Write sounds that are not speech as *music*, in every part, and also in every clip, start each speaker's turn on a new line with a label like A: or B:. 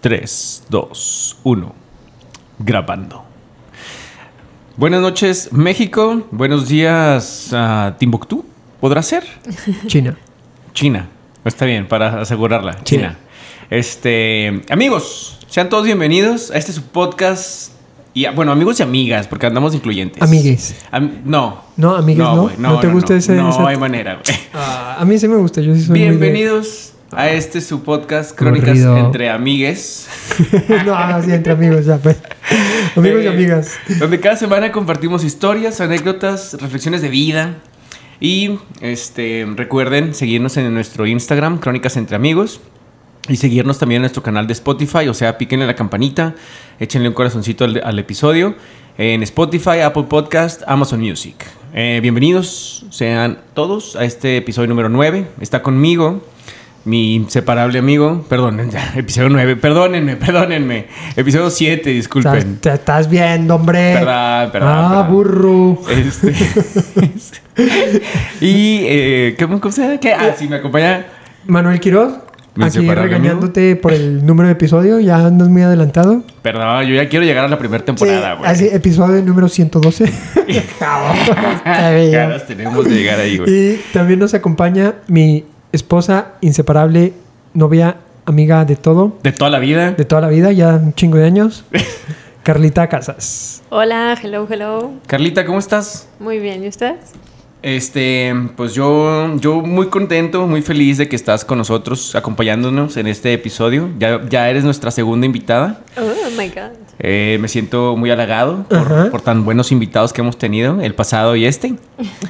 A: 3, 2, 1. Grabando. Buenas noches, México. Buenos días, a Timbuktu. ¿Podrá ser?
B: China.
A: China. Está bien, para asegurarla. China. Este, amigos, sean todos bienvenidos a este su podcast. Y a- bueno, amigos y amigas, porque andamos incluyentes.
B: Amigues.
A: Am- no.
B: No, amigues, ¿no?
A: güey,
B: ¿No te gusta ese-
A: No
B: esa-
A: hay manera, güey.
B: Ah, a mí sí me gusta, yo sí soy muy de-
A: Bienvenidos a este su podcast Crónicas
B: Aburrido.
A: entre amigues.
B: *laughs* no, así entre amigos ya, pues. Amigos y
A: Eh,
B: amigas.
A: Donde cada semana compartimos historias, anécdotas, reflexiones de vida. Y este, recuerden seguirnos en nuestro Instagram, Crónicas Entre Amigos. Y seguirnos también en nuestro canal de Spotify. O sea, píquenle la campanita, échenle un corazoncito al, al episodio. En Spotify, Apple Podcast, Amazon Music. Eh, bienvenidos sean todos a este episodio número 9. Está conmigo mi inseparable amigo. Perdón, *laughs* episodio 9. Perdónenme, perdónenme. Episodio 7,
B: Estás-
A: disculpen.
B: Te estás viendo, hombre.
A: Perdón, perdón,
B: Ah,
A: perdón.
B: burro.
A: Este. *laughs* y. Eh, ¿Cómo cómo se llama? ¿Qué? Ah, sí, me acompaña.
B: Manuel Quiroz,
A: Mi
B: aquí
A: inseparable
B: regañándote por el número de episodio, ya andas muy adelantado.
A: Perdón, yo ya quiero llegar a la primera temporada,
B: Sí,
A: güey. *laughs*
B: así, episodio número 112. *laughs* Cabrón, está bien.
A: Ganas tenemos de llegar ahí, güey.
B: Y también nos acompaña mi esposa inseparable, novia, amiga de todo,
A: De toda la vida.
B: de toda la vida, ya un chingo
A: *laughs*
B: de años, Carlita Casas.
C: Hola, hello, hello.
A: Carlita, ¿cómo estás?
C: Muy bien, ¿y ustedes?
A: Este, pues yo, yo muy contento, muy feliz de que estás con nosotros, acompañándonos en este episodio. Ya, ya eres nuestra segunda invitada.
C: Oh my god.
A: Eh, me siento muy halagado
B: Ajá.
A: por, por tan buenos invitados que hemos tenido, el pasado y este.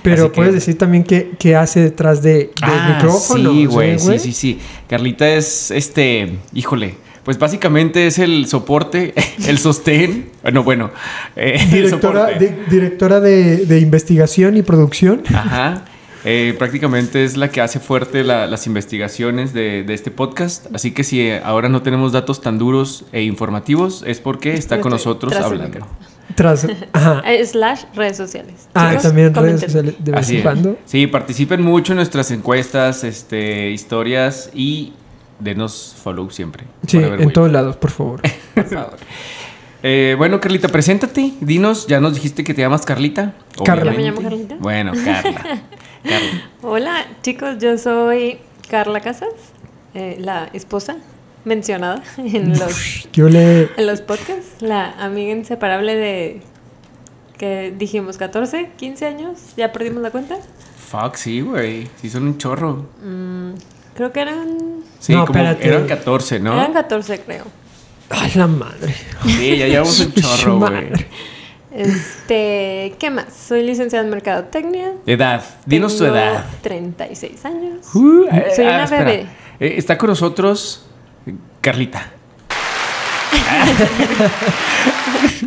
B: Pero
A: Así que-
B: puedes decir también qué, qué hace detrás de, del micrófono.
A: Ah, Sí, güey, sí, sí, sí. Carlita es este, híjole, pues básicamente es el soporte, *laughs* el sostén. Bueno, bueno, eh, el
B: Directora,
A: soporte.
B: de, directora de, de investigación y producción.
A: Ajá. Eh, prácticamente es la que hace fuerte la- las investigaciones de, de este podcast. Así que si eh, ahora no tenemos datos tan duros e informativos, es porque está con
C: Estoy
A: nosotros
C: tras el
A: hablando.
C: micrófono.
B: Tras,
C: *laughs*
B: ajá.
C: Eh, slash redes sociales.
B: Ah,
C: Chicos,
B: también
C: comenten.
B: redes sociales de vez
A: Así
B: en
A: es.
B: cuando.
A: Sí, participen mucho en nuestras encuestas, este, historias y denos follow siempre.
B: Sí,
A: Forever
B: en
A: Wave.
B: todos lados, por favor.
C: Por favor.
A: Eh, bueno, Carlita, preséntate. Dinos, ya nos dijiste que te llamas Carlita. obviamente.
B: Carla.
C: Yo me llamo Carlita.
B: *laughs*
A: Bueno, Carla. Carla.
C: Hola, chicos, yo soy Carla Casas, eh, la esposa mencionada *laughs* en los,
B: *laughs* Yo le.
C: en los podcasts, la amiga inseparable de que dijimos 14, 15 años, ya perdimos la cuenta.
A: Fuck, sí, güey. Sí, son un chorro.
C: Mm, creo que eran,
A: Sí,
B: No,
A: como
B: espérate.
A: eran 14, ¿no?
C: eran 14, creo.
B: ¡Ay, la madre!
A: Sí, ya llevamos
B: *laughs*
A: un chorro, güey.
B: Madre.
C: Este, ¿qué más? Soy licenciada en mercadotecnia.
A: Edad. Dinos tu
C: Tengo
A: edad.
C: 36 años.
A: Uh, eh,
C: Soy
A: ah,
C: una
A: espera.
C: bebé.
A: Eh, está con nosotros Carlita.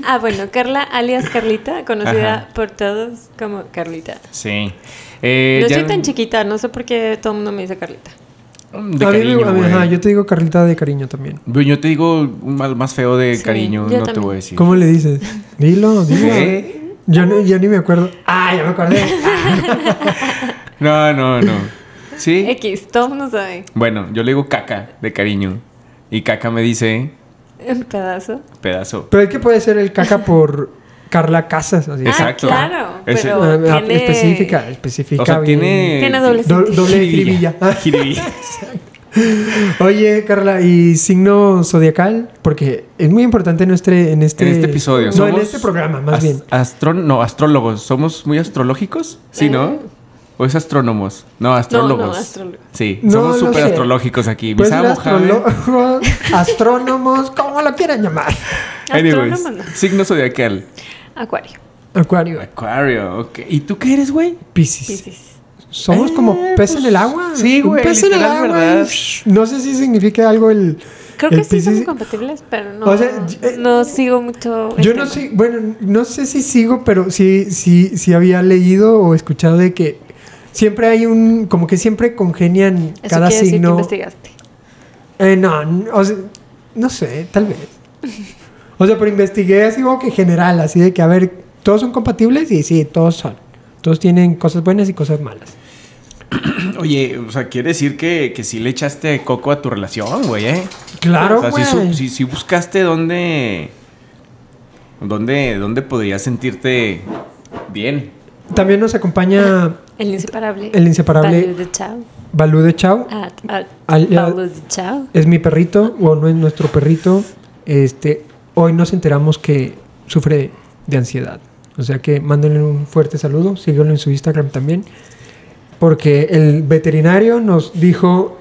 C: Ah, bueno, Carla alias Carlita, conocida
A: Ajá.
C: por todos como Carlita.
A: Sí. Eh,
C: no
A: ya-
C: soy tan chiquita, no sé por qué todo el mundo me dice Carlita.
A: De
B: A mí me-
A: cariño,
B: a mí- ajá,
A: güey.
B: yo te digo Carlita de cariño también.
A: Yo, yo te digo un mal más feo de
C: Sí,
A: cariño, no
C: yo
A: te
C: también.
A: voy a decir.
B: ¿Cómo le dices? Dilo, dilo.
A: ¿Qué?
B: Yo, no, yo ni me acuerdo. ¡Ah, ya
A: *laughs*
B: me acordé! Ah.
A: No, no,
C: *laughs*
A: no. ¿Sí?
C: X, todo el mundo sabe.
A: Bueno, yo le digo caca de cariño. Y caca me dice
C: Un pedazo.
A: pedazo.
B: Pero es que puede ser el caca por Carla Casas. Así.
A: Exacto.
C: Ah, claro,
A: Ese-
C: pero
B: Ah, ah,
C: tiene...
B: Específica, específica.
A: O sea,
B: bien.
A: tiene.
C: Tiene doble
B: Do-
C: sentido.
B: doble jiribilla.
A: Jiribilla.
B: *laughs* Oye, Carla, ¿y signo zodiacal? Porque es muy importante en este, en este,
A: En este episodio.
B: No,
A: somos
B: en este programa, más
A: as-
B: bien.
A: astrón- no, astrólogos. ¿Somos muy astrológicos? Sí, ¿no? ¿O es astrónomos? No, astrólogos.
C: Eh. astrólogos.
A: Sí,
B: No
A: somos
B: lo
A: súper
B: sé. Pues
A: astrológicos aquí.
B: Pueden
A: Misabo,
B: ser
C: *laughs*
B: astrólogos,
A: *laughs*
B: astrónomos, como lo quieran llamar.
A: Jaime. Anyways,
C: Astrónomos no.
A: signo zodiacal.
C: Acuario.
B: Acuario,
A: Acuario, ok. ¿Y tú qué eres, güey?
B: Piscis.
C: Piscis.
B: Somos
A: Eh,
B: como pez
A: pues,
B: en el agua.
A: sí,
B: Un
A: güey,
B: Pez en el
A: literal,
B: agua.
A: ¿verdad?
B: Shh, No sé si significa algo el.
C: Creo que
B: el
C: sí son
B: Piscis.
C: compatibles, pero no,
B: O sea, yo- eh,
C: no sigo mucho. el
B: Yo no
C: tema.
B: sé, bueno, no sé si sigo, pero sí, sí, sí había leído o escuchado de que siempre hay un, como que siempre congenian
C: Eso
B: cada
C: quiere
B: signo.
C: decir que investigaste.
B: Eh, no, n- o sea, no sé, tal vez. O sea, pero investigué así como que general, así de que a ver, todos son compatibles y sí, todos son. Todos tienen cosas buenas y cosas malas.
A: Oye, o sea, quiere decir que, que sí le echaste coco a tu relación, güey, ¿eh?
B: Claro,
A: o sea, sí,
B: güey.
A: su- sí- sí buscaste dónde, dónde, dónde podrías sentirte bien.
B: También nos acompaña
C: El inseparable.
B: Ah, El inseparable.
C: Value de chao.
B: Balú de Chao.
C: At- at-
B: Al-
C: Value de chao.
B: Es mi perrito, o no es nuestro perrito. Este, hoy nos enteramos que sufre de ansiedad. O sea que mándenle un fuerte saludo, síguelo en su Instagram también. Porque el veterinario nos dijo,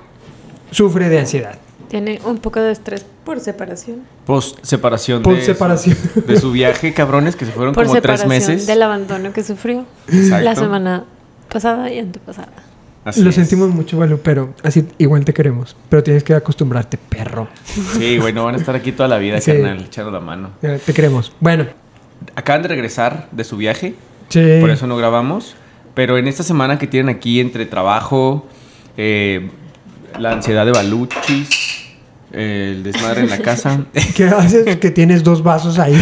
B: sufre de ansiedad.
C: Tiene un poco de estrés por separación.
A: Post separación.
B: Por
A: de
B: separación.
A: Su, de su viaje, cabrones, que se fueron
C: Por
A: como tres
C: separación
A: meses.
C: del abandono que sufrió
A: Exacto.
C: la semana pasada y antepasada.
A: Así
B: Lo
A: es.
B: sentimos mucho, Balú, pero así igual te queremos. Pero tienes que acostumbrarte, perro.
A: Sí, güey, no van a estar aquí toda la vida,
B: Sí.
A: carnal, echaron la mano.
B: Eh, Te queremos. Bueno,
A: Acaban de regresar de su viaje,
B: che,
A: por eso no grabamos. Pero en esta semana que tienen aquí entre trabajo, eh, la ansiedad de Baluchis, eh, el desmadre en la *laughs* casa.
B: ¿qué haces que tienes dos vasos ahí?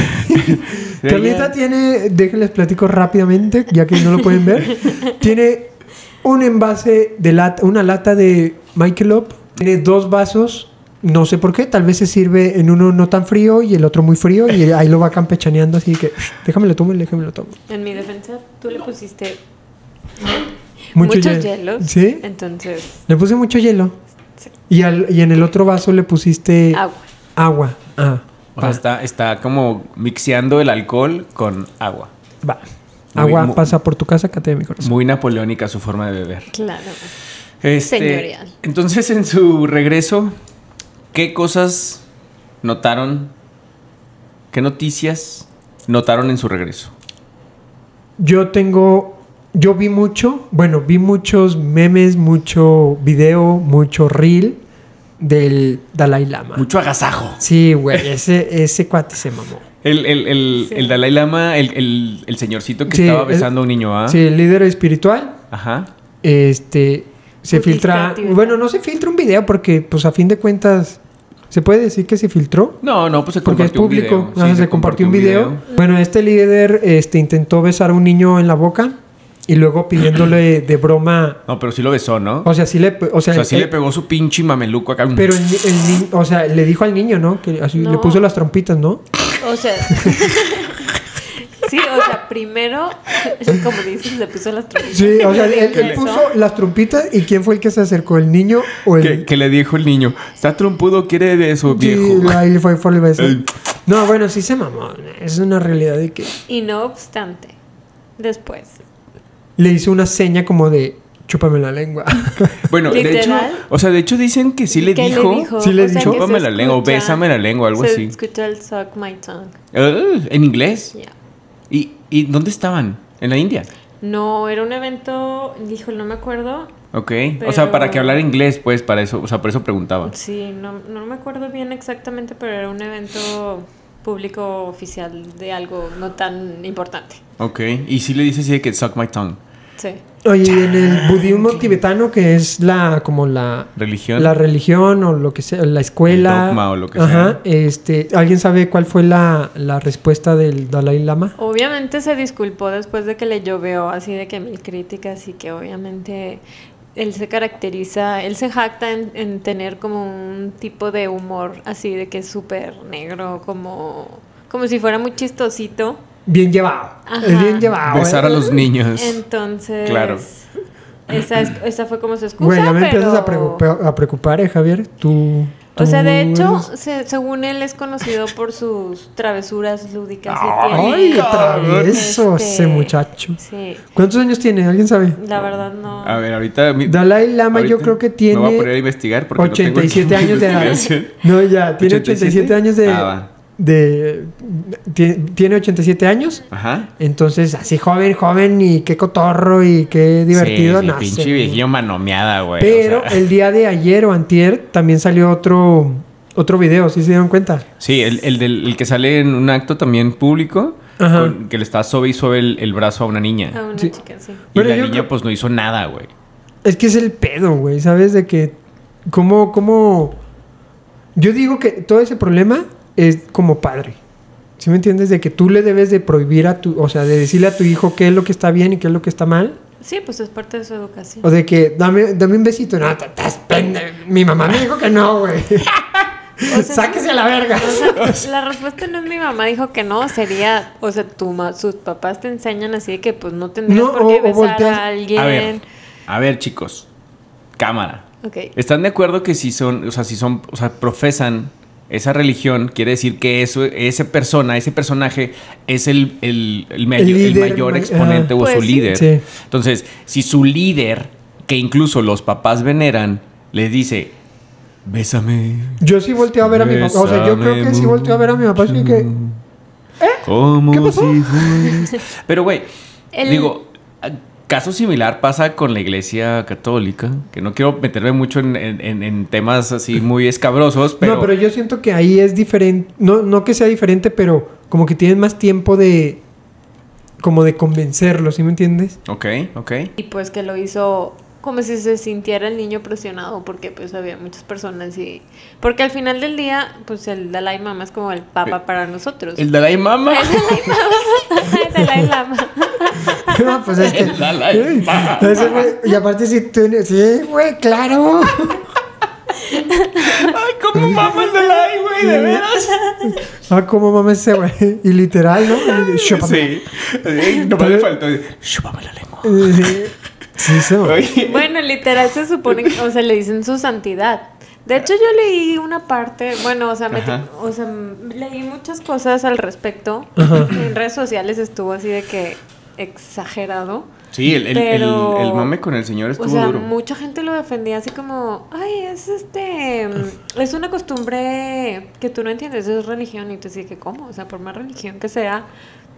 B: Carlita tiene, déjenles platico rápidamente, ya que no lo pueden ver. tiene un envase de lata, una lata de Michelob. Tiene dos vasos, no sé por qué, tal vez se sirve en uno no tan frío y el otro muy frío y ahí lo va campechaneando, así que déjamelo tomo, déjamelo tomo.
C: En mi defensa, tú le pusiste
B: Mucho
C: muchos
B: hiel-
C: hielos.
B: ¿Sí?
C: Entonces,
B: Le puse mucho hielo.
C: Sí.
B: Y, al- y en el otro vaso le pusiste
C: agua.
B: agua. Ah,
A: O sea, está, está como mixeando el alcohol con agua.
B: va.
A: Muy-
B: Agua
A: muy-
B: pasa por tu casa, cate de mi corazón.
A: Muy napoleónica su forma de beber.
C: Claro.
A: Este,
C: Señorial.
A: Entonces, en su regreso, ¿qué cosas notaron? ¿Qué noticias notaron en su regreso?
B: Yo tengo, yo vi mucho, bueno, vi muchos memes, mucho video, mucho reel del Dalai Lama.
A: Mucho agasajo.
B: Sí, güey, ese, ese cuate se mamó.
A: El, el- el-
C: Sí.
A: el Dalai Lama, el, el- el señorcito que
B: Sí,
A: estaba
B: el-
A: besando a un niño, ¿ah?
B: Sí, el líder espiritual,
A: Ajá.
B: este, se
C: Budista
B: filtra,
C: tibetano.
B: bueno, no se filtra un video porque, pues, a fin de cuentas, se puede decir que se filtró.
A: No, no, pues se
B: Porque es
A: compartió un
B: público,
A: video.
B: Ah,
A: Sí,
B: se, compartió un video.
A: video.
B: Bueno, este líder este, intentó besar a un niño en la boca y luego pidiéndole de broma,
A: No, pero sí lo besó, ¿no?
B: o sea, sí le, o sea,
A: O sea, sí
B: el-
A: le pegó su pinche mameluco acá.
B: Pero el, ni- el ni- o sea, le dijo al niño, ¿no? Que así le
C: No.
B: puso las trompitas, ¿no?
C: O sea. *laughs* sí, o sea, primero, *laughs* como dices, le puso las trompas. *laughs*
B: Sí, o sea, él, él puso las trompitas y quién fue el que se acercó, el niño o
A: que,
B: el
A: que le dijo el niño, está trompudo, quiere de eso,
B: Sí,
A: viejo.
B: ahí fue por el beso.
A: El-
B: No, bueno, sí se mamó. Es una realidad de que
C: Y no obstante, después.
B: le hizo una seña como de chúpame la lengua.
A: *laughs*
B: *laughs*
A: Bueno, de
C: Literal.
A: hecho, o sea, de hecho dicen que sí le
C: ¿qué
A: dijo,
B: Sí le dijo.
C: O sea, que se
A: "Chúpame la lengua, o
C: escucha-
A: bésame la lengua, algo
C: se
A: así.
C: escuchó el suck my tongue.
A: "Ah", en inglés.
C: Ya.
A: ¿Y, ¿Y dónde estaban? ¿En la India?
C: No, era un evento, dijo, no me acuerdo.
A: Ok. O sea,
C: Pero-
A: para que hablar inglés, pues, para eso, o sea, por eso preguntaba.
C: Sí, no, no me acuerdo bien exactamente, pero era un evento público oficial de algo no tan importante.
A: Ok. Y sí le dice así de que suck my tongue.
C: Sí.
B: Oye, y en el budismo tibetano que es la como la
A: Religión.
B: la religión o lo que sea, la escuela,
A: El dogma o lo que
B: Ajá, este, ¿alguien sabe cuál fue la, la respuesta del Dalai Lama?
C: Obviamente se disculpó después de que le llovió así de que mil críticas y que obviamente él se caracteriza, él se jacta en, en tener como un tipo de humor así de que es súper negro, como, como si fuera muy chistosito.
B: Bien llevado.
C: Ajá.
B: Es bien llevado.
A: Besar
B: eh.
A: a los niños.
C: Entonces,
A: Claro.
C: esa, es- esa fue como su excusa.
B: Güey, ya me
C: pero-
B: empiezas a, preocupa- a preocupar, eh, Javier. Tú.
C: O sea,
B: tú
C: de hecho,
B: eres-
C: se- según él es conocido por sus travesuras lúdicas. y
B: Ay,
C: tiene-
B: travieso
C: Este,
B: ese muchacho.
C: Sí,
B: ¿Cuántos años tiene? ¿Alguien sabe?
C: la verdad no.
A: A ver, ahorita. mi-
B: Dalai Lama,
A: ahorita
B: yo creo que
A: Me voy a
B: tiene
A: poner a investigar porque no tengo aquí
B: 87
A: mi
B: años de edad.
A: investigación.
B: No, ya, tiene 87
A: ¿87?
B: años de.
A: Ah, va.
B: de tie- tiene 87 años.
A: Ajá.
B: Entonces, así joven, joven, y qué cotorro y qué
A: Sí,
B: divertido.
A: sí,
B: no
A: pinche
B: sé.
A: viejillo manomeada, güey. o
B: Pero
A: sea.
B: el día de ayer o antier también salió otro, otro video, ¿sí se dieron cuenta?
A: Sí, el, el del el que sale en un acto también público,
B: Ajá.
A: con- que le está sobe y sobe el, el brazo a una niña.
C: A una
B: Sí.
C: chica, sí.
A: Y
B: Pero
A: la
B: yo
A: niña
B: creo-
A: pues no hizo nada, güey.
B: Es que es el pedo, güey, ¿sabes? De que, ¿cómo, cómo? Yo digo que todo ese problema es como padre. ¿Sí me entiendes? De que tú le debes de prohibir a tu, o sea, de decirle a tu hijo qué es lo que está bien y qué es lo que está mal.
C: Sí, pues es parte de su educación.
B: O de que, dame, dame un besito. No, te- te- pende- Mi mamá me dijo que no, güey.
C: *laughs* O sea,
B: *laughs* Sáquese a la verga. *laughs*
C: O sea, la respuesta no es mi mamá dijo que no, sería, o sea, tu ma- sus papás te enseñan así de que pues no tendrías
B: No,
C: por qué
B: o- o
C: besar
B: volteas-
C: a alguien.
A: A ver, a ver, chicos. Cámara.
C: Ok.
A: ¿Están de acuerdo que si son, o sea, si son, o sea, profesan esa religión, quiere decir que eso, ese persona, ese personaje es el, el, el mayo- el
B: líder,
A: mayor
B: ma-
A: exponente
C: ajá.
A: o su
C: Pues sí.
A: líder?
B: Sí.
A: Entonces, si su líder, que incluso los papás veneran, les dice, bésame.
B: Yo sí volteo a ver a mi papá. O sea, yo creo que sí volteo a ver a mi papá. Así que, ¿eh?
A: ¿Cómo
B: ¿Qué pasó? *laughs*
A: si fueras- Pero, güey,
C: El-
A: digo, a- caso similar pasa con la iglesia católica, que no quiero meterme mucho en, en- en- en temas así muy escabrosos, pero...
B: No, pero yo siento que ahí es diferente. No, no que sea diferente, pero como que tienes más tiempo de. Como de convencerlo, ¿sí me
C: *laughs*
B: entiendes?
A: Ok, ok.
C: Y pues que lo hizo como si se sintiera el niño presionado porque pues había muchas personas y porque al final del día pues el Dalai Lama es como el papa para nosotros.
A: El Dalai Mama.
C: *laughs* El Dalai Lama.
B: No, pues
C: *laughs*
B: es que.
A: El Dalai Lama.
B: Ese güey- y aparte, si tú. Sí, güey, claro.
A: Ay, cómo mama el Dalai, güey, de veras.
B: Ah, cómo mames ese güey. Y literal, ¿no? Y- chúpame.
A: Sí. Eh, No me faltó. Chúpame la lengua.
B: Eh, Sí. Sí, se va.
A: Oye.
C: Bueno, literal se supone que, o sea, le dicen su santidad. De hecho, yo leí una parte, bueno, o sea, me-
A: Ajá.
C: o sea, m- leí muchas cosas al respecto. En redes sociales estuvo así de que exagerado.
A: Sí, el, el, el,
C: Pero-
A: el mame con el señor estuvo
C: o sea,
A: duro.
C: mucha gente lo defendía así como, ay, es este, mm, es una costumbre que tú no entiendes, es religión. Y tú decís que, ¿cómo? O sea, por más religión que sea,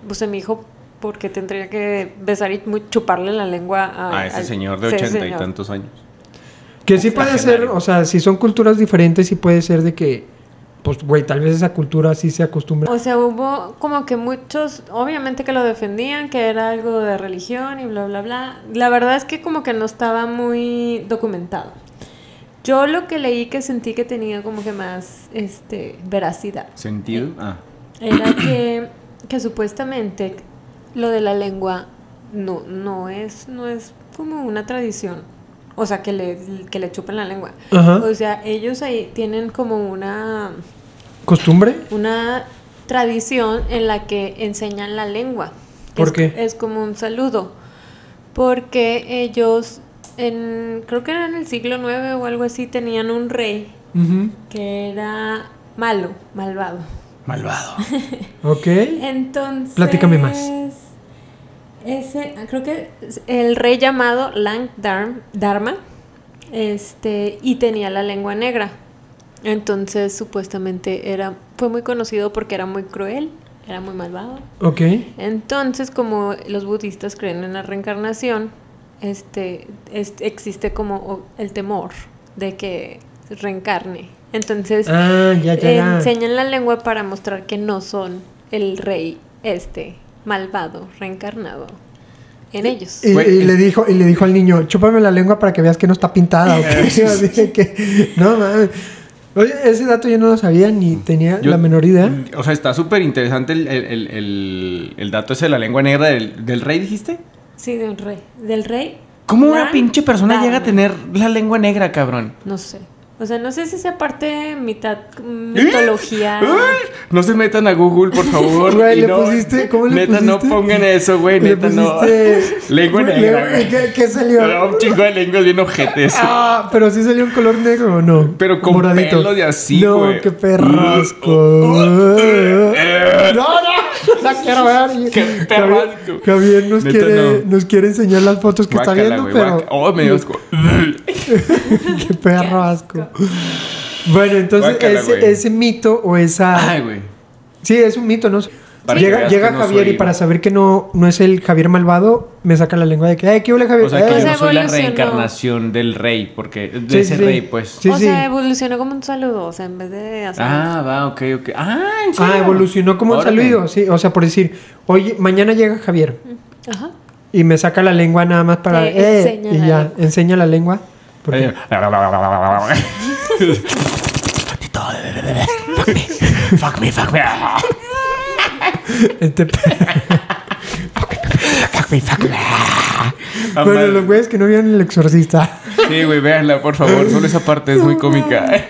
C: pues a mi hijo, porque tendría que besar y mu- chuparle la lengua a,
A: A Ah, ese
C: al-
A: señor de
C: ese
A: ochenta y
C: señor.
A: tantos años.
B: Que sí puede ser, o sea, si son culturas diferentes, sí puede ser de que. Pues, güey, tal vez esa cultura sí se acostumbra.
C: O sea, hubo como que muchos, obviamente que lo defendían, que era algo de religión y bla, bla, bla. La verdad es que como que no estaba muy documentado. Yo lo que leí que sentí que tenía como que más este, veracidad
A: ¿Sentido? Ah.
C: era que, que supuestamente lo de la lengua no, no, es, no es como una tradición. O sea, que le, que le chupen la lengua.
B: Ajá.
C: O sea, ellos ahí tienen como una
B: ¿Costumbre?
C: una tradición en la que enseñan la lengua.
B: ¿Por
C: Es-
B: qué?
C: Es como un saludo. Porque ellos, en, creo que era en el siglo IX o algo así, tenían un rey
B: Ujú.
C: que era malo, malvado.
A: Malvado.
B: Ok.
C: Entonces...
B: Platícame más.
C: Ese, creo que es el rey llamado Lang Darm- Dharma, este, y tenía la lengua negra. Entonces, supuestamente era, fue muy conocido porque era muy cruel, era muy malvado.
B: Ok.
C: Entonces, como los budistas creen en la reencarnación, este, es- existe como o- el temor de que reencarne. Entonces,
B: Ah, ya, ya, ya.
C: enseñan la lengua para mostrar que no son el rey este malvado reencarnado en ellos.
B: Y,
A: Güey,
B: y
A: es-
B: le dijo, y le dijo al niño, chúpame la lengua para que veas que no está pintada. ¿ok?"
A: *laughs*
B: Así de que, no mames. Oye, ese dato yo no lo sabía ni tenía
A: Yo-
B: la menor idea.
A: O sea, está súper interesante el, el- el- el- el dato ese de la lengua negra del, del rey, dijiste.
C: Sí, de un rey, del rey.
A: ¿Cómo
C: Lang
A: una pinche persona llega a
C: Dharma.
A: tener la lengua negra, cabrón?
C: No sé. O sea, no sé si sea parte mitad mitología.
A: Ay, No se metan a Google, por favor.
B: *laughs* Güey,
A: y
B: ¿le
A: no-
B: pusiste? ¿Cómo le
A: neta,
B: pusiste?
A: no pongan eso, güey.
B: Le
A: Neta, *laughs*
B: pusiste-
A: no. Lengua
B: Güey,
A: negra.
B: le-
A: güey.
B: ¿qué- qué salió?
A: No, un chingo de lenguas bien ojetes.
B: Ah, pero sí salió un color negro o no.
A: Pero con pelos de así,
B: No,
A: güey.
B: qué perrasco. no, no, la quiero ver.
A: Qué
B: Javier-
A: perrasco.
B: Javier nos
A: Neta,
B: quiere,
A: no.
B: nos quiere enseñar las fotos que
A: Guácala,
B: está viendo,
A: güey,
B: pero. Ah.
A: guácala. Oh, me dio asco.
B: Qué perro asco. Bueno, entonces
A: Guácala, güey.
B: ese, ese mito o esa...
A: Ay, güey.
B: sí, es un mito, ¿no?
A: Para que
B: llega
A: veas
B: llega
A: que no
B: Javier
A: soy-
B: y para saber que no, no es el Javier malvado, me saca la lengua de que, ¡ay, qué huele Javier!
A: O sea, que
B: Eh,
A: yo no soy la
C: evolucionó.
A: reencarnación del rey, porque. De
B: Sí,
A: ese
B: sí.
A: rey, pues.
B: Sí,
C: o
B: sí.
C: sea, evolucionó como un saludo. O sea, en vez de hacer.
A: Ah, va, ok, ok. Ah, ¿en serio?
B: Ah, evolucionó como un
A: Órale.
B: saludo, sí. O sea, por decir, oye, mañana llega Javier
C: Ajá.
B: y me saca la lengua nada más para...
C: Te
B: "Eh",
C: enseña
B: y
C: la
B: ya,
C: lengua.
B: enseña la lengua. Porque-
A: *laughs*
B: *laughs*
A: Eh, fuck me, fuck me.
B: Este- *laughs*
A: Fuck me, fuck me. *laughs* Ah,
B: bueno,
A: madre.
B: los güeyes que no vieron El Exorcista. *laughs*
A: Sí, güey, véanla, por favor. Solo esa parte es muy cómica.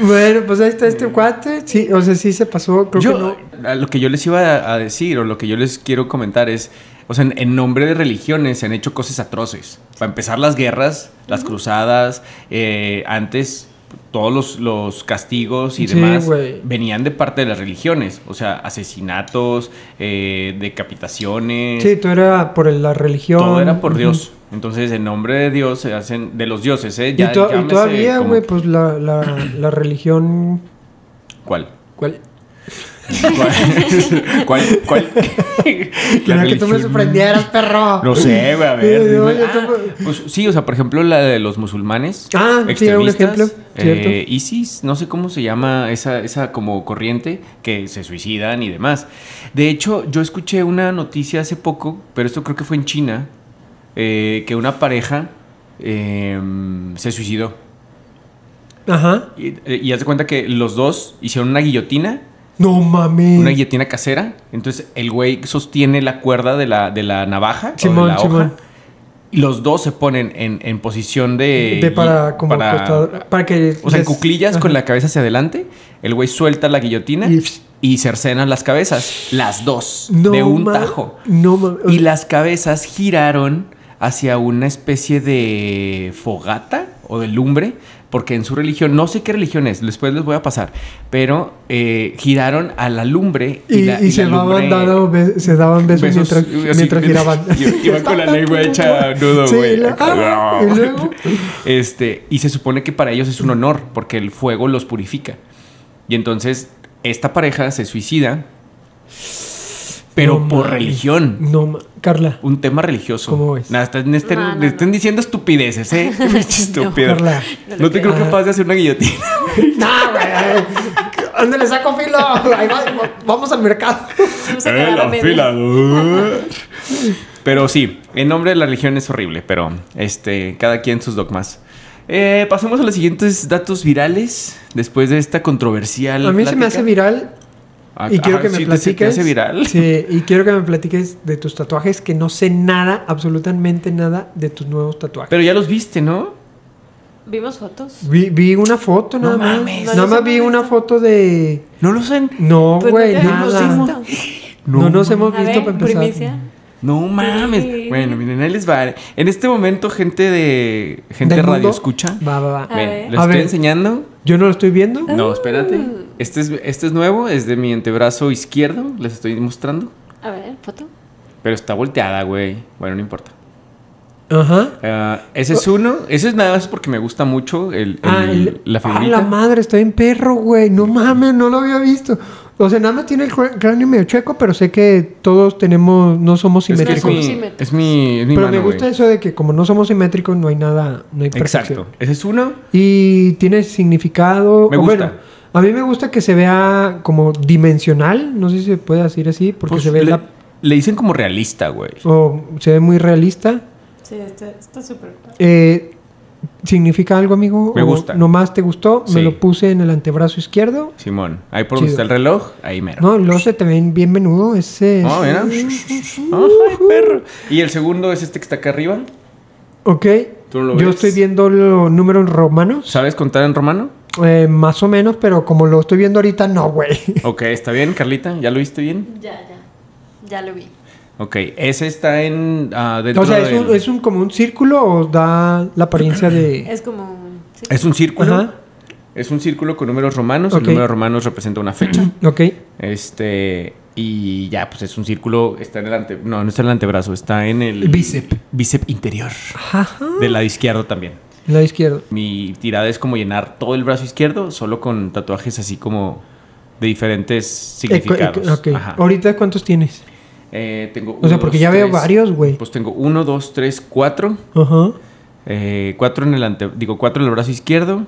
B: Bueno, pues ahí está este cuate. Sí, o sea, sí se pasó. Creo que
A: Mm. Yo,
B: no.
A: a lo que yo les iba a- a decir o lo que yo les quiero comentar es, o sea, en, en nombre de religiones se han hecho cosas atroces. Para empezar las guerras, las cruzadas, eh, antes todos los, los castigos y
B: Sí,
A: demás
B: güey.
A: venían de parte de las religiones, o sea, asesinatos, eh, decapitaciones,
B: Sí, todo era por la religión.
A: todo era por
B: Ujú.
A: Dios. Entonces, en nombre de Dios se hacen de los dioses, ¿eh?
B: Y,
A: Ya-
B: to- y
A: llámese
B: todavía,
A: como-
B: güey, pues la, la, la religión.
A: ¿Cuál?
B: ¿Cuál?
A: ¿Cuál? *laughs* ¿Cuál? ¿Cuál?
B: Quería
A: La
B: *laughs* que tú me
A: religión-
B: sorprendieras, perro.
A: No sé,
B: *laughs*
A: güey, a ver.
B: Sí, no,
A: dime.
B: yo tampoco-
A: Ah, pues sí, o sea, por ejemplo, la de los musulmanes.
B: Ah, sí, era un
A: extremistas,
B: ejemplo, cierto.
A: eh, ISIS, no sé cómo se llama esa, esa como corriente que se suicidan y demás. De hecho, yo escuché una noticia hace poco, pero esto creo que fue en China, eh, que una pareja eh, se suicidó.
B: Ajá.
A: Y, eh, y haz de cuenta que los dos hicieron una guillotina
B: No mames.
A: una guillotina casera. Entonces el güey sostiene la cuerda de la, de la navaja o
B: Simón,
A: de la
B: Simón.
A: hoja. Y los dos se ponen en, en posición de...
B: De para, como
A: para-
B: acostado- para que
A: o sea, en
B: les-
A: cuclillas con
B: Ajá.
A: la cabeza hacia adelante. El güey suelta la guillotina
B: Y-
A: y, cercenan las cabezas. Las dos.
B: No
A: de un
B: ma-
A: tajo.
B: No mames.
A: Y las cabezas giraron hacia una especie de fogata o de lumbre, porque en su religión, no sé qué religión es, después les voy a pasar, pero eh, giraron a la lumbre
B: Y,
A: la,
B: y
A: la
B: se, daban
A: lumbre-
B: dando be- se daban besos,
A: besos,
B: mientras,
A: así, *laughs*
B: mientras giraban.
A: y- Iban con la lengua hecha nudo,
B: Sí,
A: güey.
B: y luego- ah, y luego-
A: *laughs* Este, y se supone que para ellos es un honor, porque el fuego los purifica. Y entonces, esta pareja se suicida, pero
B: No
A: por
B: mames.
A: religión.
B: No, ma- Carla.
A: Un tema religioso.
B: ¿Cómo ves?
A: Nada, están, estén-
C: No, no,
A: le estén
C: no.
A: diciendo estupideces,
C: *laughs*
A: ¿eh? *laughs* Pinche estúpido. *laughs*
B: Carla. Ah.
A: No, te creo capaz de hacer una guillotina.
B: No, güey. ¿Dónde le saco filo? Ahí va- vamos al mercado.
C: Vamos a
A: Eh, *laughs*
C: quedar a medias.
A: pero sí, en nombre de la religión es horrible, pero este, cada quien sus dogmas. Eh, pasemos a los siguientes datos virales después de esta controversial.
B: A mí se me hace viral
A: Ah,
B: y quiero
A: ah,
B: que me
A: sí, te- se
B: platiques.
A: te hace viral.
B: Sí, y quiero que me platiques de tus tatuajes, que no sé nada, absolutamente nada de tus nuevos tatuajes.
A: Pero ya los viste, ¿no?
C: Vimos fotos.
B: vi, vi una foto
A: No
B: nada más.
A: mames.
B: Nada más vi una foto de.
A: No los han.
B: No,
C: Pues
B: güey,
C: no te habíamos
B: nada.
C: visto.
B: No, nos hemos
C: A
B: visto
C: ver,
B: para empezar.
C: primicia.
A: No mames.
C: Sí.
A: Bueno, miren, ahí les va. En este momento, gente de. Gente
B: ¿Del mundo?
A: radio escucha.
B: Va, va, va.
C: A
A: Ven,
C: ver.
A: les
B: A
A: estoy
B: ver.
A: enseñando. Uh.
B: Yo no lo estoy viendo.
A: No, espérate. Este es, este es nuevo, es de mi antebrazo izquierdo, les estoy mostrando.
C: A ver, foto.
A: Pero está volteada, güey. Bueno, no importa.
B: Ajá.
A: Ah, ese es uno. Ese es nada más porque me gusta mucho el, el-
B: Oh. Ah, el-
A: la
B: ah,
A: figurita.
B: la madre, estoy en perro, güey. No mames, no lo había visto. O sea, nada más tiene el cr- cráneo medio chueco, pero sé que todos tenemos, no somos
A: es, que
B: simétricos.
A: es mi,
C: simétrico.
A: es mi, es mi
B: pero
A: mano,
B: me gusta
A: güey.
B: eso de que como no somos simétricos, no hay nada, no hay perfección.
A: Exacto. Ese es uno.
B: Y tiene significado.
A: Me
B: o
A: gusta.
B: a mí me gusta que se vea como dimensional, no sé si se puede decir así, porque
A: Pues,
B: se ve
A: le,
B: la-
A: le dicen como realista, güey.
B: o se ve muy realista.
C: Sí, está súper
B: Eh, ¿Significa algo, amigo?
A: Me
B: ¿O
A: gusta.
B: Nomás te gustó,
A: Sí.
B: me lo puse en el antebrazo izquierdo.
A: Simón. Ahí por donde está
B: Chido.
A: el reloj, ahí mero.
B: No, luego se te ven bien menudo ese.
A: Ah, mira. Ay, perro. Y el segundo es este que está acá arriba.
B: Ok.
A: Tú no lo
B: Yo
A: ves.
B: estoy viendo los números romanos.
A: ¿Sabes contar en romano?
B: eh, más o menos, pero como lo estoy viendo ahorita, no, güey.
A: Ok, está bien, Carlita. ¿Ya lo viste bien?
C: Ya, ya. Ya lo vi.
A: Ok, ese está en. ah, dentro
B: O sea, es
A: del-
B: un, es un- como un círculo o da la apariencia de.
C: Es como un- sí.
A: es un círculo.
B: Ajá.
A: Es un círculo con números romanos.
B: Ok.
A: El número romano representa una fecha.
B: Ok.
A: este. Y ya, pues es un círculo. Está en el ante. No, no está en el antebrazo, está en el.
B: El bíceps.
A: Bíceps interior.
B: Ajá.
A: Del lado izquierdo también.
B: Lado izquierdo.
A: Mi tirada es como llenar todo el brazo izquierdo, solo con tatuajes así como de diferentes significados.
B: Eco- eco- ok.
A: Ajá.
B: Ahorita, ¿cuántos tienes?
A: Eh, tengo
B: O sea,
A: uno,
B: porque
A: dos,
B: ya veo
A: tres.
B: varios, güey.
A: Pues tengo uno, dos, tres, cuatro.
B: Ajá.
A: Eh, cuatro en el ante, digo cuatro en el brazo izquierdo,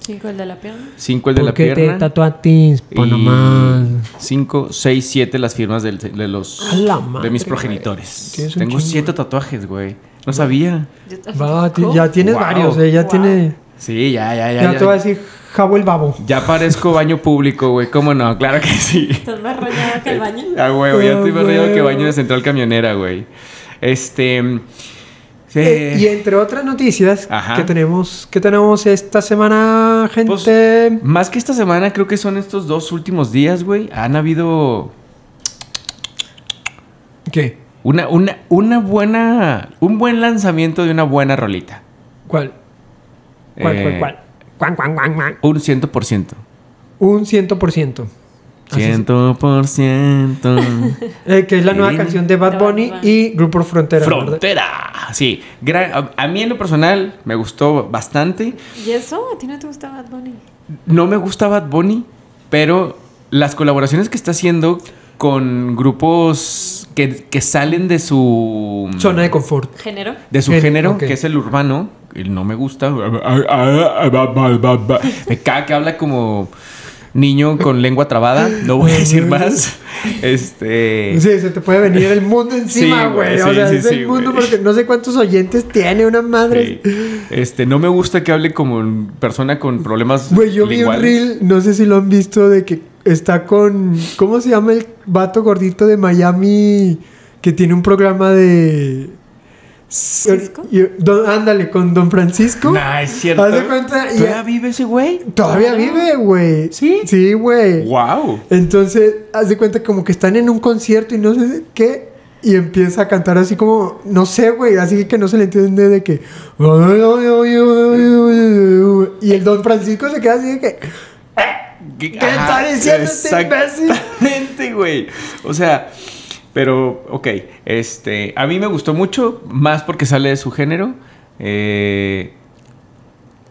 C: Cinco, el de la pierna.
A: cinco el de la
B: Porque te
A: pierna.
B: tatuatis,
A: y
B: por nomás.
A: cinco, seis, siete las firmas del- de los
B: A la madre,
A: de mis
B: güey.
A: progenitores.
B: Tienes un
A: Tengo
B: chingo,
A: siete tatuajes, güey. No sabía.
C: Yo-
B: Va, ti-
C: ¿Cómo?
B: ya tienes
A: Wow.
B: varios, eh, ya
C: Wow.
B: tiene.
A: Sí, ya, ya, ya.
B: Ya,
A: Ya,
B: te voy a decir jabo el babo.
A: Ya parezco baño público, güey. ¿Cómo no? Claro que sí.
C: Estás más rayado que el baño.
A: Ah, güey, ya
B: Ah,
A: estoy más rayado que
B: huevo.
A: baño de central camionera, güey. Este. Sí.
B: Eh, y entre otras noticias
A: Ajá.
B: que tenemos, que tenemos esta semana, gente.
A: Pues, Más que esta semana, creo que son estos dos últimos días, güey. Han habido
B: ¿Qué?
A: una, una, una buena. Un buen lanzamiento de una buena rolita.
B: ¿Cuál? ¿Cuál,
A: Eh,
B: cuál, cuál? Ah, Cuán, cuán, cuán, cuán.
A: Un ciento por ciento.
B: Un ciento por ciento. Así es.
A: Ciento por
B: *laughs*
A: ciento.
B: Eh, que es la nueva
A: Irene.
B: canción de Bad
C: De Bad
B: Bunny
C: Bunny.
B: y Grupo Frontera. ¿verdad?
A: Frontera. Sí. Gran- a, a mí en lo personal me gustó bastante.
C: ¿Y eso? ¿A ti no te gusta Bad Bunny?
A: No me gusta Bad Bunny, pero las colaboraciones que está haciendo con grupos que, que salen de su
B: Zona de confort.
C: ¿Género?
A: de su
B: Gen-
A: género,
B: ok.
A: que es el urbano, el no me gusta. Me caga que habla como niño con lengua trabada, no voy a decir más. Este
B: Sí, se te puede venir el mundo encima,
A: Sí,
B: güey.
A: güey,
B: o
A: sí,
B: sea,
A: sí,
B: es
A: sí,
B: el mundo
A: güey.
B: porque no sé cuántos oyentes tiene una madre.
A: sí. Este, no me gusta que hable como persona con problemas
B: Güey, yo vi un
A: linguales.
B: reel, no sé si lo han visto, de que está con. ¿Cómo se llama el vato gordito de Miami que tiene un programa de.
C: ¿Francisco?
B: Y- don- ándale, con Don Francisco.
A: Nah, es cierto.
B: Haz de cuenta, y-
A: ¿Todavía vive ese güey?
B: Todavía
C: Ah.
B: vive, güey.
A: ¿Sí?
B: Sí, güey.
A: Wow.
B: Entonces, haz de cuenta como que están en un concierto y no sé qué. Y empieza a cantar así como, no sé, güey, así que no se le entiende de que... Y el don Francisco se queda así de que...
A: ¿Qué,
B: ¿Qué está diciendo este imbécil? *laughs*
A: Exactamente, güey. O sea, pero, ok. Este, a mí me gustó mucho, más porque sale de su género. eh,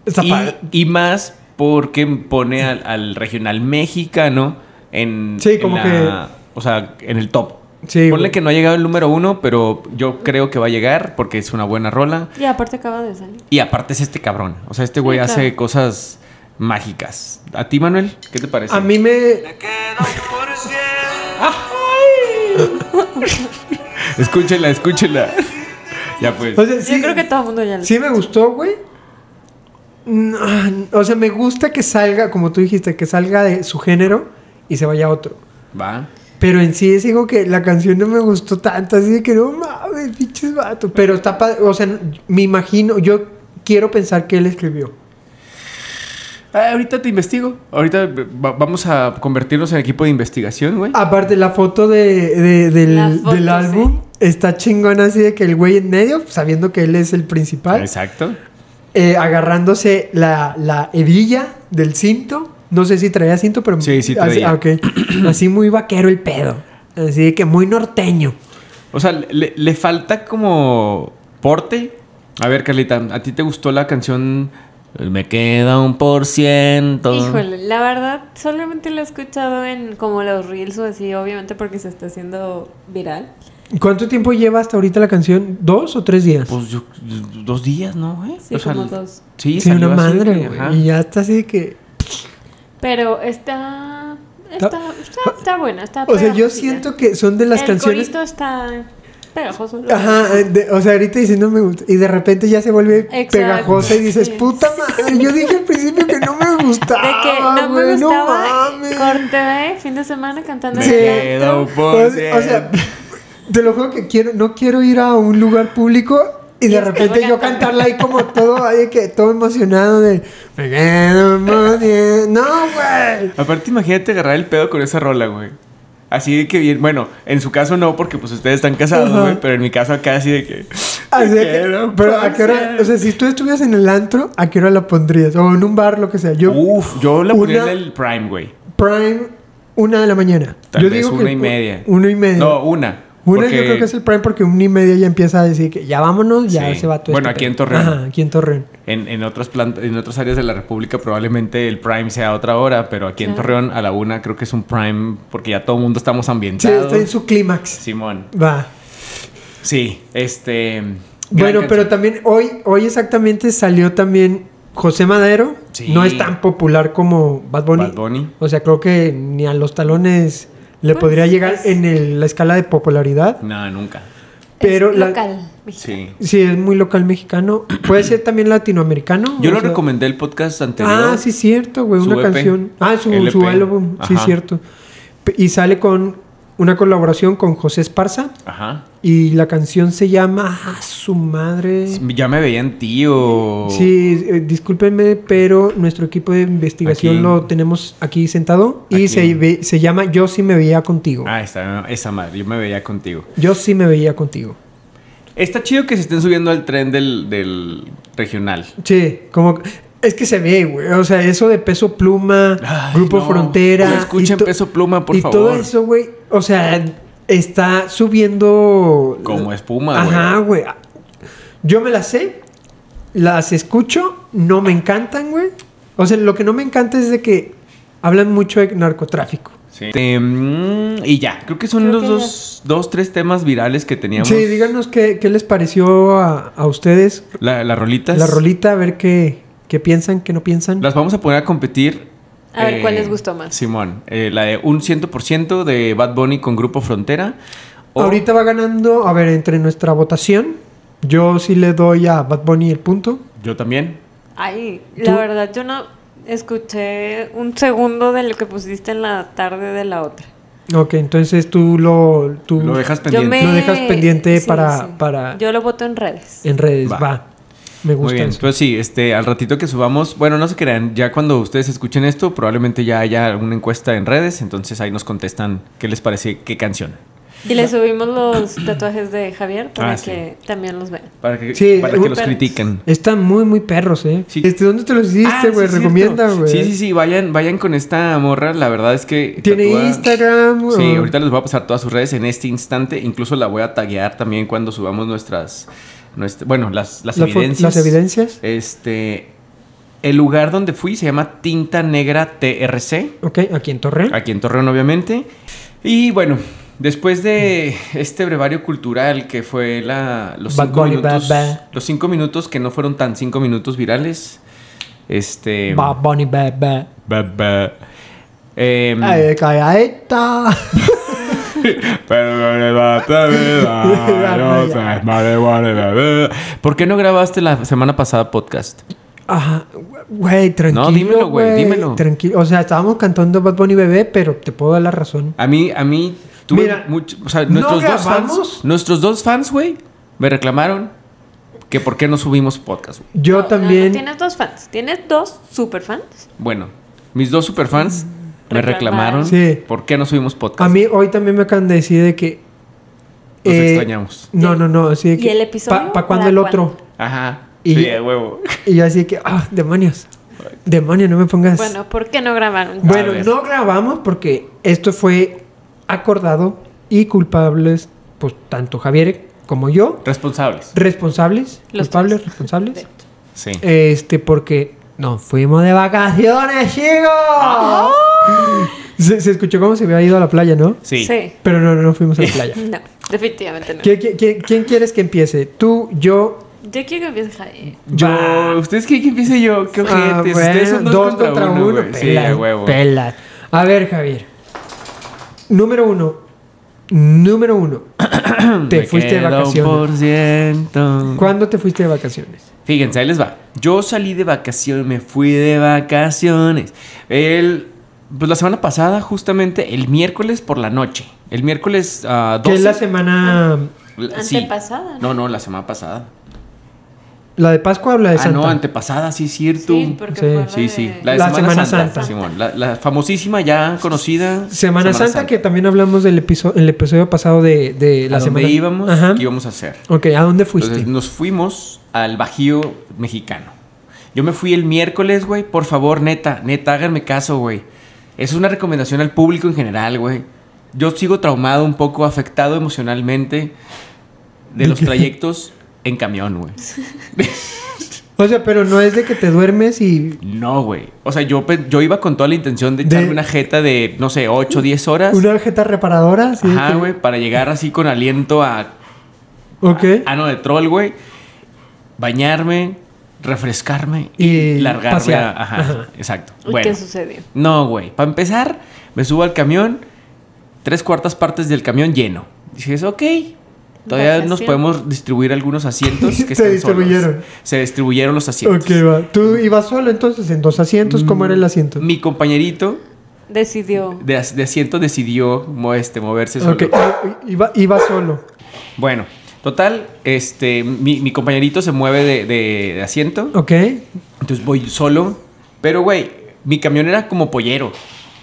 B: Está
A: y,
B: padre.
A: y más porque pone al, al regional mexicano en.
B: Sí,
A: en
B: como
A: la-
B: que-
A: O sea, en el top.
B: Sí,
A: Ponle
B: güey.
A: que no ha llegado el número uno, pero yo creo que va a llegar porque es una buena rola.
C: Y aparte acaba de salir.
A: Y aparte es este cabrón. O sea, este güey
C: claro.
A: hace cosas mágicas. ¿A ti, Manuel? ¿Qué te parece?
B: A mí me...
A: Escúchela, escúchela. Ya pues.
B: o sea, sí,
C: Yo creo que todo el mundo ya lo
B: sí me gustó, güey. No, o sea, me gusta que salga, como tú dijiste, que salga de su género y se vaya a otro.
A: Va.
B: Pero en sí es digo que la canción no me gustó tanto, así de que no mames, pinches vato. Pero está padre, o sea, me imagino, yo quiero pensar que él escribió.
A: Ah, ahorita te investigo. Ahorita va- vamos a convertirnos en equipo de investigación,
C: Ah,
A: güey.
B: Aparte, la foto de, de- del,
C: La foto,
B: del álbum está chingona, así de que el güey en medio, sabiendo que él es el principal,
A: Exacto.
B: eh, agarrándose la, la hebilla del cinto. No sé si traía cinto, pero
A: Sí, sí
B: así,
A: traía. *clears throat*
B: ah, ok. así muy vaquero el pedo. Así de que muy norteño.
A: O sea, le, le falta como porte. A ver, Carlita, ¿a ti te gustó la canción eh, Me queda un por ciento?
C: Híjole, la verdad, solamente lo he escuchado en como los reels o así, obviamente porque se está haciendo viral.
B: ¿Cuánto tiempo lleva hasta ahorita la canción? ¿Dos o tres días?
A: Pues yo, dos días, ¿no, güey?
C: Sí, como dos.
A: Sí,
B: Sí, una
A: salió así de
B: madre,
A: que,
B: güey.
A: ajá.
B: Y ya está así de que.
C: Pero está. Está, está, está buena, está
B: O sea, yo
C: pegajosilla.
B: siento que son de las
C: El
B: canciones.
C: corito está pegajoso. lo
B: Ajá, eh, de- o sea, ahorita diciendo me gusta. Y de repente ya se vuelve
C: Exacto.
B: pegajosa y dices,
C: Sí.
B: puta madre. Yo dije al principio que no me
C: *laughs* De
B: gustaba.
C: que no me
B: Ah, güey,
C: gustaba.
B: mames.
C: corté fin de semana cantando.
A: Me
B: Sí.
C: el
A: queda un
C: canto.
B: O,
A: por
B: o sea,
A: ciento.
B: te lo juro que quiero, no quiero ir a un lugar público y de
C: Y
B: repente
C: voy
B: yo
C: cantando.
B: cantarla ahí como todo, ahí que todo emocionado de. Me quedo muy
C: *laughs*
B: bien. No, güey.
A: Aparte, imagínate agarrar el pedo con esa rola, güey. Así de que bien, bueno, en su caso no, porque pues ustedes están casados,
B: Ajá.
A: güey, pero en mi caso acá así de que.
B: Así Ah, de
A: Me
B: que-
A: quedo un
B: pero
A: por
B: a qué hora,
A: ciento.
B: o sea, si tú estuvieras en el antro, ¿a qué hora la pondrías? O en un bar, lo que sea. Yo,
A: Uf, yo la ponía
B: una-
A: en el Prime, güey.
B: Prime, una de la mañana.
A: Tal
B: yo
A: vez
B: digo que
A: una y
B: u-
A: media.
B: Una y media.
A: No, una.
B: una
A: porque-
B: yo creo que es el Prime porque una y media ya empieza a decir que ya vámonos, ya
A: Sí.
B: se va todo
A: Bueno,
B: este
A: aquí
B: pedo.
A: en Torreón.
B: Ajá, aquí en Torreón.
A: En, en otras plant- en otras áreas de la República probablemente el Prime sea a otra hora, pero aquí en
C: Claro.
A: Torreón a la una creo que es un Prime porque ya todo el mundo estamos
B: Sí,
A: ambientados.
B: está en su clímax.
A: Simón.
B: Va.
A: Sí, este. gran
B: Bueno, pero
A: canción.
B: también hoy, hoy exactamente salió también José Madero.
A: Sí.
B: No es tan popular como Bad Bunny.
A: Bad Bunny.
B: O sea, creo que ni a los talones le
C: Pues,
B: podría llegar
C: es-
B: en el- la escala de popularidad.
A: No, nunca.
B: Pero
C: Es
B: la-
C: local, mexicano.
A: Sí.
B: Sí, es muy local mexicano. *clears throat* Puede ser también latinoamericano.
A: Yo
B: o
A: lo
B: sea-
A: recomendé el podcast anterior.
B: Ah, sí, cierto, güey.
A: Su E
B: Una
A: EP.
B: canción. Ah, su,
A: LP.
B: su álbum. Sí,
A: Ajá.
B: cierto. P- Y sale con una colaboración con José Esparza
A: Ajá.
B: y la canción se llama ah, Su Madre.
A: Ya me veían tío.
B: Sí, eh, discúlpenme, pero nuestro equipo de investigación
A: Aquí.
B: lo tenemos aquí sentado
A: Aquí.
B: y se, ve- se llama Yo sí me veía contigo.
A: Ah, esa, esa madre, yo me veía contigo.
B: Yo sí me veía contigo.
A: Está chido que se estén subiendo al tren del, del regional.
B: Sí, como es que se ve, güey. O sea, eso de peso pluma,
A: Ay,
B: grupo
A: no.
B: frontera.
A: No escuchen
B: y to-
A: Peso Pluma, por
B: y
A: favor.
B: todo eso, güey. O sea, está subiendo.
A: Como espuma, güey.
B: Ajá, güey. Yo me las sé, las escucho, no me encantan, güey. O sea, lo que no me encanta es de que hablan mucho de narcotráfico.
A: Sí. Este, mm, y ya, creo que son
C: Creo
A: los
C: que
A: dos, dos, tres temas virales que teníamos.
B: Sí, díganos qué, qué les pareció a, a ustedes
A: La, las rolitas.
B: la rolita, a ver qué, qué piensan, qué no piensan.
A: Las vamos a poner a competir. eh,
C: A ver, ¿cuál les gustó más?
A: Simón, eh, la de un 100% de Bad Bunny con Grupo Frontera. o-
B: Ahorita va ganando, a ver, entre nuestra votación, yo sí le doy a Bad Bunny el punto.
A: Yo también.
C: Ay,
B: ¿Tú?
C: la verdad yo no escuché un segundo de lo que pusiste en la tarde de la otra.
B: Ok, entonces tú lo, tú
A: Lo dejas
C: Yo
A: pendiente.
C: me...
B: Lo dejas pendiente para- para- Eh,
C: Yo lo voto en redes.
B: en redes,
A: Va.
B: va. Me
A: Muy
B: gusta
A: bien,
B: eso.
A: pues sí, este, al ratito que subamos, bueno, no se crean, ya cuando ustedes escuchen esto, probablemente ya haya alguna encuesta en redes, entonces ahí nos contestan qué les parece, qué canción.
C: Y le subimos los tatuajes de Javier para
A: Ah, sí.
C: que también los vean.
A: Para que,
B: Sí,
A: para que los
C: pero-
A: critiquen.
B: Están muy, muy perros, ¿eh?
A: Sí.
B: Este, ¿Dónde te los hiciste,
A: Ah,
B: güey?
A: sí, es
B: Recomienda,
A: cierto.
B: güey.
A: Sí, sí, sí, vayan, vayan con esta morra, la verdad es que...
B: Tiene
A: tatúa-
B: Instagram.
A: Sí,
B: o-
A: ahorita les voy a pasar todas sus redes en este instante, incluso la voy a taguear también cuando subamos nuestras, nuestra- bueno, las, las
B: la fo-
A: evidencias.
B: Las evidencias.
A: Este, el lugar donde fui se llama Tinta Negra TRC.
B: Ok, aquí en Torre.
A: aquí en Torreón obviamente. Y bueno, después de este brevario cultural que fue la, los,
B: Bad
A: cinco
B: Bunny,
A: minutos,
B: bad, bad.
A: los cinco minutos que no fueron tan cinco minutos virales, este...
B: Bad Bunny, bad, bad.
A: bad, bad. Em,
B: Ay,
A: *laughs*
B: calladita. *laughs*
A: ¿Por qué no grabaste la semana pasada podcast?
B: Ajá, güey, tranquilo.
A: No, dímelo, güey, dímelo.
B: Tranquilo. O sea, estábamos cantando Bad Bunny bebé, pero te puedo dar la razón.
A: A mí, a mí, tuve
B: Mira,
A: mucho- o sea,
B: ¿no
A: nuestros dos fans,
B: grabamos?
A: nuestros dos fans, güey, me reclamaron que por qué no subimos podcast, güey.
B: Yo
C: No, no,
B: también.
C: no, tienes dos fans. Tienes dos super fans.
A: Bueno, mis dos superfans me reclamaron
C: Reclamaron.
B: Sí.
A: por qué no subimos podcast.
B: A mí hoy también me acaban de decir de que.
A: Nos
B: eh,
A: extrañamos.
B: No, no, no. Así de
C: ¿Y
B: que,
C: el episodio?
B: ¿Para cuándo
C: ¿Para
B: el otro?
A: Ajá.
B: Y-
A: sí, de huevo.
B: Y yo así de que, ah, demonios. Demonios, no me pongas.
C: Bueno, pues, ¿por qué no grabaron?
A: Bueno,
B: Bueno,
A: ver.
B: no grabamos porque esto fue acordado y culpables, pues tanto Javier como yo,
A: Responsables.
B: responsables,
C: Los
B: culpables,
C: tres. De
B: responsables.
C: hecho.
A: Sí.
B: Este, porque nos fuimos de vacaciones, chicos. Se, se escuchó como si hubiera ido a la playa, ¿no?
A: Sí.
C: ¡Ah! Sí.
B: Pero no, no, no fuimos a
C: *laughs*
B: la playa.
C: No, definitivamente no.
B: ¿Qui- qui- qui- quién quieres que empiece? ¿Tú, yo?
C: Yo quiero que empiece Javier.
A: Yo,
B: Va.
A: ustedes quieren que empiece yo, qué ojetes.
B: Ah,
A: ustedes son
B: bueno,
A: dos, contra, uno, güey. Sí,
B: pelas,
A: de huevo.
B: pelas. A ver, Javier. Número uno.
A: *clears throat*
B: Número uno. te
A: Mm, Me
B: fuiste de
A: queda un
B: vacaciones.
A: por ciento.
B: ¿Cuándo te fuiste de vacaciones?
A: Fíjense, ahí les va. Yo salí de vacaciones, me fui de vacaciones. El, pues la semana pasada, justamente el miércoles por la noche. El miércoles ah, a
B: Que es la semana.
C: Antepasada,
A: ¿no? No, la semana pasada.
B: La de Pascua habla de
A: ah,
B: Santa.
A: no, antepasada, sí, cierto.
C: Sí, porque
B: Sí,
C: fue la
A: sí, sí.
C: de-
A: La, de
B: La
A: Semana,
B: Semana
A: Santa.
B: Santa.
A: Simón, la, la famosísima, ya conocida.
B: Semana, Santa, que también hablamos del episodio, el episodio pasado de, de la
A: la
B: semana.
A: donde íbamos,
B: Ajá. Pues
A: qué íbamos a hacer.
B: Ok, ¿a dónde fuiste?
A: Entonces nos fuimos al Bajío mexicano. Yo me fui el miércoles, güey. Por favor, neta, neta, háganme caso, güey. Es una recomendación al público en general, güey. Yo sigo traumado un poco, afectado emocionalmente de los trayectos en camión, güey.
B: O sea, pero no es de que te duermes y
A: No, güey. O sea, yo, pe- yo iba con toda la intención de
B: De-
A: echarme una jeta de, no sé, 8, 10 horas.
B: una tarjeta reparadora. así de
A: Ajá,
B: que-
A: güey, para llegar así con aliento a
B: Ok.
A: ano de troll, güey. Bañarme, refrescarme y,
B: Y
A: largarme.
B: pasear.
A: a- ajá,
B: Ajá.
A: exacto.
C: ¿Y
A: Bueno,
C: qué sucedió?
A: no, güey. Para empezar, me subo al camión, tres cuartas partes del camión lleno. Dices, ok. Todavía nos
C: Vacación.
A: podemos distribuir algunos
B: *laughs*
A: asientos que
B: Se
A: estén solos.
B: distribuyeron.
A: Se distribuyeron los asientos. Mm.
B: Ok, va. ¿Tú ibas solo entonces en dos asientos? ¿Cómo era el asiento?
A: Mi compañerito
C: Decidió.
A: de, as- de asiento decidió mo- este, moverse solo.
B: Ok, iba, iba solo.
A: Bueno, total, este, mi, mi compañerito se mueve de, de- de asiento,
B: Ok.
A: entonces voy solo. Pero, güey, mi camión era como pollero.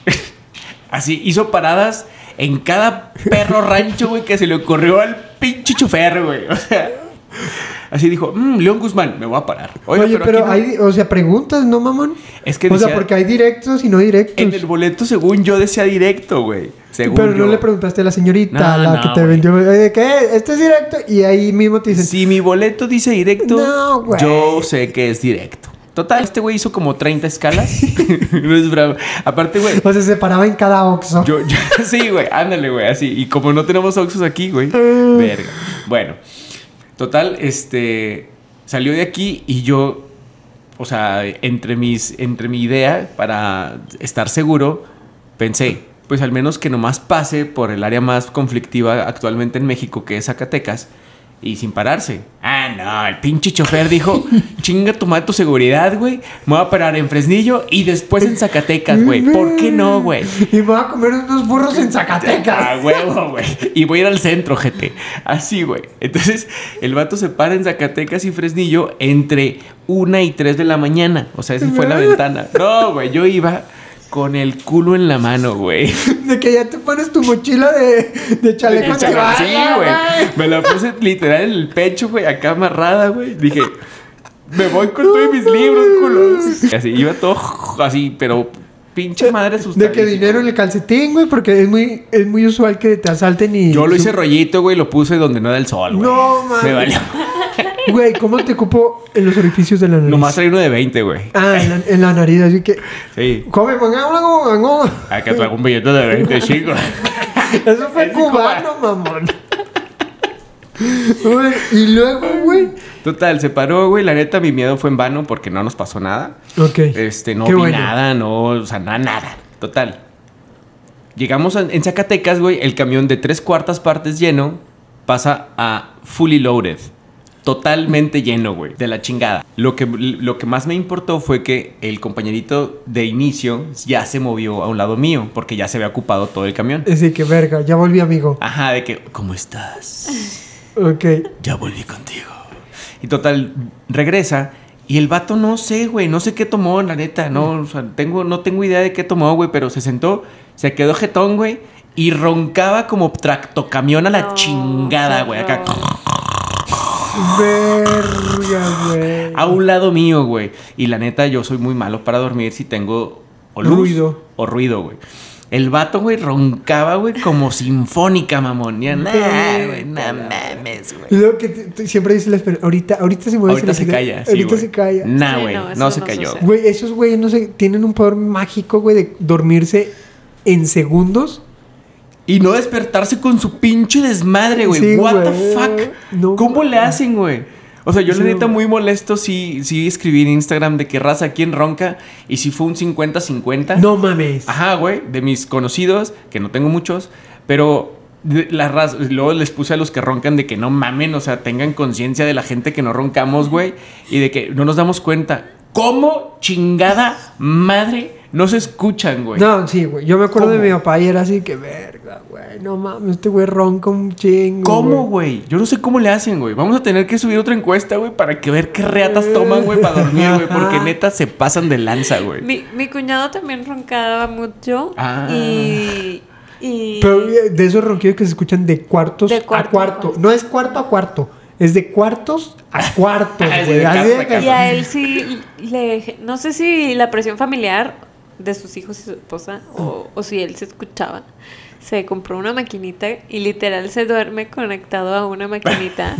A: *laughs* Así, hizo paradas en cada perro rancho, güey, que se le ocurrió al pinche chofer, güey. O sea, así dijo, "Mm, León Guzmán, me voy a parar.
B: Oye, pero,
A: aquí no-
B: hay, o sea, preguntas, ¿no, mamón?
A: Es que
B: O sea,
A: decía-
B: porque hay directos y no directos.
A: En el boleto, según yo, decía directo, güey. Según
B: pero
A: yo.
B: no le preguntaste a la señorita, a
A: No,
B: la
A: no,
B: que te
A: güey.
B: vendió. eh, ¿Qué? Este es directo. Y ahí mismo te dicen.
A: Si mi boleto dice directo,
B: No, güey.
A: yo sé que es directo. Total, este güey hizo como 30 escalas. *laughs* no es bravo. Aparte, güey,
B: O sea, se paraba en cada oxo.
A: yo, yo- *laughs* sí, güey, ándale, güey, así. Y como no tenemos Oxxos aquí, güey. verga. Bueno, total, este salió de aquí y yo, o sea, entre mis, entre mi idea para estar seguro, pensé, pues al menos que nomás pase por el área más conflictiva actualmente en México, que es Zacatecas. Y sin pararse. Ah, no, el pinche chofer *laughs* dijo, chinga tu madre tu seguridad, güey. Me voy a parar en Fresnillo y después en Zacatecas, güey. ¿Por qué no, güey? Ah.
B: Y me voy a comer unos burros en
A: A
B: Zacatecas.
A: huevo, güey. Y voy a ir al centro, gente. Así, güey. Entonces, el vato se para en Zacatecas y Fresnillo entre 1 y 3 de la mañana. O sea, esa fue la ventana. No, güey. Yo iba con el culo en la mano, güey.
B: *laughs* De que ya te pones tu mochila de, de chaleco
A: *laughs* Sí, güey.
B: antibala, güey.
A: Me la puse literal en el pecho, güey, acá amarrada, güey. Dije, me voy con todos mis libros, culos. Y Así, iba todo así, pero pinche madre
B: De
A: asustadísimo.
B: que dinero en el calcetín, güey, porque es muy, es muy usual que te asalten y.
A: Yo lo hice rollito, güey, lo puse donde no da el sol, güey.
B: No, mames.
A: Me valió.
B: Güey, ¿cómo te cupo en los orificios de la nariz?
A: Nomás trae uno de 20, güey.
B: Ah, en la, en la nariz, así que.
A: Sí.
B: Joven, pongámoslo,
A: *laughs*
B: pongámoslo.
A: Acá traigo un billete de 20,
B: *laughs*
A: chico.
B: Eso fue
A: Es de
B: cubano, mamón. *laughs* Güey, y luego, güey.
A: Total, se paró, güey. La neta, mi miedo fue en vano porque no nos pasó nada.
B: Ok.
A: Este, no
B: Qué
A: vi
B: bueno.
A: nada, no, o sea, nada, nada. Total. Llegamos a- en Zacatecas, güey. El camión de tres cuartas partes lleno pasa a fully loaded. Totalmente lleno, güey. De la chingada. Lo que, lo que más me importó fue que el compañerito de inicio ya se movió a un lado mío porque ya se había ocupado todo el camión.
B: Así que, verga, ya volví, amigo.
A: Ajá, de que, ¿cómo estás?
B: Ok.
A: Ya volví contigo. Y total, regresa. Y el vato no sé, güey, no sé qué tomó, la neta, no, o sea, tengo, no tengo idea de qué tomó, güey, pero se sentó, se quedó jetón, güey, y roncaba como tractocamión a la
C: No,
A: chingada, güey, acá,
C: qué horror.
B: Verga, güey.
A: a un lado mío, güey. Y la neta, yo soy muy malo para dormir si tengo o luz
B: Ruido.
A: o ruido, güey. El vato, güey, roncaba, güey, como sinfónica, mamón. Ya, nah, güey, no mames, güey.
B: Y Lo que te- te- siempre dice la esperanza. Ahorita, ahorita se mueve.
A: Ahorita se
B: la-
A: calla. sí,
B: ahorita
A: güey.
B: se calla.
A: Nah,
C: Sí,
A: güey.
C: no,
A: no,
C: eso
A: se
C: no
A: cayó.
C: sucede.
B: Güey, esos güeyes no sé, tienen un poder mágico, güey, de dormirse en segundos.
A: Y no despertarse con su pinche desmadre, güey.
B: Sí,
A: What
B: güey.
A: the fuck?
B: No,
A: ¿Cómo
B: güey.
A: le hacen, güey? O sea, yo
B: Sí,
A: la neta
B: güey.
A: muy molesto si, si escribí en Instagram de que raza quién ronca y si fue un
C: ¿Ah?
A: 50-50.
B: No mames.
A: Ajá, güey, de mis conocidos, que no tengo muchos, pero de- la raza- luego les puse a los que roncan de que no mamen, o sea, tengan conciencia de la gente que no roncamos, güey, y de que no nos damos cuenta. ¿Cómo chingada madre no se escuchan, güey?
B: No, sí, güey. Yo me acuerdo de
A: ¿Cómo?
B: mi papá y era así que, verga, güey. No mames, este güey ronca un chingo.
A: ¿Cómo,
B: güey?
A: güey? Yo no sé cómo le hacen, güey. Vamos a tener que subir otra encuesta, güey, para que ver qué
B: Eh.
A: reatas toman, güey, para dormir, güey, porque neta se pasan de lanza, güey.
C: Mi, mi cuñado también roncaba mucho.
A: Ah.
C: Y. y-
B: Pero eh, de esos ronquidos que se escuchan de cuartos
C: De
B: a
C: cuarto a
B: cuarto.
C: cuarto.
B: No es cuarto a cuarto. Es de cuartos a
C: *laughs*
B: cuartos,
A: Ah, sí,
B: güey.
A: de
B: Así
A: casa
B: de
A: a
B: que-
C: Y a él sí le... No sé si la presión familiar de sus hijos y su esposa o, o si él se escuchaba. Se compró una maquinita y literal se duerme conectado a
A: *laughs*
C: una maquinita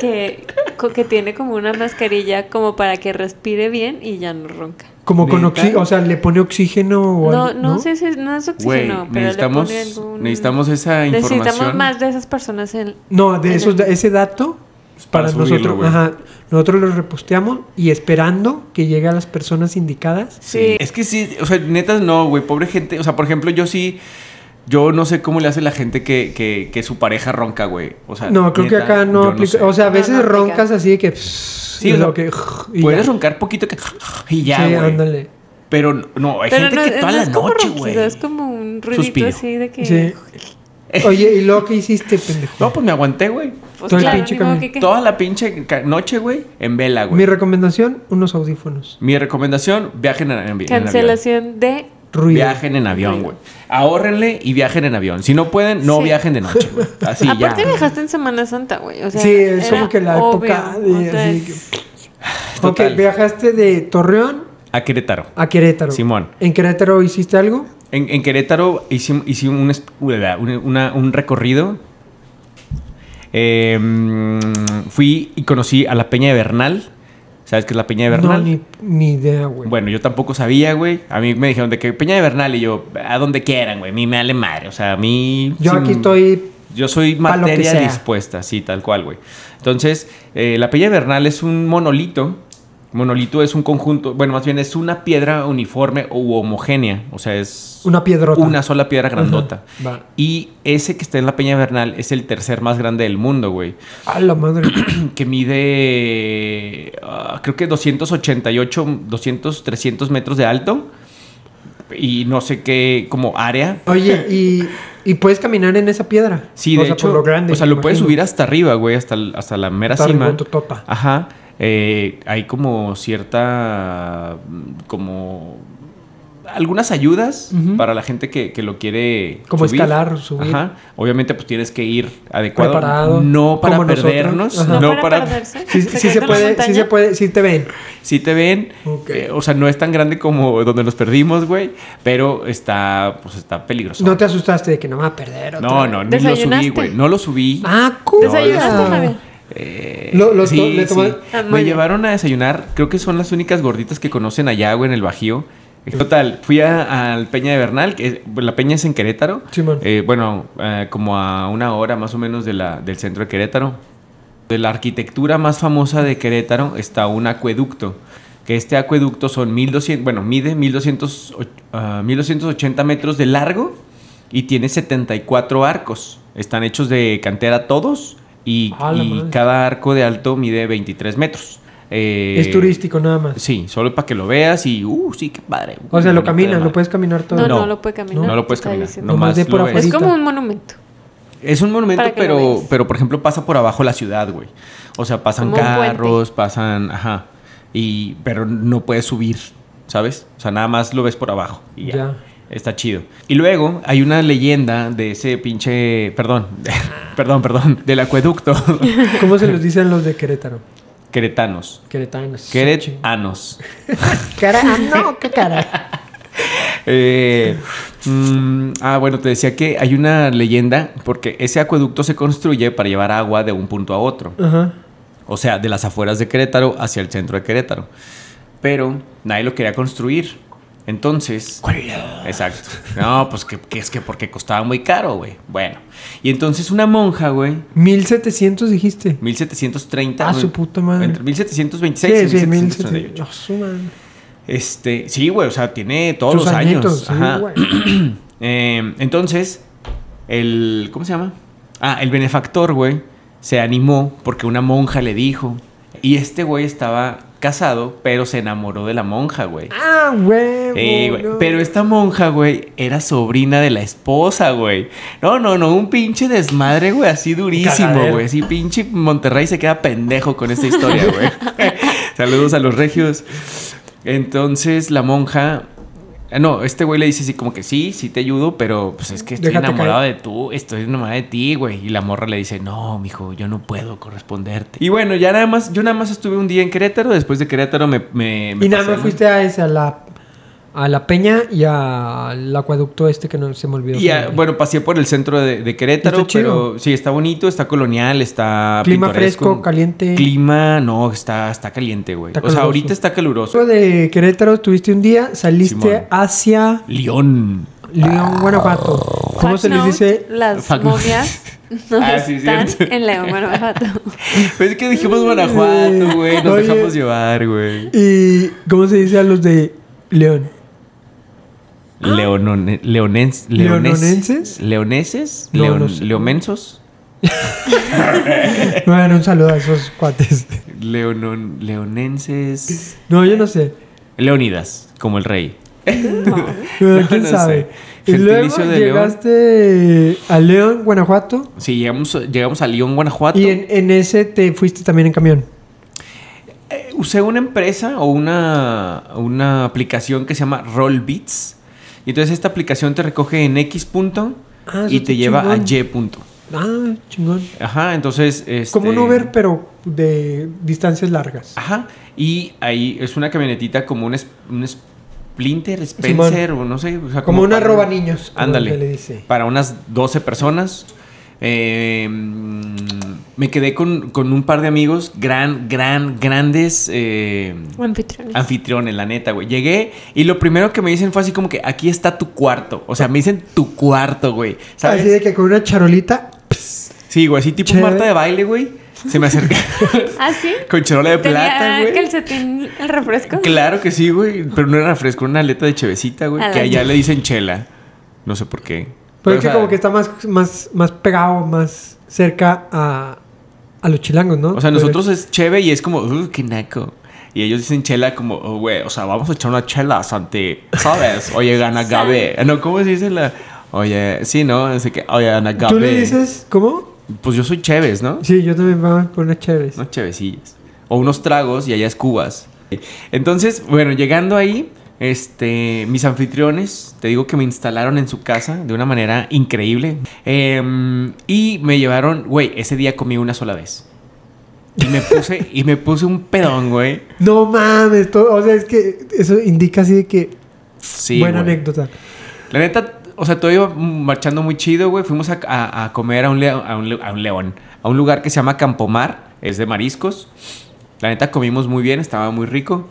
C: que, co- que tiene como una mascarilla como para que respire bien y ya no ronca.
B: Como con
A: ¿Neta?
B: oxígeno, o sea, le pone oxígeno o
C: No,
B: algo,
C: no, sé si es- no es
A: Güey,
C: oxígeno, pero
A: necesitamos,
C: le pone algún...
A: necesitamos esa información.
C: Necesitamos más de esas personas en...
B: No, de esos, de ese dato para,
A: Para subirlo,
B: nosotros,
A: güey.
B: ajá, nosotros lo reposteamos y esperando que llegue a las personas indicadas.
C: Sí.
A: Es que sí, o sea, neta no, güey, pobre gente. O sea, por ejemplo, yo sí, yo no sé cómo le hace la gente que, que, que su pareja ronca, güey. O sea,
B: No, creo que
A: neta,
B: acá no
A: yo
B: aplica.
A: sé.
B: O sea, a
C: No,
B: veces
C: no aplica.
B: roncas así de que.
A: Sí,
B: y
A: o sea,
B: lo que- y
A: puedes
B: ya.
A: roncar poquito que, y ya,
B: Sí,
A: güey.
B: ándale.
A: Pero no, hay gente que toda la
C: es como
A: noche,
C: ronquido,
A: güey.
C: Es como un ruidito
A: Suspiro.
C: así de que.
B: Sí. Oye, ¿y lo que hiciste, pendejo?
A: *laughs* No, pues me aguanté, güey.
C: Pues
B: Todo el
C: claro,
B: pinche
C: ni modo
B: camino.
C: que queja-
A: Toda la pinche ca- noche, güey, en vela,
B: Mi
A: güey.
B: recomendación, unos audífonos.
A: Mi recomendación, viajen en, en- en avión.
C: Cancelación de.
B: Ruido.
A: Viajen en avión, güey. Ahórrenle y viajen en avión. Si no pueden, no
C: Sí.
A: viajen de noche, güey. Así ya.
C: *laughs* Aparte viajaste en Semana Santa, güey. O sea,
B: sí, es
C: era
B: como que la
C: obvio,
B: época
C: o
B: de...
C: sea,
B: así que-
A: Total.
B: Ok, viajaste de Torreón
A: A Querétaro.
B: a Querétaro.
A: Simón.
B: ¿En Querétaro hiciste algo?
A: En, en Querétaro hicimos, hicimos un, es- una- una- un recorrido. Eh, mm, fui y conocí a la Peña de Bernal. ¿Sabes qué es la Peña de Bernal?
B: No, ni, ni idea, güey.
A: Bueno, yo tampoco sabía, güey. A mí me dijeron de que Peña de Bernal y yo, a donde quieran, güey. A mí me vale madre. O sea, a mí.
B: yo
A: sin-
B: aquí estoy...
A: Yo soy
B: Pa' lo que
A: materia
B: sea.
A: dispuesta, sí, tal cual, güey. Entonces, eh, la Peña de Bernal es un monolito. Monolito es un conjunto, bueno, más bien es una piedra uniforme u homogénea. O sea, es.
B: Una piedrota.
A: Una sola piedra grandota.
B: Ajá, va.
A: Y ese que está en la Peña de Bernal es el tercer más grande del mundo, güey. *clears throat*
B: A la madre.
A: Que mide, ah, creo que 288, 200, 300 metros de alto. Y no sé qué, como área. *laughs*
B: Oye, y, y puedes caminar en esa piedra.
A: Sí,
B: o
A: de
B: sea,
A: hecho,
B: por lo grande,
A: o sea, lo puedes
B: imagino.
A: subir hasta arriba, güey, hasta, el- hasta la mera
B: Hasta
A: cima. Ah,
B: arribototota.
A: Ajá. Eh, hay como cierta, mm, como algunas ayudas
B: Ujú.
A: para la gente que, que lo quiere
B: Como escalar, subir.
A: Ajá. Obviamente, pues tienes que ir adecuado.
B: Preparado,
A: no para
B: como nosotros.
A: perdernos,
B: Ajá.
C: No,
A: no,
C: para,
A: para,
C: perderse.
B: Sí, sí se
C: caen de Pues, la
B: puede, sí se
C: montaña.
B: puede, sí te ven.
A: si te ven,
B: Ok.
A: eh, o sea, no es tan grande como donde nos perdimos, güey, pero está, pues está peligroso.
B: No te asustaste de que no me va a perder. otra
A: no,
B: vez.
A: no, ni lo subí,
C: ¿Desayunaste?
A: güey. No lo subí.
B: Ah, cool.
C: ¿Desayunaste, Javier?
A: Eh,
B: Lo- los to-
A: sí,
B: le
A: sí.
B: toman-
C: Ah, muy
A: Me
C: bien.
A: llevaron a desayunar. Creo que son las únicas gorditas que conocen allá, güey, en el Bajío. Total, fui a- al Peña de Bernal, que es- la Peña es en Querétaro.
B: Simón.
A: Eh, bueno, eh, como a una hora más o menos de la, del centro de Querétaro. De la arquitectura más famosa de Querétaro está un acueducto. Que este acueducto son 1200, bueno, mide 1200, och- ah, 1280 metros de largo y tiene 74 arcos. Están hechos de cantera todos y,
B: A Ah, la
A: y
B: madre.
A: cada arco de alto mide 23 metros. Eh,
B: Es turístico nada más.
A: Sí, solo para que lo veas y, uh, sí, qué padre.
B: O sea,
A: Bonito
B: lo
A: de
B: caminas,
A: madre.
B: lo puedes caminar todo.
C: No, no,
A: No.
C: lo puede caminar.
A: No lo puedes
C: está
A: caminar,
C: diciendo.
A: nomás
B: Nomás de por
A: lo ves.
B: afuerita.
C: Es como un monumento.
A: Es un monumento,
C: Para que lo
A: pero,
C: veas.
A: pero por ejemplo pasa por abajo la ciudad, güey. O sea, pasan
C: Como un
A: carros, pasan, ajá. Y, pero no puedes subir, ¿sabes? O sea, nada más lo ves por abajo. Y ya.
B: Ya.
A: Está chido. Y luego hay una leyenda de ese pinche, perdón, *laughs* perdón, perdón, del
C: *laughs*
A: acueducto.
B: *laughs*
A: *laughs*
B: ¿Cómo se los dicen los de Querétaro?
A: Queretanos.
B: Queretanos.
A: Queretanos.
B: Cara, ah, no,
A: *laughs*
B: qué cara.
A: Eh, mm, ah, bueno, te decía que hay una leyenda porque ese acueducto se construye para llevar agua de un punto a otro.
B: Ajá.
A: O sea, de las afueras de Querétaro hacia el centro de Querétaro. Pero nadie lo quería construir. Entonces. Exacto. No, pues que, que es que porque costaba muy caro, güey. Bueno. Y entonces una monja, güey.
B: 1700 dijiste.
A: 1730.
B: Ah,
A: güey,
B: su puta madre.
A: Entre 1726
B: Sí,
A: y
B: sí,
A: 1738.
B: 1700. Ah, su madre.
A: Este, sí, güey, o sea, tiene todos
B: Sus
A: los
B: añitos,
A: años.
B: sí,
A: Ajá.
B: güey.
A: Eh, entonces, el. ¿Cómo se llama? Ah, el benefactor, güey, se animó porque una monja le dijo. Y este güey estaba casado, pero se enamoró de la monja, güey.
B: Ah, huevo.
A: Eh, güey,
B: no.
A: Pero esta monja, güey, era sobrina de la esposa, güey. No, no, no, un pinche desmadre, güey, así durísimo,
B: Cagadero.
A: güey. Así pinche Monterrey se queda pendejo con esta *laughs* historia, güey. Saludos a los regios. Entonces la monja... ah, No, este güey le dice así como que sí, sí te ayudo, pero pues es que estoy
B: Déjate
A: enamorado de tú, estoy enamorada de ti, güey. Y la morra le dice, no, mijo, yo no puedo corresponderte. Y bueno, ya nada más, yo nada más estuve un día en Querétaro, después de Querétaro me... me, me
B: Y nada
A: pasé,
B: más
A: ¿no?
B: fuiste a esa, a la, a la peña y al acueducto este que no se me olvidó.
A: Y ah,
B: su nombre.
A: bueno, pasé por el centro de, de Querétaro,
B: Está chido.
A: pero sí, está bonito, está colonial, está.
B: Clima
A: pintoresco.
B: fresco, caliente.
A: Clima, no, está, está caliente, güey.
B: Está
A: o sea,
B: caluroso.
A: ahorita está caluroso.
B: Luego de Querétaro estuviste un día, saliste
A: Simón.
B: hacia *laughs*
A: León.
B: León, Guanajuato. ¿Cómo
C: Fact
B: se les
C: note,
B: dice?
C: Las
A: Fact note. *laughs*
C: momias no
A: Ah, sí,
C: están
A: cierto.
C: en León,
B: *laughs*
C: Guanajuato.
A: Es que dijimos Guanajuato, güey. Nos
B: Oye.
A: dejamos llevar, güey.
B: ¿Y cómo se dice a los de
A: *laughs*
B: León?
A: Leonone- leonens- leoneses.
B: ¿Leononenses?
A: Leoneses.
B: No,
A: leon-
B: no sé.
A: Leomensos.
B: Bueno, un saludo a esos cuates.
A: Leonon- leonenses.
B: No, yo no sé.
A: Leonidas, como el rey.
C: No.
B: Pero
A: No,
B: quién
A: no
B: sabe.
A: sé.
B: Y luego
A: Gentilicio de León.
B: llegaste a León, Guanajuato.
A: Sí, llegamos, llegamos a León, Guanajuato.
B: Y en, en ese te fuiste también en camión.
A: Eh, usé una empresa o una, una aplicación que se llama Rollbits. Y entonces esta aplicación te recoge en X punto
B: Ah, eso
A: y
B: está
A: te lleva a
B: chingón.
A: Y punto.
B: Ah, chingón.
A: Ajá, entonces... Este, Ah,
B: Como un Uber, pero de distancias largas.
A: Ajá, y ahí es una camionetita como un, es- un Splinter, Spencer o no sé. o sea,
B: como una
A: para-
B: roba niños. como
A: Ándale.
B: se le dice.
A: Para unas 12 personas. Eh, mm, me quedé con, con un par de amigos, gran, gran, grandes eh,
C: Anfitriones.
A: anfitriones, la neta, güey. Llegué y lo primero que me dicen fue así como que aquí está tu cuarto. O sea, me dicen tu cuarto, güey. ¿Sabes?
B: Así de que con una charolita.
A: Sí, güey, así tipo
B: Chévere.
A: Marta de baile, güey. Se me acerca *laughs*
C: ¿Ah, sí?
A: con charola de plata,
C: ¿Tenía
A: güey.
C: calcetín el refresco?
A: Claro que sí, güey. Pero no era refresco, era una aleta de chevecita, güey.
C: A
A: Que
C: la
A: allá
C: ch-
A: le dicen chela. No sé por qué.
B: Pero
A: Pero,
B: es
A: o
B: que
A: sea,
B: como que está más, más, más pegado, más cerca a, a los chilangos, ¿no?
A: O sea,
B: Pero-
A: nosotros es cheve y es como, uh, qué naco. Y ellos dicen chela como, "Oh, güey, o sea, vamos a echar una chela, Santi. ¿Sabes? Oye, ganagabe. No, ¿cómo se dice la...? Oye, sí, ¿no? Así que, oye, ganagabe.
B: ¿Tú le dices cómo?
A: Pues yo soy cheves, ¿no?
B: Sí, yo también voy por unas chéveres.
A: Unas chevecillas. O unos tragos y allá es cubas. Entonces, bueno, llegando ahí, este, mis anfitriones, te digo que me instalaron en su casa de una manera increíble. Em, y me llevaron, güey, ese día comí una sola vez. Y me puse, y me puse un pedón, güey.
B: No mames, todo, o sea, es que eso indica así de que
A: Sí,
B: buena
A: güey.
B: anécdota.
A: La neta, o sea, todo iba marchando muy chido, güey. Fuimos a, a- a comer a un, leo- a, un, le- a un león, a un lugar que se llama Campomar, es de mariscos. La neta, comimos muy bien, estaba muy rico.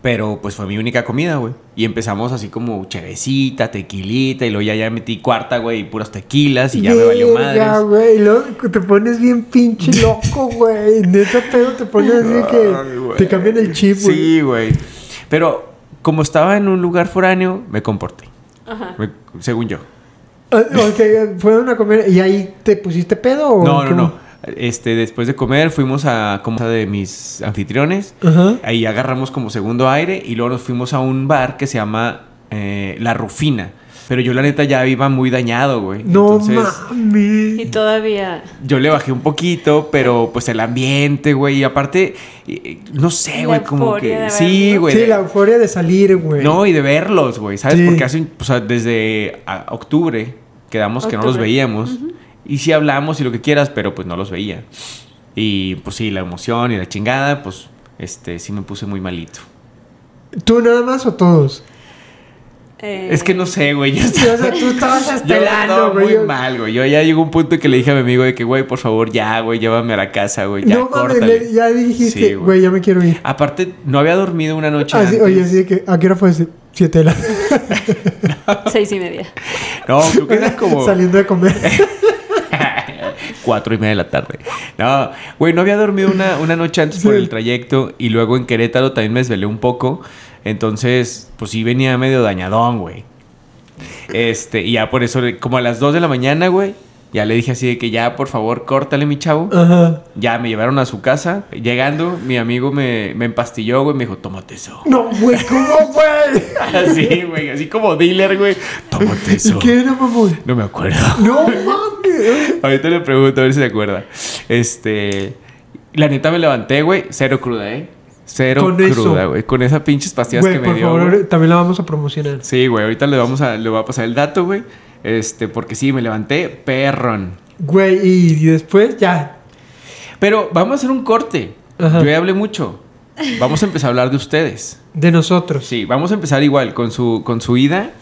A: Pero pues fue mi única comida, güey. Y empezamos así como chevecita, tequilita, y luego ya, ya metí cuarta, güey, y puras tequilas, y ya me valió
B: Ya,
A: madre.
B: güey, y luego te pones bien pinche loco, güey. Neta pedo te pones así de que te cambian el chip, güey.
A: Sí, güey. Pero como estaba en un lugar foráneo, me comporté.
C: Ajá.
A: Me- según yo.
B: Ah, O sea, fueron a comer y ahí te pusiste pedo o
A: No, no,
B: qué
A: no. Este, después de comer fuimos a como de mis anfitriones.
B: Ajá.
A: Ahí agarramos como segundo aire y luego nos fuimos a un bar que se llama eh, La Rufina. Pero yo la neta ya iba muy dañado, güey.
B: No
A: Entonces,
C: Y
B: mames.
C: todavía...
A: yo le bajé un poquito, pero pues el ambiente, güey. Y aparte, eh, eh, no sé,
C: La
A: güey, como
C: euforia de
A: que...
C: verlo.
A: Sí, güey.
B: Sí,
A: de-
B: la euforia de salir, güey.
A: no, y de verlos, güey, ¿sabes?
B: Sí.
A: Porque hace, un- o sea, desde a- octubre quedamos que no los
C: Octubre.
A: veíamos. Y sí hablamos y lo que quieras, pero pues no los veía. Y pues sí, la emoción y la chingada, pues este sí me puse muy malito.
B: ¿Tú nada más o todos?
C: eh,
A: Es que no sé, güey. Yo
B: Sí,
A: estaba,
B: o sea,
A: *laughs*
B: tú estabas
A: yo
B: hasta el
A: estaba
B: ano, güey.
A: muy
B: Yo-
A: mal, güey. Yo ya llegó un punto que le dije a mi amigo de que, güey, por favor, ya, güey, llévame a la casa, güey. Ya,
B: no mames,
A: córtale.
B: le- ya
A: Sí,
B: dijiste,
A: güey.
B: güey, ya me quiero ir.
A: Aparte, no había dormido una noche
B: Así,
A: antes.
B: Ah, oye, así de que, ¿a qué hora fue? ese? Siete
A: *laughs*
B: de la
C: Seis y media.
A: No, creo que era
B: *laughs*
A: como...
B: Saliendo
A: *laughs*
B: de comer.
A: Cuatro y media de la tarde. No, güey, no había dormido una, una noche antes por
B: Sí.
A: el trayecto y luego en Querétaro también me desvelé un poco. Entonces, pues sí venía medio dañadón, güey. Este, y ya por eso, como a las dos de la mañana, güey, ya le dije así de que ya, por favor, córtale, mi chavo.
B: Ajá.
A: Ya me llevaron a su casa. Llegando, mi amigo me, me empastilló, güey, me dijo, tómate eso. *laughs*
B: No, güey, ¿cómo, güey?
A: Así, güey, así como dealer, güey. Tómate
B: ¿Y
A: eso.
B: qué era, mamón?
A: No me acuerdo. *laughs*
B: No mames.
A: Ahorita le pregunto a ver si se acuerda. Este. La neta me levanté, güey. Cero cruda, ¿eh? Cero
B: Con eso.
A: cruda, güey. Con esas pinches pastillas que
B: Güey,
A: me
B: por
A: dio.
B: favor,
A: güey.
B: también la vamos a promocionar.
A: Sí, güey. Ahorita le vamos a, le voy a pasar el dato, güey. Este, porque sí, me levanté perrón.
B: Güey, y, y después ya.
A: Pero vamos a hacer un corte.
B: Ajá.
A: Yo ya hablé mucho. Vamos a empezar a hablar de ustedes.
B: De nosotros.
A: Sí, vamos a empezar igual con su, con su ida.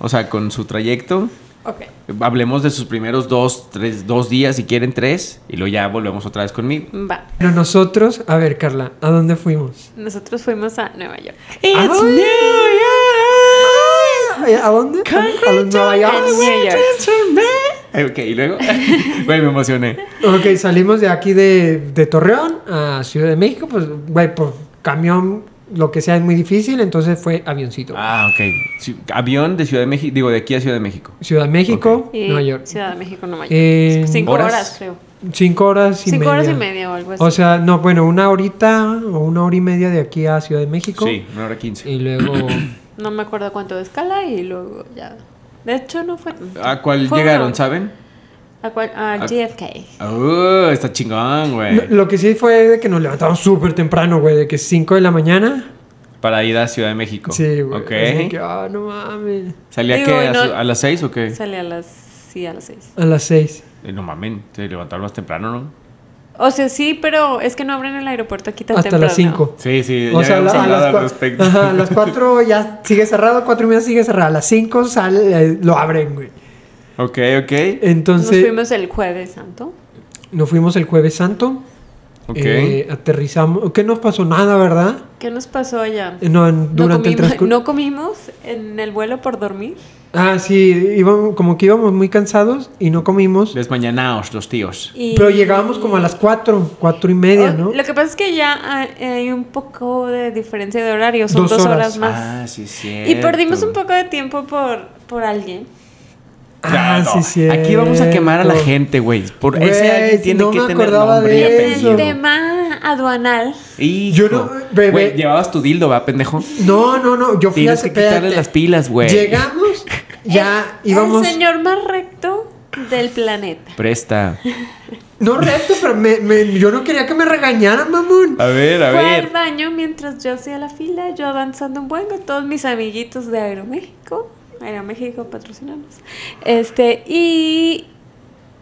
A: O sea, con su trayecto.
C: Ok.
A: Hablemos de sus primeros dos, tres, dos días, si quieren tres. Y luego ya volvemos otra vez conmigo.
C: Va.
B: Pero nosotros, a ver, Carla, ¿a dónde fuimos?
C: Nosotros fuimos a Nueva York.
B: It's
A: ¡Ah!
B: New ¿A dónde? ¿A a los Nueva
C: A Nueva
B: York?
C: York.
A: Eh, Ok, y luego. *laughs* Güey, me emocioné.
B: Ok, salimos de aquí de, de Torreón a Ciudad de México. Pues, güey, por camión, lo que sea, es muy difícil. Entonces fue avioncito.
A: Ah, ok. Sí, avión de Ciudad de México. Digo, de aquí a Ciudad de México.
B: Ciudad de México,
C: Y
B: Nueva York.
C: Ciudad de México, Nueva York.
B: Eh,
C: Cinco
A: ¿Horas?
C: horas, creo.
B: Cinco horas y
C: Cinco
B: media.
C: horas y media pues, o algo así.
B: O sea, no, bueno, una horita o una hora y media de aquí a Ciudad de México.
A: *clears throat* Sí, una hora quince.
B: Y luego
C: no me acuerdo cuánto de escala y luego ya. De hecho, no fue. tanto.
A: ¿A cuál
C: Fue
A: llegaron,
C: una-
A: saben?
C: ¿A cuál? A
A: A-
C: JFK.
A: Uh, está chingón, güey.
B: Lo, lo que sí fue de que nos levantamos súper temprano, güey, de que 5 de la mañana.
A: Para ir a Ciudad de México.
B: Sí, güey.
A: Ok.
B: así que, ah, no mames.
A: ¿Salía
C: Digo,
A: que
C: y
A: a,
C: no-
A: su- a las 6 o qué?
C: Sale a las. Sí, a las 6.
B: A las 6.
A: Eh, no mames, se levantaron más temprano, ¿no?
C: O sea, sí, pero es que no abren el aeropuerto aquí tan
B: Hasta
C: temprano.
B: las 5.
A: Sí, sí,
B: O
A: ya
B: sea, a
A: habíamos
B: la- a
A: hablado al
B: las, cua-
A: respecto.
B: Ajá, a las 4 ya sigue cerrado, 4 y media sigue cerrado. A las 5 sale, eh, lo abren, güey.
A: *laughs* Ok, ok.
B: Eh,
C: Nos
B: Entonces,
C: fuimos el jueves santo.
B: el Jueves Santo.
A: Ok.
B: eh, aterrizamos. ¿Qué nos pasó? Nada, ¿verdad?
C: ¿Qué nos pasó allá?
B: Eh, No, en-
C: No
B: durante el
C: comimos,
B: transcurso.
C: no comimos en el vuelo por dormir.
B: Ah, sí, íbamos, como que íbamos muy cansados y no comimos.
A: Desmañanaos, los tíos.
C: y-
B: Pero llegábamos como a las 4, 4 y media,
C: Oh,
B: ¿no?
C: Lo que pasa es que ya ah, hay un poco de diferencia de horario, son
B: Dos
C: dos,
B: horas.
C: horas. más.
A: Ah, sí, sí.
C: y perdimos un poco de tiempo por, por alguien.
B: Ah, sí, sí.
A: Aquí vamos a quemar a la gente, güey. Por
B: Güey,
A: ese alguien tiene
B: no
A: que
B: me
A: tener
B: acordaba
A: nombre y
B: de
A: apellido.
B: eso.
C: El tema aduanal.
A: Hijo.
B: Yo no- bebé.
A: Güey, llevabas tu dildo, va, pendejo.
B: No, no, no, yo fui a
A: Tienes que quitarle las pilas, güey.
B: Llegamos, ya íbamos.
C: El señor más recto del planeta.
A: Presta.
B: No recto, pero me- me- yo no quería que me regañaran, mamón.
A: A ver, a
C: Fue al
A: ver.
C: baño mientras yo hacía la fila, yo avanzando un buen con todos mis amiguitos de Aeroméxico. Aeroméxico patrocinamos. Este, y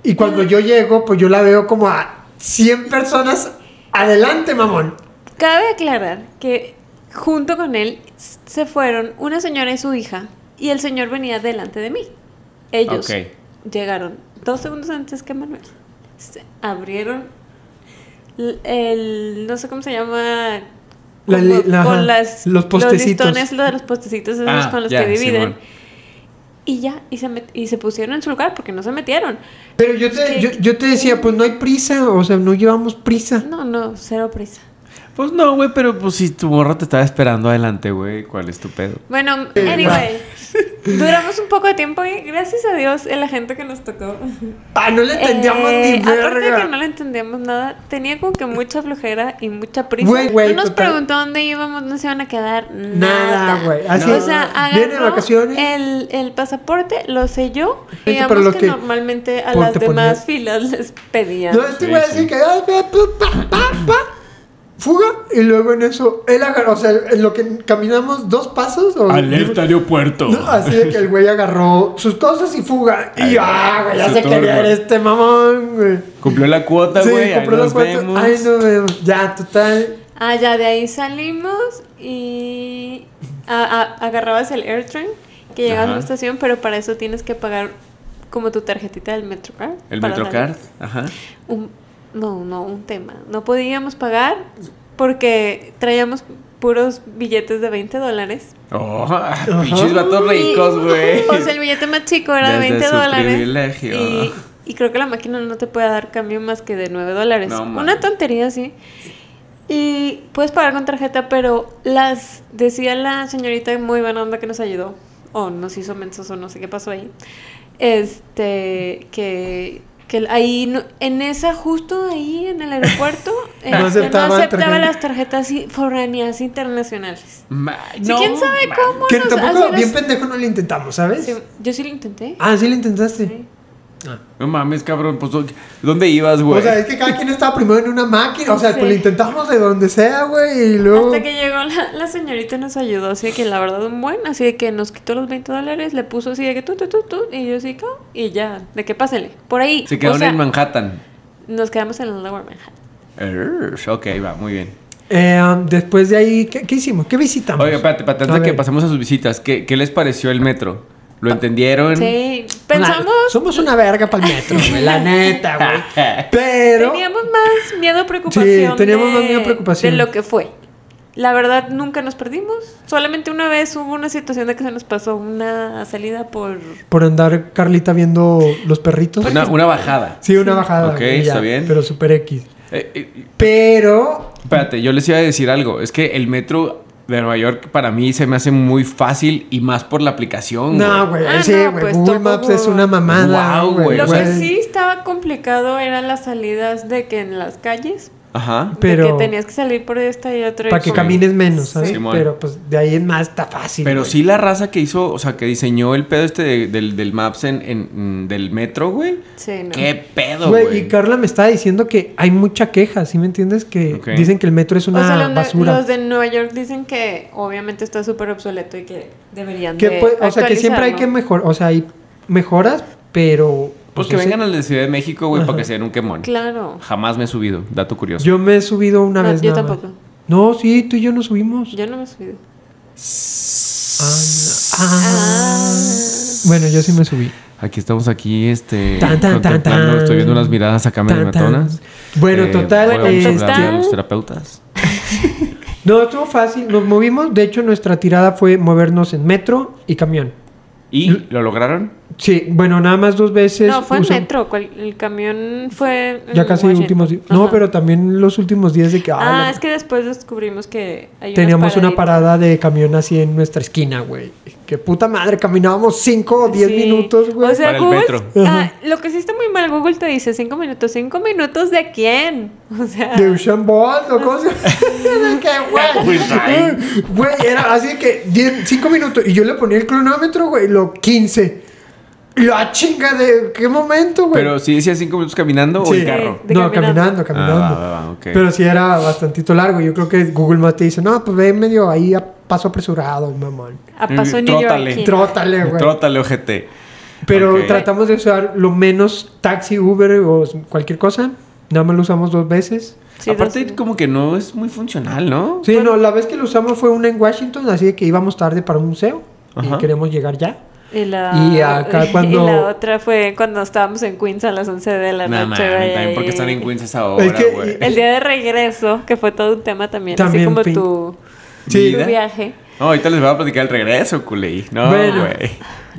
B: Y cuando yo llego, pues yo la veo como a 100 personas adelante, mamón.
C: Cabe aclarar que junto con él s- se fueron una señora y su hija y el señor venía delante de mí. Ellos
A: Ok.
C: llegaron dos segundos antes que Manuel. Se abrieron l- el, no sé cómo se llama
B: La-
C: como
B: la- la-
C: con las,
B: los postecitos.
C: los listones lo de los postecitos esos
A: Ah,
C: con los
A: ya,
C: que dividen
A: Simón.
C: y ya y se met- y se pusieron en su lugar porque no se metieron
B: Pero yo te, yo, yo te decía, pues no hay prisa, o sea, no llevamos prisa.
C: no no cero prisa
A: Pues no, güey, pero pues si tu morra te estaba esperando adelante, güey, ¿cuál es tu pedo?
C: Bueno,
B: Eh, *laughs*
C: anyway, duramos un poco de tiempo y gracias a Dios eh, la gente que nos tocó.
B: Ah, no le entendíamos
C: Eh,
B: ni
C: aparte de que no
B: verga.
C: le entendíamos nada, tenía como que mucha flojera y mucha prisa.
B: Güey, güey,
C: no nos
B: total.
C: preguntó dónde íbamos, no se iban a quedar nada.
B: Nada, güey, así
C: o
B: es.
C: sea,
B: Viene de
C: agarró
B: vacaciones.
C: el, el pasaporte, lo selló.
B: Gente,
C: Digamos
B: para los
C: que,
B: que-
C: normalmente a
B: Pon-
C: las
B: te ponía-
C: demás filas les pedían.
B: No, este
A: Sí,
B: güey
A: sí.
B: así que, ay, ve, pu, pa, pa, pa, fuga. Y luego en eso, él agarró, o sea, en lo que caminamos dos pasos. O,
A: aeropuerto.
B: No, ah, así de que el güey agarró sus cosas y fuga. Y ah, güey, ya
A: su
B: se quería
A: turno.
B: ir este mamón, güey.
A: Cumplió la cuota, güey. ahí
B: compró
A: nos
B: los cuatro.
A: vemos.
B: Ay, no vemos. Ya, total.
C: Ah, ya de ahí salimos y a- a- agarrabas el AirTrain que llegabas a
A: Ajá.
C: la estación, pero para eso tienes que pagar como tu tarjetita del MetroCard.
A: El
C: para
A: Metrocard,
C: salir.
A: ajá.
C: Un- no, no, un tema. No podíamos pagar porque traíamos puros billetes de 20 dólares.
A: Oh, pinches vatos
C: Y-
A: ricos,
C: *laughs*
A: güey.
C: O sea, el billete más chico era de
A: Desde
C: 20
A: su
C: dólares.
A: privilegio.
C: Y, y creo que la máquina no te puede dar cambio más que de 9 dólares.
A: No, man.
C: Una tontería así. Y puedes pagar con tarjeta, pero las decía la señorita muy buena onda que nos ayudó, o nos hizo mensos, o no sé qué pasó ahí. Este, que, que ahí, no- en esa, justo ahí en
A: *laughs*
C: el aeropuerto, este, no aceptaba,
B: aceptaban tarjeta.
C: las tarjetas i- foráneas internacionales.
A: Ma-
C: Sí, ¿Quién sabe
A: ma-
C: cómo?
B: Que
C: nos
B: tampoco,
C: hacen
B: bien
C: eso?
B: pendejo no lo intentamos, ¿sabes?
C: Sí, yo sí lo intenté.
B: Ah, sí lo intentaste.
C: Sí.
A: No mames, cabrón. Pues, ¿dónde ibas, güey?
B: O sea, es que cada quien estaba primero en una máquina. O sea,
C: Sí.
B: pues lo intentamos de donde sea, güey. Y luego.
C: Hasta que llegó la, la señorita y nos ayudó, así de que la verdad un buen, así de que nos quitó los 20 dólares, le puso así de que tú, tú, tú, tú, y yo así, "Ah", y ya, de que pásenle, por ahí.
A: Se quedaron
C: O sea,
A: en Manhattan.
C: Nos quedamos en el Lower Manhattan.
A: Err, Ok, va, muy bien.
B: Eh, um, después de ahí, ¿qué, qué hicimos? ¿Qué visitamos?
A: Oye, espérate, espérate, antes
B: A
A: de que
B: ver.
A: pasemos a sus visitas, ¿qué, qué les pareció el metro? ¿Lo entendieron?
C: Ah, Sí,
B: Nah,
C: pensamos,
B: somos una verga para el metro, güey. la
A: *laughs*
B: neta, güey. Pero.
C: teníamos más miedo, preocupación.
B: Sí, teníamos
C: de-
B: más miedo, preocupación.
C: De lo que fue. La verdad, nunca nos perdimos. Solamente una vez hubo una situación de que se nos pasó una salida por.
B: Por andar Carlita viendo los perritos.
A: Una, una bajada.
B: Sí, una bajada.
A: Ok,
B: y ya,
A: está bien.
B: Pero super X.
A: Eh, eh,
B: Pero.
A: espérate, yo les iba a decir algo. Es que el metro de Nueva York para mí se me hace muy fácil y más por la aplicación.
B: No, güey.
C: Ah,
B: sí,
C: no,
B: güey.
C: pues,
B: Google
C: todo
B: Maps
C: Google.
B: es una mamada.
A: Guau, güey,
C: Lo
A: Pues,
C: que sí estaba complicado eran las salidas de que en las calles
A: Ajá.
B: Pero-
C: de que tenías que salir por esta y otra. y
B: Para que
C: como-
B: camines menos, ¿sabes?
A: Sí. Simón.
B: Pero pues de ahí en más está fácil.
A: Pero
B: güey.
A: sí la raza que hizo, o sea, que diseñó el pedo este de- del, del Maps en, en- del metro, güey.
C: Sí, no.
A: ¿Qué pedo,
B: Güey,
A: güey?
B: y Carla me estaba diciendo que hay mucha queja, ¿sí me entiendes? Que
A: Ok.
B: dicen que el metro es
C: O
B: una
C: sea, los de-
B: basura.
C: los de Nueva York dicen que obviamente está súper obsoleto y que deberían
B: Que,
C: de
B: pues, o sea, que siempre hay que
C: actualizarlo.
B: mejorar, o sea, hay mejoras, pero...
A: Pues que
B: ese-
A: vengan al de Ciudad de México, güey, para
B: Ajá.
A: que se den un quemón.
C: Claro.
A: Jamás me he subido, dato curioso.
B: Yo me he subido una
C: No,
B: vez.
C: yo
B: nada más.
C: tampoco.
B: No, sí, tú y yo nos subimos.
C: Yo no me he subido.
B: Ah, no. Ah. Bueno, yo sí me subí.
A: Aquí estamos aquí, este,
B: Tan, tan, tan,
A: contemplando,
B: tan.
A: estoy viendo unas miradas acá medio
B: Tan, tan.
A: matonas.
B: Bueno,
A: Eh,
B: total,
A: bueno,
B: este,
A: vamos a hablar de los terapeutas.
B: no estuvo fácil, nos movimos, de hecho nuestra tirada fue movernos en metro y camión.
A: ¿Y lo lograron?
B: Sí, bueno, nada más dos veces.
C: No, fue en
B: usa-
C: metro. cual- el camión fue. en
B: Ya casi
C: Washington.
B: últimos días. No,
C: Ajá.
B: pero también los últimos días de que... ah,
C: Ah,
B: la-
C: es que después descubrimos que hay unas
B: Teníamos una
C: paraditas.
B: parada de camión así en nuestra esquina, güey. Que puta madre, caminábamos 5 o 10
C: Sí.
B: minutos, güey.
C: O sea,
A: Para el
C: Google.
A: metro.
C: ah, lo que sí está muy mal, Google te dice cinco minutos. ¿Cinco minutos de quién? *laughs* O sea.
B: de Usain Bolt o cosas.
C: *laughs*
B: De que,
A: Pues,
B: güey. Güey, era así que 5 minutos. Y yo le ponía el cronómetro, güey, lo 15. La chinga de qué momento, güey.
A: Pero si decía cinco minutos caminando o
B: Sí.
A: en carro.
C: De
B: no, caminando,
C: caminando.
B: caminando.
A: Ah, va, va, va, ok.
B: Pero sí era bastantito largo. Yo creo que Google Maps te dice, no, pues ve medio ahí a paso apresurado, mamón.
C: A paso
A: Mm, trótale.
C: neoyorquino.
B: Trótale, güey.
A: Trótale, ojete.
B: Pero
A: Ok.
B: tratamos de usar lo menos taxi, Uber o s- cualquier cosa. Nada más lo usamos dos veces.
C: Sí,
A: Aparte,
C: dos-
A: como que no es muy funcional, ¿no?
B: Sí, no, la vez que lo usamos fue una en Washington, así de que íbamos tarde para un museo
A: Ajá.
B: y queremos llegar ya.
C: Y la,
B: Y acá cuando-
C: *laughs* y la otra fue cuando estábamos en Queens a las 11 de la
A: Nada más,
C: noche. güey.
A: también porque están en Queens ahora,
B: Es que-
A: güey.
C: El día de regreso, que fue todo un tema también.
B: También,
C: así como
B: pin-
C: tu,
A: Sí.
C: tu viaje.
A: No, ahorita les voy a platicar el regreso, culey. No,
B: Bueno.
A: güey.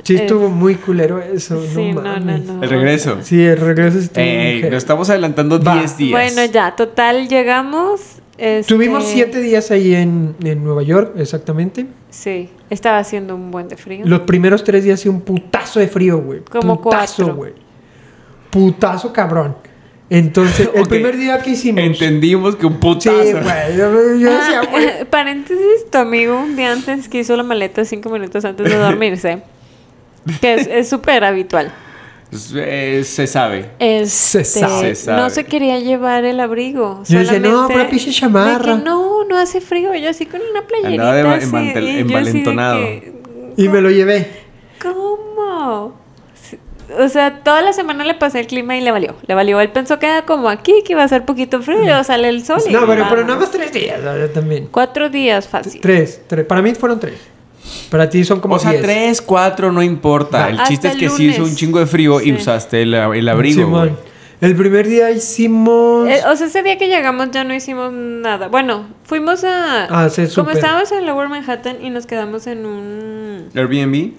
B: Sí,
C: Es-
B: estuvo muy culero eso.
C: Sí,
B: no,
C: no, no,
B: mames.
C: no.
A: El regreso.
B: Ah, Sí, el regreso estuvo muy
A: Ey,
B: heavy.
A: nos estamos adelantando
B: Va.
A: 10 días.
C: Bueno, ya, total, llegamos. este-
B: Tuvimos siete días ahí en, en Nueva York, exactamente.
C: Sí, estaba haciendo un buen de frío.
B: Los primeros tres días hacía un putazo de frío, güey.
C: Como
B: putazo,
C: cuatro.
B: güey. Putazo cabrón. Entonces, el
A: Ok.
B: primer día que hicimos.
A: Entendimos que un
B: Sí,
A: putazo.
B: güey. Yo, yo decía,
C: Ah,
B: güey.
C: *laughs* paréntesis, tu amigo un día antes que hizo la maleta cinco minutos antes de dormirse, que es- es súper habitual.
A: Eh, se sabe.
C: Este,
B: sabe.
A: Se sabe.
C: No se quería llevar el abrigo.
B: Yo decía,
C: solamente
B: "No, pura pinche chamarra".
C: de que no, no hace frío. Yo así con una playerita.
A: Andaba de ma-
C: así,
A: envantel-
C: y yo
A: envalentonado.
C: así de que,
B: Y me lo llevé.
C: ¿Cómo? Sí, O sea, toda la semana le pasé el clima y le valió. Le valió. Él pensó que era como aquí, que iba a ser poquito frío, y luego sale el sol. y
B: No, pero, pero
C: vámonos.
B: nada más tres días, la verdad, también.
C: Cuatro días fácil.
B: Tres, tres. Para mí fueron tres. Para ti son como
A: O sea,
B: diez.
A: 3, 4, no importa.
B: Va.
A: El
C: Hasta
A: chiste es
C: el
A: que sí hizo
C: lunes.
A: un chingo de frío
C: Sí.
A: y usaste el, el abrigo.
B: Simón.
A: güey.
B: El primer día hicimos.
C: Eh, o sea, ese día que llegamos ya no hicimos nada. Bueno, fuimos a...
B: Ah, sí,
C: como
B: súper.
C: estábamos en Lower Manhattan y nos quedamos en un...
A: Airbnb.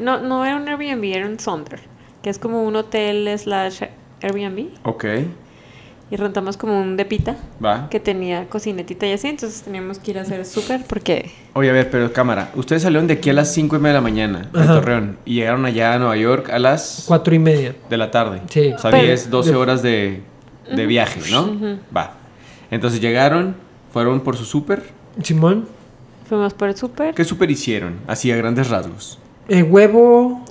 C: No, no era un Airbnb, era un Sonder, que es como un hotel slash Airbnb.
A: Ok.
C: Y rentamos como un depita
A: Va.
C: que tenía cocinetita y así, entonces teníamos que ir a hacer súper porque...
A: Oye, a ver, pero cámara. Ustedes salieron de aquí a las 5 y media de la mañana de
B: Ajá.
A: Torreón y llegaron allá a Nueva York a las
B: Cuatro y media.
A: de la tarde.
B: Sí.
A: O sea,
C: Pero-
A: 10, 12 horas de, de viaje, ¿no? Va. Entonces llegaron, fueron por su súper.
B: Simón.
C: Fuimos por el súper.
A: ¿Qué súper hicieron? Así a grandes rasgos.
B: Eh, huevo.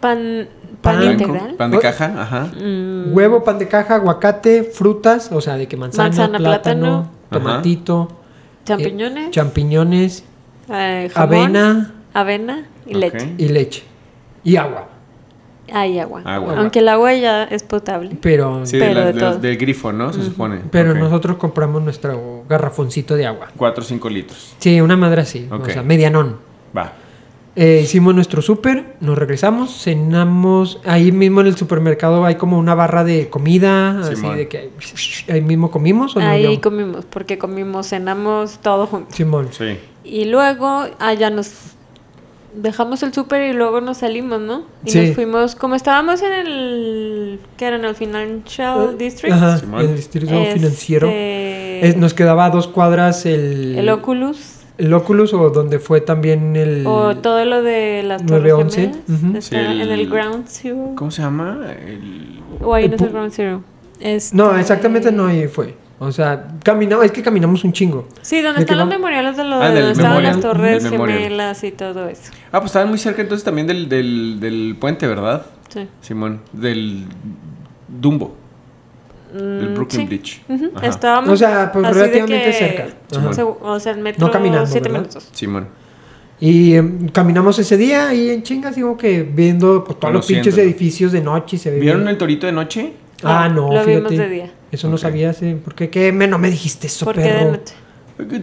C: Pan, pan,
B: Pan.
C: integral.
A: Pan de caja, ajá.
C: Mm,
B: Huevo, pan de caja, aguacate, frutas. O sea, de que manzana,
C: Manzana,
B: plátano,
C: plátano.
B: tomatito. eh,
C: champiñones.
B: champiñones
C: eh, jamón,
B: avena.
C: Avena y
A: Ok.
C: leche.
B: y leche. Y agua.
C: Hay agua.
A: Agua.
C: Aunque el agua ya es potable.
B: Pero,
A: Sí,
C: Pero
A: de la-
C: de
A: de-
C: todo.
A: del grifo, ¿no? Se supone.
B: pero
A: Ok.
B: nosotros compramos nuestro garrafoncito de agua.
A: 4 o 5 litros.
B: Sí, una madre así.
A: Ok.
B: O sea, medianón.
A: Va.
B: Eh, hicimos nuestro súper, nos regresamos, cenamos. Ahí mismo en el supermercado hay como una barra de comida,
A: Simón.
B: así de que ahí mismo comimos o no.
C: Ahí
B: León?
C: comimos, porque comimos, cenamos, todo junto.
B: Simón.
A: Sí.
C: Y luego allá nos dejamos el súper y luego nos salimos, ¿no? Y
B: Sí.
C: nos fuimos, como estábamos en el, que era en el Financial District.
B: Eh, Ajá,
A: Simón.
B: el distrito financiero.
C: este,
B: Es- nos quedaba a dos cuadras el,
C: El Oculus
B: el Oculus o donde fue también el...
C: o todo lo de las torres
B: 911,
C: gemelas.
B: ujú.
C: Está
A: Sí, el-
C: en el Ground Zero.
A: ¿Cómo se llama? El...
C: O ahí
B: El
C: no es el
B: pu-
C: Ground Zero.
B: No,
C: Este,
B: exactamente no ahí fue. O sea, caminamos, es que caminamos un chingo.
C: Sí, donde
B: De que
C: están los
B: vamos-
C: memoriales de los
A: Ah, del
C: donde estaban
A: memorial.
C: las torres
A: Del memorial.
C: gemelas y todo eso.
A: Ah, pues estaban muy cerca entonces también del, del, del puente, ¿verdad?
C: Sí.
A: Simón, del Dumbo, del
C: Mm,
A: Brooklyn
C: sí.
A: Bridge.
C: Ujú,
A: Ajá.
C: Estábamos
B: O sea, pues,
C: así de
B: relativamente
C: que-
B: cerca.
A: Ajá.
C: se- O sea, el metro
B: No caminando,
C: siete
B: ¿verdad?
C: minutos.
A: Simón.
B: Y em, caminamos ese día y en chingas, digo que viendo pues, todos los pinches
A: Conociéndolo.
B: edificios de noche y se ve
A: ¿Vieron
B: bien.
A: el torito de noche?
B: Ah, no,
C: Lo vimos
B: fíjate.
C: de día.
B: Eso no
A: Ok.
B: sabías, ¿eh? ¿por qué? ¿Qué? Me- No me dijiste eso,
C: Porque de
B: perro.
C: noche.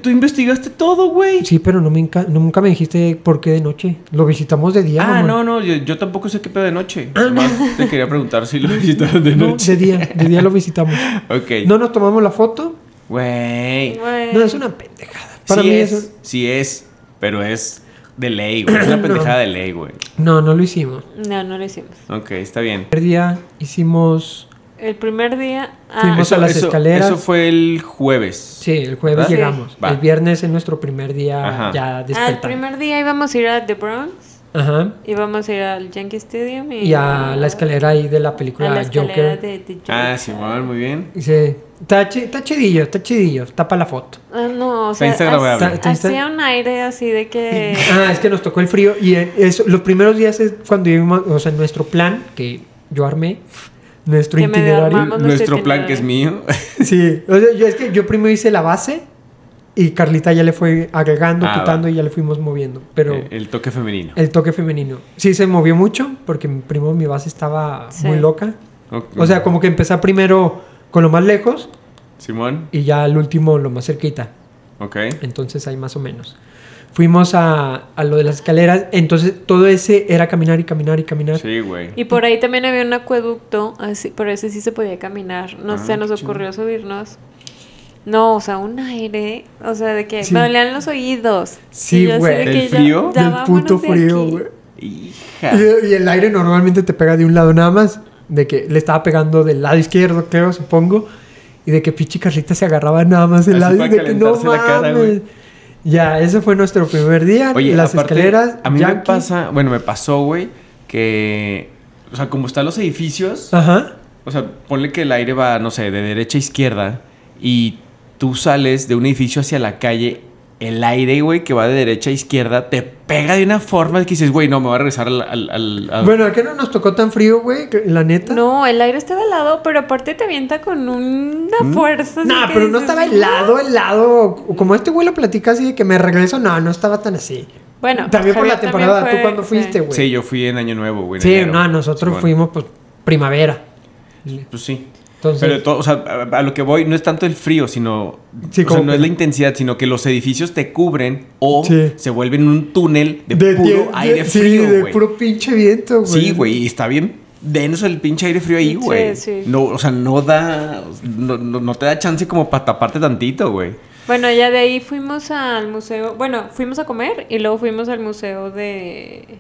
A: Tú investigaste todo, güey.
B: Sí, pero no me enca- nunca me dijiste por qué de noche. Lo visitamos de día.
A: Ah,
B: mamón.
A: no, no, yo, yo tampoco sé qué pedo de noche. Nomás te quería preguntar si lo
B: *laughs*
A: visitaron de
B: Ah. No,
A: noche.
B: de día, de día lo
C: *laughs*
B: visitamos.
A: Ok.
B: No nos tomamos la foto.
A: Güey.
C: Güey.
B: No, es una pendejada. Para
A: sí
B: mí
A: es,
B: eso.
A: sí es, pero es de ley, güey. Es una
B: *clears throat* No.
A: pendejada de ley, güey.
B: No, no lo hicimos.
C: No, no lo hicimos.
A: Ok, está bien.
B: El primer día hicimos.
C: El primer día. ah,
B: Fuimos a las escaleras.
A: Eso fue el jueves.
B: Sí, el jueves
A: ¿Verdad?
B: llegamos.
A: Va.
B: El viernes es nuestro primer día
A: Ajá.
B: ya
C: ah, el
B: despertando.
C: primer día íbamos a ir a The Bronx,
B: Ajá.
C: íbamos a ir al Yankee Stadium y,
B: Y a la escalera ahí de la
C: a
B: película
C: la escalera
B: Joker.
C: de, de Joker.
A: Ah, Simón, muy bien.
B: Dice, está, chi- está chidillo, está chidillo. Tapa la foto.
C: Ah, no, o
A: Está
C: sea,
A: instagramable.
C: ha-
B: Está- está insta-
C: hacía un aire así
B: *laughs*
C: de que
B: Ah, es que nos tocó el frío y en eso, los primeros días es cuando íbamos, o sea, nuestro plan que yo armé, nuestro
C: Que medio
B: itinerario.
C: armamos. Vamos a
A: Nuestro plan
C: itinerar.
A: que es mío.
B: *laughs* Sí, o sea, yo es que yo primero hice la base y Carlita ya le fue agregando,
A: Ah,
B: quitando
A: va.
B: y ya le fuimos moviendo, pero
A: Eh, *laughs* El toque femenino.
B: el toque femenino. Sí se movió mucho porque primero mi base estaba
C: Sí.
B: muy loca.
A: Ok.
B: O sea, como que empecé primero con lo más lejos
A: Simón,
B: y ya al último lo más cerquita.
A: ok.
B: Entonces ahí más o menos. Fuimos a, a lo de las escaleras. Entonces todo ese era caminar y caminar y caminar.
A: Sí, güey.
C: y por ahí también había un acueducto, así, por eso sí se podía caminar. No
A: Ah,
C: se nos
A: qué chido.
C: ocurrió subirnos. No, o sea, un aire, o sea, de que
B: Sí.
C: me dolían los oídos.
B: Sí,
C: Y yo así de
B: güey.
C: que
A: ¿El
C: ya-
A: frío?
C: ya
B: Del puto
C: vámonos de
B: frío,
C: aquí.
B: güey.
A: Hija.
B: Y, y el aire normalmente te pega de un lado nada más. De que le estaba pegando del lado izquierdo, creo, supongo. Y de que pichi Carlita se agarraba nada más el
A: Así
B: lado. y
A: para
B: de que no
A: calentarse la cara,
B: mames".
A: güey.
B: Ya, ese fue nuestro primer día.
A: Oye,
B: las
A: aparte,
B: escaleras.
A: A mí me
B: Yankee.
A: pasa, bueno, me pasó, güey, que. O sea, como están los edificios,
B: Ajá.
A: o sea, ponle que el aire va, no sé, de derecha a izquierda y tú sales de un edificio hacia la calle, el aire, güey, que va de derecha a izquierda te pega de una forma que dices, güey, no, me va a regresar al. al, al- al-
B: Bueno, ¿a qué no nos tocó tan frío, güey? Que- La neta.
C: No, el aire estaba helado, pero aparte te avienta con una fuerza. así
B: No,
C: que
B: ¿Mm? pero no
C: dices,
B: estaba helado, helado. Como este güey lo platica así de que me regreso, no, no estaba tan así.
C: Bueno, pues
B: también por
C: Javier
B: la temporada.
C: fue-
B: ¿Tú cuándo
C: sí.
B: fuiste, güey?
A: sí, yo fui en Año Nuevo, güey. en
B: Sí,
A: enero.
B: no, nosotros
A: Simón.
B: fuimos pues primavera.
A: Pues sí.
B: Entonces-
A: Pero de todo, o sea, a, a lo que voy no es tanto el frío, sino.
B: Sí,
A: o sea,
B: como
A: no
B: que-
A: es la intensidad, sino que los edificios te cubren o
B: Sí.
A: se vuelven un túnel de, puro
B: tie- de-
A: aire
B: sí,
A: frío.
B: de
A: güey.
B: puro pinche viento, güey.
A: Sí, güey, y está bien denso el pinche aire frío ahí,
C: Sí,
A: güey.
C: sí.
A: No, o sea, no da. No, no- no te da chance como para taparte tantito, güey.
C: Bueno, ya de ahí fuimos al museo. Bueno, fuimos a comer y luego fuimos al museo de.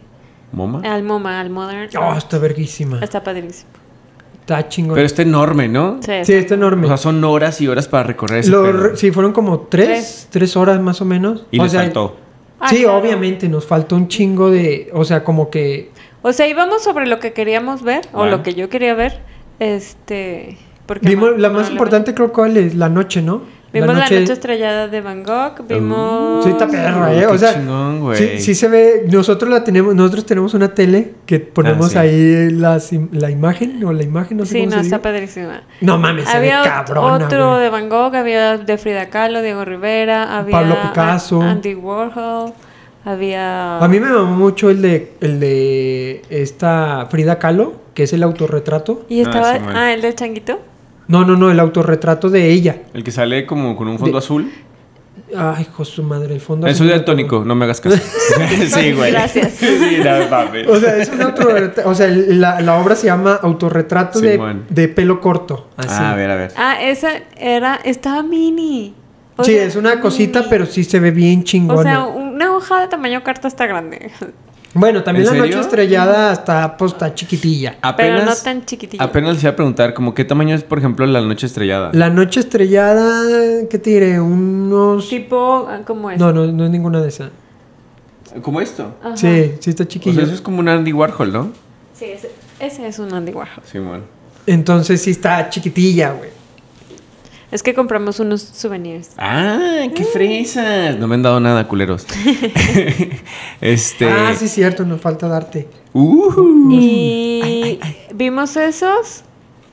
A: Moma.
C: Al MoMA, al Modern.
B: Ah. Oh, está verguísima.
C: Está padrísimo.
B: Está chingón.
A: Pero está enorme, ¿no?
C: Sí.
B: sí, está enorme.
A: O sea, son horas y horas para recorrer ese
B: Lo
A: pedo.
B: re- sí, fueron como tres,
C: Tres.
B: tres horas más o menos.
A: Y
B: o
A: les
B: sea,
A: faltó.
C: Ah,
B: sí,
C: claro.
B: obviamente, nos faltó un chingo de. O sea, como que.
C: O sea, íbamos sobre lo que queríamos ver o
A: Ah.
C: lo que yo quería ver. Este. Porque
B: Vimos,
C: no-
B: la
C: no
B: más
C: lo-
B: importante creo cuál es la noche, ¿no?
C: Vimos la noche... estrellada de Van Gogh. Vimos.
B: Sí, está perra, ¿eh?
A: Qué
B: O sea,
A: chingón, güey.
B: sí, sí se ve. Nosotros la tenemos, nosotros tenemos una tele que ponemos
A: Ah, sí.
B: ahí las im- la, imagen o la imagen, no sé
C: Sí,
B: cómo
C: no,
B: se
C: está
B: diga.
C: padrísima.
B: No mames,
C: había
B: se ve
C: ot-
B: cabrona,
C: otro
B: güey.
C: de Van Gogh, había de Frida Kahlo, Diego Rivera, había
B: Pablo Picasso.
C: A- Andy Warhol, había
B: A mí me mamó mucho el de el de esta Frida Kahlo, que es el autorretrato.
C: y estaba
A: Ah,
C: ah,
A: sí, man.
C: el del changuito.
B: No, no, no, el autorretrato de ella.
A: El que sale como con un fondo
B: De-
A: azul.
B: Ay, hijo de su madre, el fondo.
A: Eso
B: azul
A: es
B: de-
A: daltónico, no me hagas
B: *laughs*
A: caso. *laughs* sí, güey.
C: Gracias.
A: sí, no, mames.
B: O sea, es un autorretrato. O sea, el- la, la obra se llama Autorretrato de,
A: Simón.
B: de pelo corto. Así.
A: Ah, a ver, a ver.
C: Ah, esa era estaba mini. O
B: sí,
C: sea,
B: es una cosita,
C: mini.
B: pero sí se ve bien chingona.
C: o sea, una hoja de tamaño carta está grande, *laughs*
B: Bueno, también la
A: ¿En
B: noche
A: serio?
B: estrellada está, pues, está chiquitilla.
C: Ah, pero no tan chiquitilla.
A: Apenas les iba a preguntar, como qué tamaño es, por ejemplo, la noche estrellada.
B: La noche estrellada, ¿qué te diré? Unos...
C: tipo ah, como es.
B: No, no, no es ninguna de esas.
A: Como esto.
B: Ah,
C: Ajá.
B: Sí, sí está
A: O
B: chiquilla.
A: sea, eso es como un Andy Warhol, ¿no?
C: Sí, ese, ese es un Andy Warhol.
A: Simón.
B: Entonces sí está chiquitilla, güey.
C: Es que compramos unos souvenirs.
A: Ah, qué
B: Mm.
A: fresas. No me han dado nada,
B: *laughs*
A: culeros. *laughs* este.
B: Ah, sí, cierto, nos falta darte. Mm.
A: Ujú.
C: Y vimos esos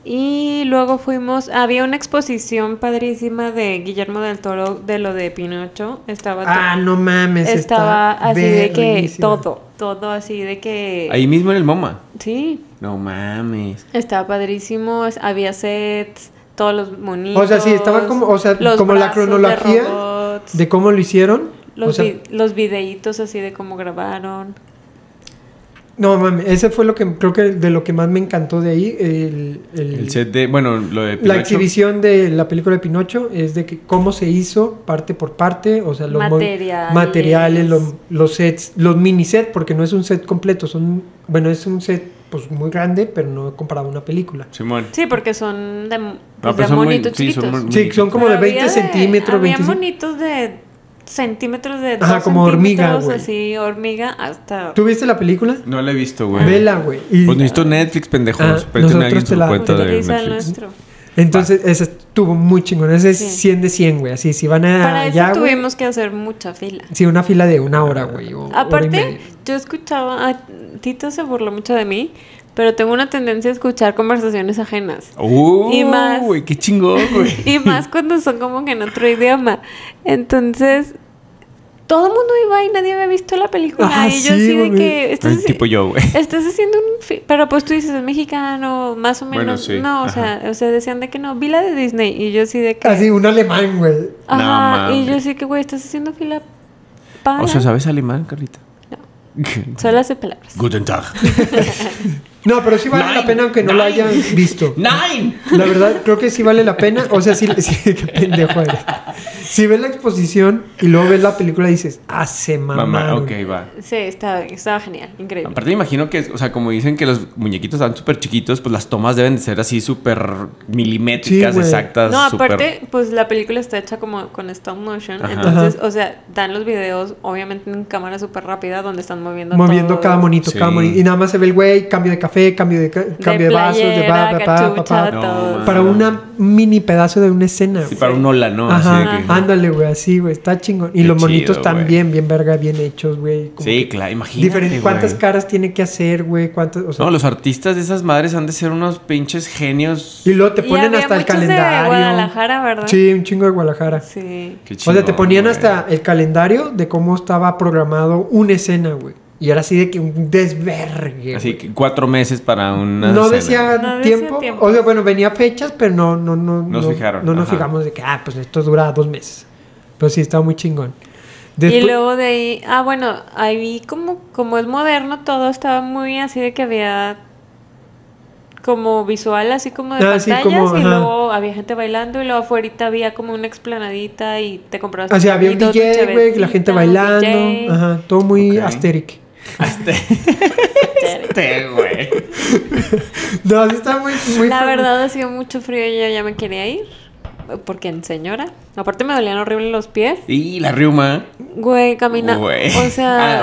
C: y luego fuimos, había una exposición padrísima de Guillermo del Toro de lo de Pinocho, estaba to-
B: Ah, no mames.
C: estaba
B: está
C: así de que
B: verguísima.
C: todo, todo así de que
A: Ahí mismo en el MoMA.
C: sí,
A: No mames.
C: estaba padrísimo, es- había sets, todos los monitos.
B: O sea, sí, estaba como, o sea,
C: los
B: como la
C: brazos de
B: cronología
C: robots,
B: de cómo lo hicieron.
C: los,
B: o sea,
C: vi- los videitos así de cómo grabaron.
B: no mames, ese fue lo que creo que de lo que más me encantó de ahí. El, el-
A: El set de. Bueno, lo de
B: La
A: Pinocho.
B: exhibición de la película de Pinocho es de que cómo se hizo parte por parte, o sea, los mov-
C: Materiales.
B: materiales, los, los sets, los mini sets, porque no es un set completo, son, bueno, es un set pues muy grande, pero no comparado a una película.
A: Simón.
C: Sí, porque son de, pues,
A: pero
C: de
A: son muy-
C: monitos
A: sí, son
C: chiquitos.
A: muy-
B: Sí, son como de
C: Pero
B: 20
C: había
B: centímetros,
C: había
B: 25.
C: monitos de centímetros de
B: Ajá,
C: dos
B: como hormiga,
C: centímetros,
B: güey.
C: así hormiga hasta
B: ¿Tú viste la película?
A: No lo he visto, güey.
B: Vela, güey. Y-
A: Pues necesito Netflix, pendejos.
B: Ah,
A: Pétenme
B: nosotros
A: a alguien
B: te
A: su
B: la-
A: cuenta de
C: utiliza el
A: Netflix.
C: nuestro.
B: Entonces,
A: Ah.
B: ese estuvo muy chingón. Ese es
C: Sí.
B: 100 de 100, güey. Así, si van a.
C: Para eso
B: allá, Ah, güey,
C: tuvimos que hacer mucha fila.
B: Sí, una fila de una
A: Ah.
B: hora, güey. o hora y media.
C: Aparte, yo escuchaba, a- Tito se burló mucho de mí, pero tengo una tendencia a escuchar conversaciones ajenas.
A: Uh,
C: Y más.
A: güey, qué chingón, güey.
B: *laughs*
C: *laughs* Y más cuando son como que en otro idioma. Entonces, todo el mundo iba y nadie había visto la película.
B: Ah,
C: y yo
B: sí,
C: así de
B: mami.
C: que... estás
A: Un
C: así-
A: tipo yo,
B: *laughs*
A: güey.
C: Estás haciendo un... fi- Pero pues tú dices, es mexicano, más o menos.
A: Bueno, sí,
C: No, o
A: ajá.
C: sea, o sea, decían de que no, vi la de Disney. Y yo sí de que...
B: Así, un alemán, güey.
C: Ajá,
A: No,
C: y yo
A: mames.
C: sí que, güey, estás haciendo fila para...
A: O sea, ¿sabes alemán, Carlita?
C: Solo hace palabras.
A: Guten Tag.
B: No, pero sí vale
A: Nine,
B: la pena aunque no lo
A: nine.
B: hayan visto.
A: ¡Nine!
B: La verdad, creo que sí vale la pena. O sea, sí, sí *laughs* qué pendejo eres. Si ves la exposición y luego ves la película, dices, ah, se mamaron.
A: Mamá, ok, va.
C: Sí, estaba, estaba genial, increíble.
A: Aparte, me imagino que, o sea, como dicen que los muñequitos están súper chiquitos, pues las tomas deben de ser así súper milimétricas,
B: Sí, güey.
A: exactas.
C: No,
A: súper-
C: aparte, pues la película está hecha como con stop motion.
A: Ajá.
C: Entonces,
B: Ajá.
C: o sea, dan los videos, obviamente, en cámara súper rápida, donde están moviendo
B: Moviendo
C: todo.
B: cada monito,
A: Sí.
B: cada monito. Y nada más se ve el güey, cambio de café, cambio de, ca- cambio de, vasos, de
C: playera,
B: ba, ba, ba, ba,
C: cachucha,
B: ba.
A: No,
C: todo.
A: man.
B: Para una mini pedazo de una escena.
A: Ah. Sí,
B: güey.
A: para un hola, ¿no? Así
B: Ajá,
A: de que-
B: ándale, güey, así, güey, está chingón. Y
A: Qué
B: los monitos
A: chido, güey.
B: también, bien verga, bien hechos, güey. como
A: Sí,
B: que
A: claro, imagínate.
B: diferente- ¿Cuántas
A: güey.
B: caras tiene que hacer, güey? ¿Cuántas? O sea,
A: No, los artistas de esas madres han de ser unos pinches genios.
B: y luego te
C: Y
B: ponen
C: había
B: hasta el
C: muchos de
B: calendario.
C: Guadalajara, ¿verdad?
B: Sí, un chingo de Guadalajara.
C: Sí.
A: Qué
B: o sea, te
A: chingón,
B: ponían
A: güey.
B: hasta el calendario de cómo estaba programado una escena, güey. Y era así de que un desvergue.
A: Así
B: güey.
A: que cuatro meses para una.
B: eh, no
A: cena.
B: decía,
A: *laughs*
C: No decía
B: tiempo,
C: tiempo.
B: O sea, bueno, venía fechas, pero no, no, no.
A: Nos
B: no-
A: fijaron,
B: No nos
A: ajá.
B: fijamos de que, ah, pues esto dura dos meses. Pero sí, estaba muy chingón. Después-
C: Y luego de ahí, ah, bueno, ahí como, como es moderno todo, estaba muy así de que había como visual, así como de
B: Ah, sí,
C: pantallas,
B: como,
C: y
B: ajá.
C: luego había gente bailando, y luego afuera había como una explanadita y te comprabas.
B: O
C: tu
B: sea, Ah, había un
C: vinito, tu
B: DJ, güey, la gente
C: chevetita,
B: bailando,
C: DJ.
B: ajá, todo muy
A: Ok.
B: asteric. *laughs*
C: *laughs*
A: Este, güey.
B: No, sí está muy, muy
C: La
B: feo.
C: verdad ha sido mucho frío y yo ya me quería ir, porque en señora. Aparte me dolían horrible los pies.
A: Y la riuma.
C: Güey, caminamos.
A: Güey.
C: O sea,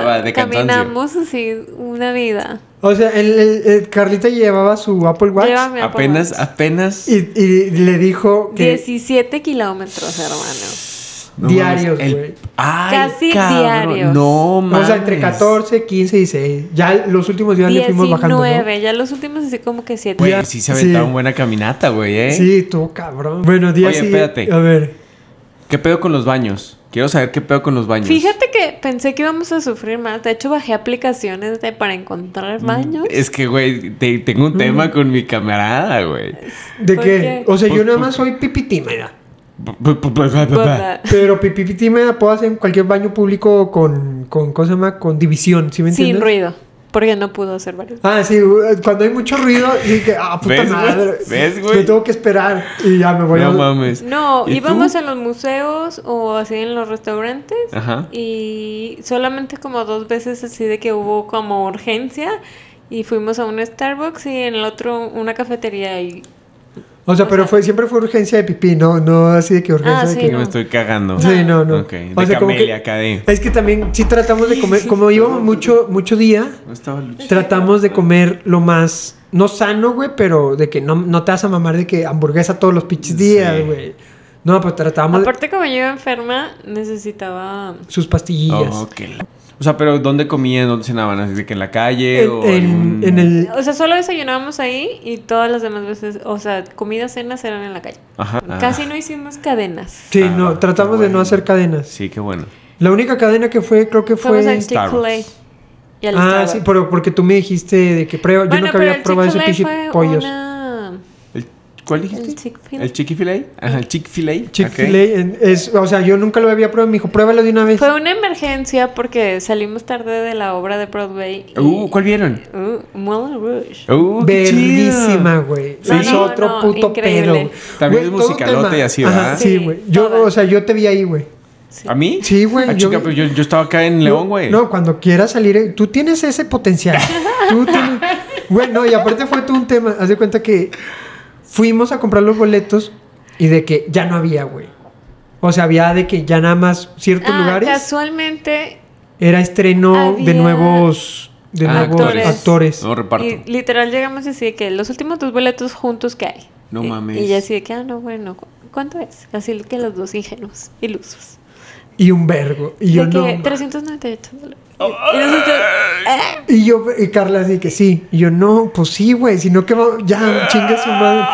B: *laughs*
A: Ah, va, de cansancio.
C: caminamos así una vida.
B: O sea, el, el- el Carlita llevaba su Apple Watch
C: Llévame a
A: Apenas,
C: Pomar.
A: apenas.
B: y, y le dijo que
C: 17 kilómetros, hermano.
A: No
B: diarios,
A: mames, el-
B: güey.
A: Ay,
C: Casi diarios.
A: No
B: O
A: mames.
B: sea, entre 14, 15 y 6. Ya los últimos días le fuimos bajando. ¿no?
C: 19, ya los últimos así como que 7.
A: Güey, sí se aventaron
B: Sí.
A: buena caminata, güey, ¿eh?
B: Sí, tú, cabrón. Bueno, día
A: Oye,
B: sí-
A: espérate.
B: A ver.
A: ¿Qué pedo con los baños? Quiero saber qué pedo con los baños.
C: Fíjate que pensé que íbamos a sufrir más. De hecho, bajé aplicaciones de, para
B: Mm.
C: encontrar baños.
B: Eh,
A: Es que, güey, te- tengo un tema con mi camarada, güey.
B: ¿De
C: ¿Por
B: qué?
C: qué?
B: O sea, yo
A: Pues,
B: nada
A: pues-
B: más soy pipi tímida.
C: Gorda.
B: Pero pipi tímida puedo hacer en cualquier baño público con, con ¿cómo se llama? Con división, ¿sí me entiendes?
C: Sin ruido. Porque no pudo hacer varios.
B: Ah, sí, güey, cuando hay mucho ruido, dije, ah, puta
A: ¿Ves, güey?
B: madre.
A: ¿Ves, güey?
B: Me tengo que esperar y ya me voy
A: No
B: a.
A: mames.
C: No,
A: ¿Y
C: íbamos
A: tú?
C: a los museos o así en los restaurantes.
A: Ajá.
C: Y solamente como dos veces así de que hubo como urgencia. Y fuimos a un Starbucks y en el otro una cafetería. Y
B: O sea, pero fue, siempre fue urgencia de pipí, no, no así de que urgencia
C: Ah,
B: de
C: sí,
A: Que
B: que.
C: no.
A: me estoy cagando.
B: Sí, no, no.
A: Ok, de
B: O sea, como
A: camelia,
B: que-
A: acá de-
B: Es que también sí tratamos de comer, como íbamos mucho, mucho día,
A: ¿Dónde estaba Lucha?
B: tratamos de comer lo más, no sano, güey, pero de que no, no te vas a mamar de que hamburguesa todos los pinches días,
A: Sí.
B: güey. No, pues tratamos de-
C: Aparte, como yo iba enferma, necesitaba.
B: sus pastillas.
A: Oh, que la- O sea, pero ¿dónde comían? ¿Dónde cenaban? ¿Así de que en la calle?
B: En,
A: o
B: en-
A: algún-
B: en el...
C: O sea, solo desayunábamos ahí y todas las demás veces, o sea, comidas, cenas eran en la calle.
A: Ajá.
C: Casi no hicimos cadenas.
B: Sí,
A: Ah,
B: no, tratamos
A: qué
B: de no
A: bueno.
B: hacer cadenas.
A: Sí, qué bueno.
B: La única cadena que fue, creo que
C: Fuimos
B: fue...
C: al Chick-fil-A
A: Starbucks.
C: y al
B: Ah,
C: Starbucks.
B: sí, pero porque tú me dijiste de que prueba, yo
C: Bueno,
B: nunca
C: pero
B: había probado ese
C: Chick-fil-A
B: pinche
C: fue
B: pollos.
C: una-
A: ¿El- ¿Cuál dijiste?
C: El Chick-fil-A.
A: ¿El Chick-fil-A? Ajá, el Chick-fil-A.
B: Chick-fil-A,
A: Ok.
B: en- es, o sea, yo nunca lo había probado, me dijo, pruébalo de una vez.
C: Fue una emergencia porque salimos tarde de la obra de Broadway. y-
A: Uh, ¿Cuál vieron?
C: Uh, Moulin Rouge.
A: Uh, qué chido.
B: Verdísima, güey.
A: Sí.
B: Es
A: No, no,
B: otro
C: no,
B: puto
C: increíble.
B: pedo. güey.
A: También
B: Güey,
A: es
B: todo
A: musicalote
B: tema.
A: y así,
B: Ajá,
A: ¿verdad?
B: Sí,
C: Sí,
B: güey. Yo,
C: todas.
B: o sea, yo te vi ahí, güey.
A: ¿A mí?
B: Sí, güey,
A: Ah,
B: yo-
A: chica, pero yo, yo estaba acá en León, güey.
B: No, cuando quieras salir, eh, tú tienes ese potencial. tú tienes... Güey, no, y aparte fue todo un tema. Haz de cuenta que fuimos a comprar los boletos y de que ya no había, güey. O sea, había de que ya nada más ciertos
C: Ah,
B: lugares.
C: casualmente
B: Era estreno
C: Había-
B: de nuevos, de
A: Ah,
B: nuevos
C: actores.
B: actores.
A: No reparto.
C: Y literal llegamos así de que los últimos dos boletos juntos que hay.
A: No
C: Y-
A: mames.
C: Y ya así de que, ah, no, bueno, ¿cu- ¿cuánto es? Así que los dos ingenuos, ilusos.
B: Y un vergo. Y yo
C: de
B: no.
C: que
B: ma-
C: 398 dólares. Y- y nosotros, ah,
B: Y yo, y Carla así que sí. Y yo, no, pues sí, güey. Si no, que va- ya, chinga su madre.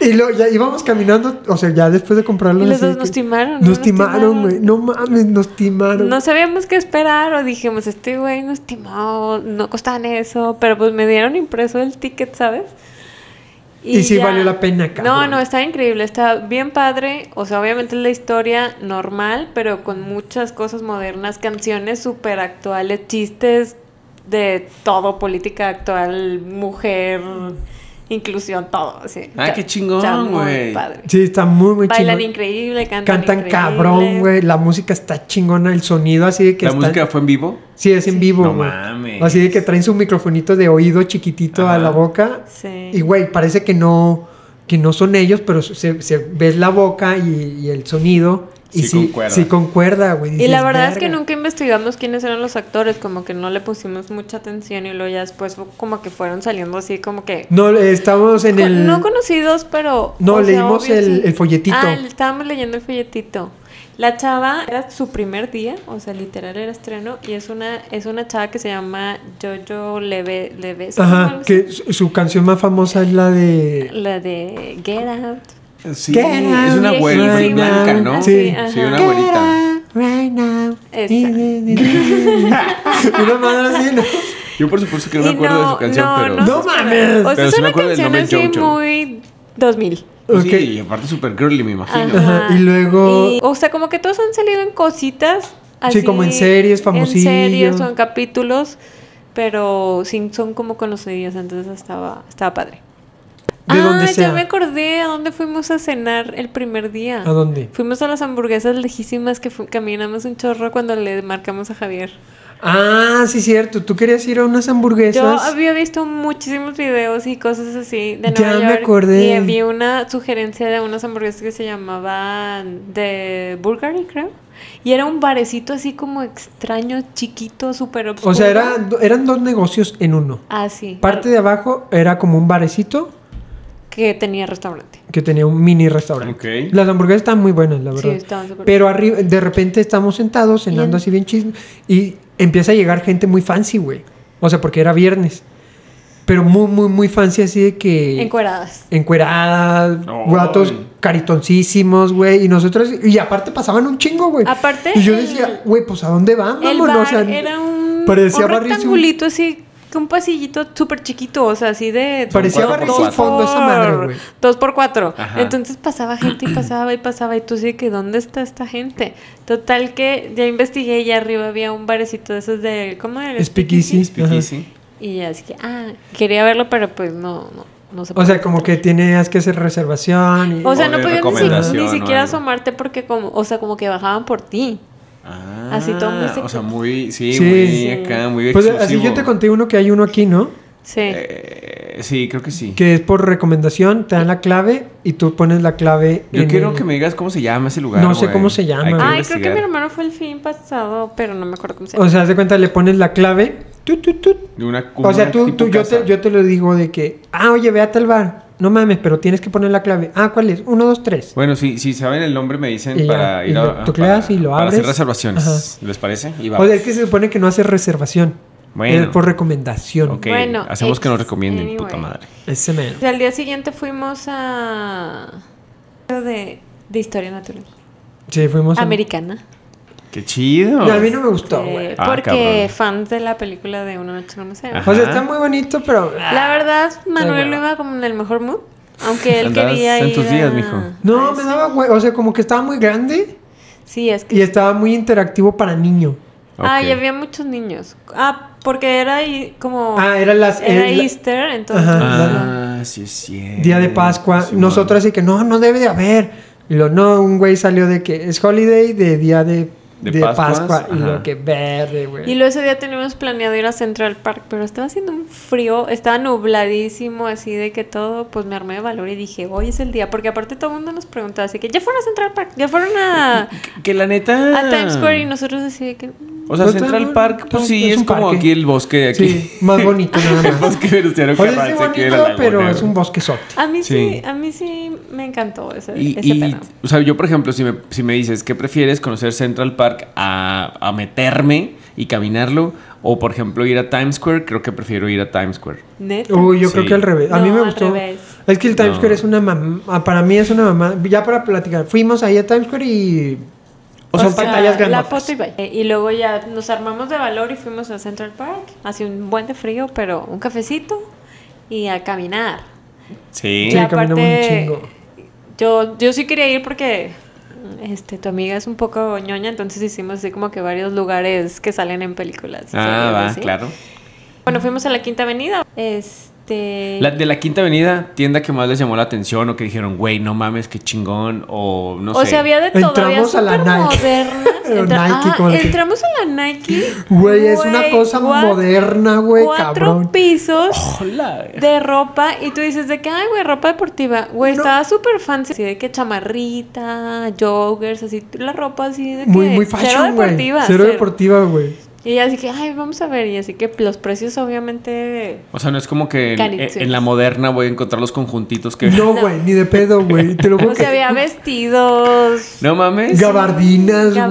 B: Y luego ya íbamos caminando, o sea, ya después de comprarlos.
C: Y los
B: así
C: dos
B: que-
C: nos timaron, ¿no?
B: Nos
C: Nos
B: timaron,
C: timaron.
B: güey. No mames, nos timaron.
C: No sabíamos qué esperar o dijimos, este güey nos timó, no costaban eso, pero pues me dieron impreso el ticket, ¿sabes?
B: Y sí valió la pena,
C: No,
B: cabrón.
C: no, está increíble, está bien padre, o sea, obviamente es la historia normal, pero con muchas cosas modernas, canciones súper actuales, chistes de todo, política actual, mujer, inclusión, todo, así.
A: Ah, qué chingón,
C: Está muy
A: güey.
C: padre.
B: Sí, está muy, muy
C: Bailan
B: chingón.
C: increíble, cantan,
B: Cantan
C: increíble.
B: cabrón, güey. La música está chingona. El sonido así de que
A: ¿La
B: está-
A: música fue en vivo?
B: Sí, es en vivo,
A: No
B: güey.
A: mames.
B: Así de que traen su microfonito de oído chiquitito a
A: Ajá.
B: la boca.
C: Sí.
B: Y güey, parece que no, que no son ellos, pero se, se ves la boca y, y el sonido. Y
A: Sí
B: sí, sí concuerda.
A: concuerda.
B: güey.
C: Y
B: Dices,
C: la verdad es que
B: "Verga".
C: nunca investigamos quiénes eran los actores, como que no le pusimos mucha atención y luego ya después fue como que fueron saliendo así como que...
B: No, eh, estamos en
C: co-
B: el.
C: No conocidos, pero...
B: No,
C: o sea,
B: leímos el-
C: sí.
B: el folletito.
C: Ah, le- estábamos leyendo el folletito. La chava era su primer día, o sea, literal era estreno, y es una es una chava que se llama Jojo Leve, Leves.
B: Ajá, que su, su canción más famosa es la de.
C: La de Get Out.
A: Sí.
B: ¿Qué?
A: Es una güerita
C: Viejísima.
A: blanca, ¿no?
C: Ah,
B: Sí.
C: sí, ajá.
A: Sí, una güerita.
B: Right now.
C: Esa.
B: *laughs* Una madre así, ¿no?
A: Yo por supuesto que no me
C: Y
A: acuerdo de su canción,
C: no,
A: pero...
C: no,
B: ¡No
C: se
B: mames!
C: acuerda. O sea,
A: Pero
C: es
A: sí me
C: una
A: acuerdo del
C: canción
A: nombre
C: así
A: Jojo.
C: muy 2000.
A: Pues Sí,
B: Ok.
A: y aparte super girly, me imagino.
B: Ajá, y luego-
C: o sea, como que todos han salido en cositas.
B: Sí, como en series, famosillos.
C: En series o en capítulos. Pero sin, son como conocidos, entonces estaba, estaba padre.
B: De
C: ah,
B: donde sea.
C: ya me acordé a dónde fuimos a cenar el primer día.
B: ¿A dónde?
C: Fuimos a las hamburguesas lejísimas que fu- caminamos un chorro cuando le marcamos a Javier.
B: Ah, sí, cierto. Tú querías ir a unas hamburguesas.
C: Yo había visto muchísimos videos y cosas así de
B: Ya
C: Nueva
B: me
C: York
B: acordé.
C: y vi una sugerencia de unas hamburguesas que se llamaban de Burgery, creo. Y era un barecito así como extraño, chiquito, súper
B: O
C: obscuro.
B: sea, eran, eran dos negocios en uno.
C: Ah, sí.
B: Parte de abajo era como un barecito
C: Que tenía restaurante.
B: que tenía un mini restaurante.
A: Ok.
B: Las hamburguesas estaban muy buenas, la
C: Sí,
B: verdad.
C: estaban súper
B: Pero arriba, de repente estamos sentados cenando
C: Bien.
B: así bien chisme y empieza a llegar gente muy fancy, güey. O sea, porque era viernes. Pero muy, muy, muy fancy así de que...
C: Encueradas.
B: Encueradas,
A: Ay.
B: guatos caritoncísimos, güey. Y nosotros... Y aparte pasaban un chingo, güey.
C: Aparte,
B: Y yo
C: el-
B: decía, güey, pues ¿a dónde van?
C: El
B: Vámonos,
C: bar
B: o sea,
C: era un,
B: parecía
C: un
B: barrio sin-
C: rectangulito así, con un pasillito súper chiquito, o sea, así de...
B: Parecía
C: dos
A: barrio
C: por-
A: sin
B: fondo esa madre, güey.
C: Dos por cuatro.
A: Ajá.
C: Entonces pasaba gente y pasaba y pasaba y tú sí que ¿dónde está esta gente? Total que ya investigué y arriba había un barecito de esos de... ¿Cómo era?
B: Speakeasy.
A: Speakeasy.
C: Y así que, ah, quería verlo, pero pues no, no, no se
B: O sea,
C: puede.
B: como que tenías que hacer reservación. Y...
C: O sea, no
A: de
C: podías ni, si-
A: recomendación
C: ni
A: o
C: siquiera
A: algo.
C: asomarte porque como, o sea, como que bajaban por ti.
A: Ah,
C: Así todo muy
A: O
C: secreto.
A: sea, muy... Sí,
B: Sí.
A: muy
B: Sí.
A: acá, muy
B: Pues
A: exclusivo.
B: así yo te conté uno que hay uno aquí, ¿no?
C: Sí.
A: Eh, sí, creo que sí.
B: Que es por recomendación, te dan la clave y tú pones la clave.
A: Yo
B: en
A: quiero
B: el-
A: que me digas cómo se llama ese lugar,
B: No sé
A: güey.
B: cómo se llama.
A: Hay
B: Ay,
C: Ay, creo que
A: investigar.
C: mi hermano fue el fin pasado, pero no me acuerdo cómo se llama.
B: O sea, haz de cuenta, le pones la clave. tut, tut, tut.
A: De una
B: O sea,
A: una
B: tú,
A: tipo
B: tú yo,
A: casa.
B: te, yo te lo digo de que, ah, oye, ve a tal bar. No mames, pero tienes que poner la clave. Ah, ¿cuál es? Uno, dos, tres.
A: Bueno, si, si saben el nombre, me dicen
B: Y ya,
A: para
B: y
A: ir
B: lo-
A: a.
B: tú
A: para-
B: creas y lo
A: Para hacer
B: abres.
A: reservaciones. ¿Les parece? Y
B: O
A: vamos.
B: sea, es que se supone que no hace reservación.
A: Bueno.
B: Es por recomendación.
A: Ok,
C: Bueno,
A: hacemos que nos
C: X,
A: recomienden,
C: anyway.
A: puta madre.
B: Ese man.
C: O sea, al día siguiente fuimos a. de, de historia natural.
B: Sí, fuimos. a-
C: Americana.
A: Qué chido.
B: No, a mí no me gustó,
C: Eh,
B: güey.
A: Ah,
C: porque
A: cabrón.
C: fans de la película de Una Noche en el Museo.
A: Ajá.
B: O sea, está muy bonito, pero.
C: La verdad,
B: hueva.
C: Manuel no iba como en el mejor mood. Aunque él
A: Andabas
C: quería
A: en
C: ir.
A: tus días,
C: a-
A: mijo.
B: No, me daba güey. O sea, como que estaba muy grande
C: Sí, es que.
B: y estaba muy interactivo para niño.
C: Ah, y
A: Ok.
C: había muchos niños. Ah, porque era ahí como.
B: Ah, eran las-
C: Era
B: el-
C: Easter, entonces.
B: Ajá.
A: Ah, sí, es cierto.
B: Día de Pascua.
A: Simón.
B: Nosotros así que no, no debe de haber. Y Lo, no, un güey salió de que es holiday de día de,
A: De
B: de
A: Pascuas,
B: Pascua. Y
A: ajá.
B: lo que verde,
C: Y
B: güey.
C: luego ese día teníamos planeado ir a Central Park, pero estaba haciendo un frío, estaba nubladísimo, así de que todo, pues me armé de valor y dije, hoy es el día, porque aparte todo el mundo nos preguntaba, así que ya fueron a Central Park, ya fueron
A: *laughs*
C: a,
A: Que- Que la neta.
C: a Times Square y nosotros así de que... mm,
A: O sea,
B: No,
A: Central
B: no,
A: Park,
B: no,
A: pues
B: no,
A: sí,
B: es
A: es,
B: un
A: como
B: parque.
A: aquí el bosque de aquí.
B: Sí, más bonito nada
A: *laughs* el
B: más.
A: bosque veracruzano
B: O
A: que
B: sea, sí
A: parece que era
B: bonito,
A: la
B: pero
A: laguna,
B: es
A: güey.
B: un bosque
C: A mí sí.
A: Sí.
C: a mí sí me encantó ese,
A: Y,
C: *laughs* ese
A: y,
C: pedo.
A: o sea, yo, por ejemplo, si me, si me dices, ¿qué prefieres conocer Central Park a, a meterme y caminarlo? O, por ejemplo, ir a Times Square, creo que prefiero ir a Times Square.
C: Neta.
B: Uy, yo
A: Sí.
B: creo que al revés. A mí
C: No,
B: me
C: al
B: gustó.
C: revés.
B: Es que el Times
A: No.
B: Square es una mamá. Para mí es una mamá. Ya para platicar. Fuimos ahí a Times Square y.
A: O
B: son
A: sea,
B: pantallas
C: La
B: grandotas.
C: foto y bye. Eh, Y luego ya nos armamos de valor y fuimos a Central Park. Hacía un buen de frío, pero un cafecito y a caminar.
A: Sí.
B: Sí, caminamos un chingo.
C: Yo, yo sí quería ir porque este, tu amiga es un poco ñoña, entonces hicimos así como que varios lugares que salen en películas. y
A: Ah,
C: series,
A: va,
C: así.
A: claro.
C: Bueno, fuimos a la Quinta Avenida. Este.
A: La, de la Quinta Avenida, tienda que más les llamó la atención o que dijeron, güey, no mames, qué chingón, o no sé.
C: o sea, había de todo.
B: Entramos a
C: había
B: la Nike. *laughs*
C: supermodernas.
B: Pero
C: Entra-
B: Nike,
C: ah,
B: como que-
C: entramos a la Nike.
B: Güey, es una
C: Güey,
B: cosa
C: cua-
B: moderna, güey,
C: Cuatro
B: cabrón.
C: pisos
A: Oh, Hola.
C: de ropa. Y tú dices, ¿de qué? Ay, güey, ropa deportiva. Güey, estaba súper fancy. Así de que chamarrita, joggers, así. La ropa así de que.
B: Muy, muy
C: Cero
B: fashion, güey.
C: deportiva.
B: Cero deportiva, güey.
C: Y ella así que, ay, vamos a ver. Y así que los precios, obviamente.
A: O sea, no es como que en, eh,
C: Canitz.
A: en la moderna voy a encontrar los conjuntitos que...
B: No, güey, ni de pedo, güey. Te lo juro
C: O sea,
B: que-
C: había vestidos.
A: *laughs* No mames.
B: Gabardinas, güey.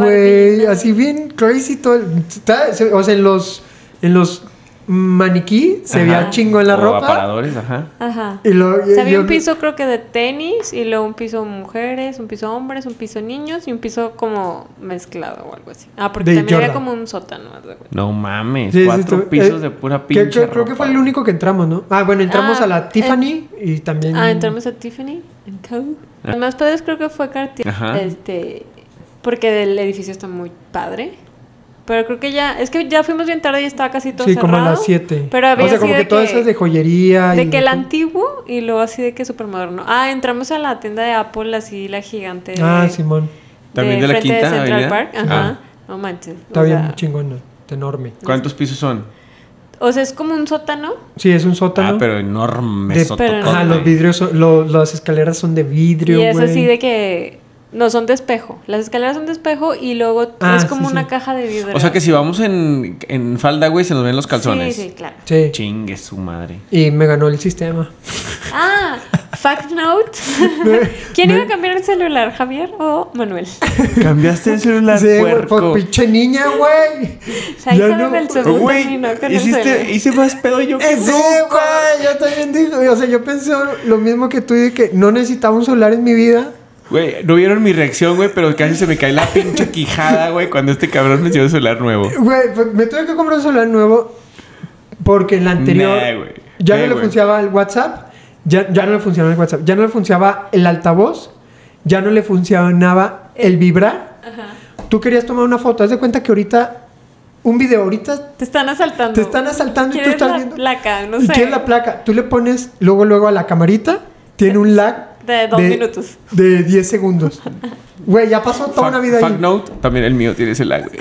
C: Gabardinas.
B: Así bien crazy todo. el- está- se- o sea, en los, en los maniquí se veía
A: Ajá.
B: chingo en la
A: O
B: ropa.
A: aparadores, ajá.
C: Ajá.
B: Y lo-
C: O sea, había
B: yo-
C: un piso creo que de tenis y luego un piso mujeres, un piso hombres, un piso niños y un piso como mezclado o algo así. Ah, porque
B: De
C: también había
B: Jordan.
C: como un sótano. haz de cuenta.
A: No mames,
B: Sí, sí,
A: cuatro
B: tú-
A: pisos
B: eh,
A: de pura
B: que- que-
A: pinche
B: Creo que
A: ropa,
B: fue el
A: güey.
B: único que entramos, ¿no? Ah, bueno, entramos
C: Ah,
B: a la
C: eh,
B: Tiffany y también.
C: Ah, entramos a Tiffany en Co.
A: Ah.
C: Los más padres creo que fue Cartier.
A: Ajá.
C: Este, porque el edificio está muy padre. Pero creo que ya, es que ya fuimos bien tarde y estaba casi todo
B: Sí,
C: cerrado.
B: como a las 7.
C: Pero había
B: o sea,
C: así
B: como
C: de
B: que, todas esas de joyería. y
C: De que el
B: todo.
C: antiguo y luego así de que supermoderno. Ah, entramos a la tienda de Apple, así la gigante.
B: Ah,
C: de-
B: Simón.
A: También de la
C: frente
A: Quinta
C: Central
A: Avenida.
C: Park, ajá.
A: Ah.
C: No manches.
B: Está
C: o,
B: bien
C: sea,
B: chingona. Enorme.
A: ¿Cuántos pisos son?
C: o sea, es como un sótano.
B: Sí, es un sótano.
A: Ah, pero enorme.
B: de-
A: sototote.
C: pero-
B: Ajá, los vidrios, son- lo- las escaleras son de vidrio,
C: y es
B: güey.
C: así de que. No, son de espejo. Las escaleras son de espejo y luego
B: Ah,
C: es como
B: sí,
C: una
B: sí.
C: caja de vidrio.
A: O sea que si vamos en, en falda, güey, se nos ven los calzones.
C: Sí, sí, claro.
B: Sí.
A: Chingue su madre.
B: Y me ganó el sistema.
C: Ah,
B: *laughs*
C: fact note. ¿Quién iba a cambiar el celular, Javier o
B: *laughs*
C: Manuel?
A: Cambiaste el celular,
B: Sí, güey, por pinche niña, güey. *laughs*
C: Ahí
B: Ya
C: saben
B: no.
C: el segundo terminó con el celular.
A: hice más pedo yo
B: Eh, Sí, güey, yo también dije, o sea, yo pensé lo mismo que tú de que no necesitaba un solar en mi vida.
A: Güey, no vieron mi reacción, güey, pero casi se me cae la pinche quijada, güey, cuando este cabrón me dio el celular nuevo.
B: Güey, pues, me tuve que comprar un celular nuevo porque el anterior
A: Nah, güey.
B: ya
A: Eh,
B: no le
A: güey.
B: funcionaba el WhatsApp, ya, ya no le funcionaba el WhatsApp, ya no le funcionaba el altavoz, ya no le funcionaba el vibrar. Tú querías tomar una foto, haz de cuenta que ahorita un video ahorita
C: Te están asaltando.
B: te están asaltando y tú
C: ¿Quieres
B: estás
C: la
B: viendo
C: placa? No
B: y
C: sé.
B: quieres la placa, tú le pones luego luego a la camarita, tiene un lag
C: De dos minutos.
B: de 10 segundos. Güey, ya pasó toda una
A: Fuck-
B: vida
A: fuck
B: ahí.
A: note, también el mío tiene celular,
B: *laughs*
A: güey.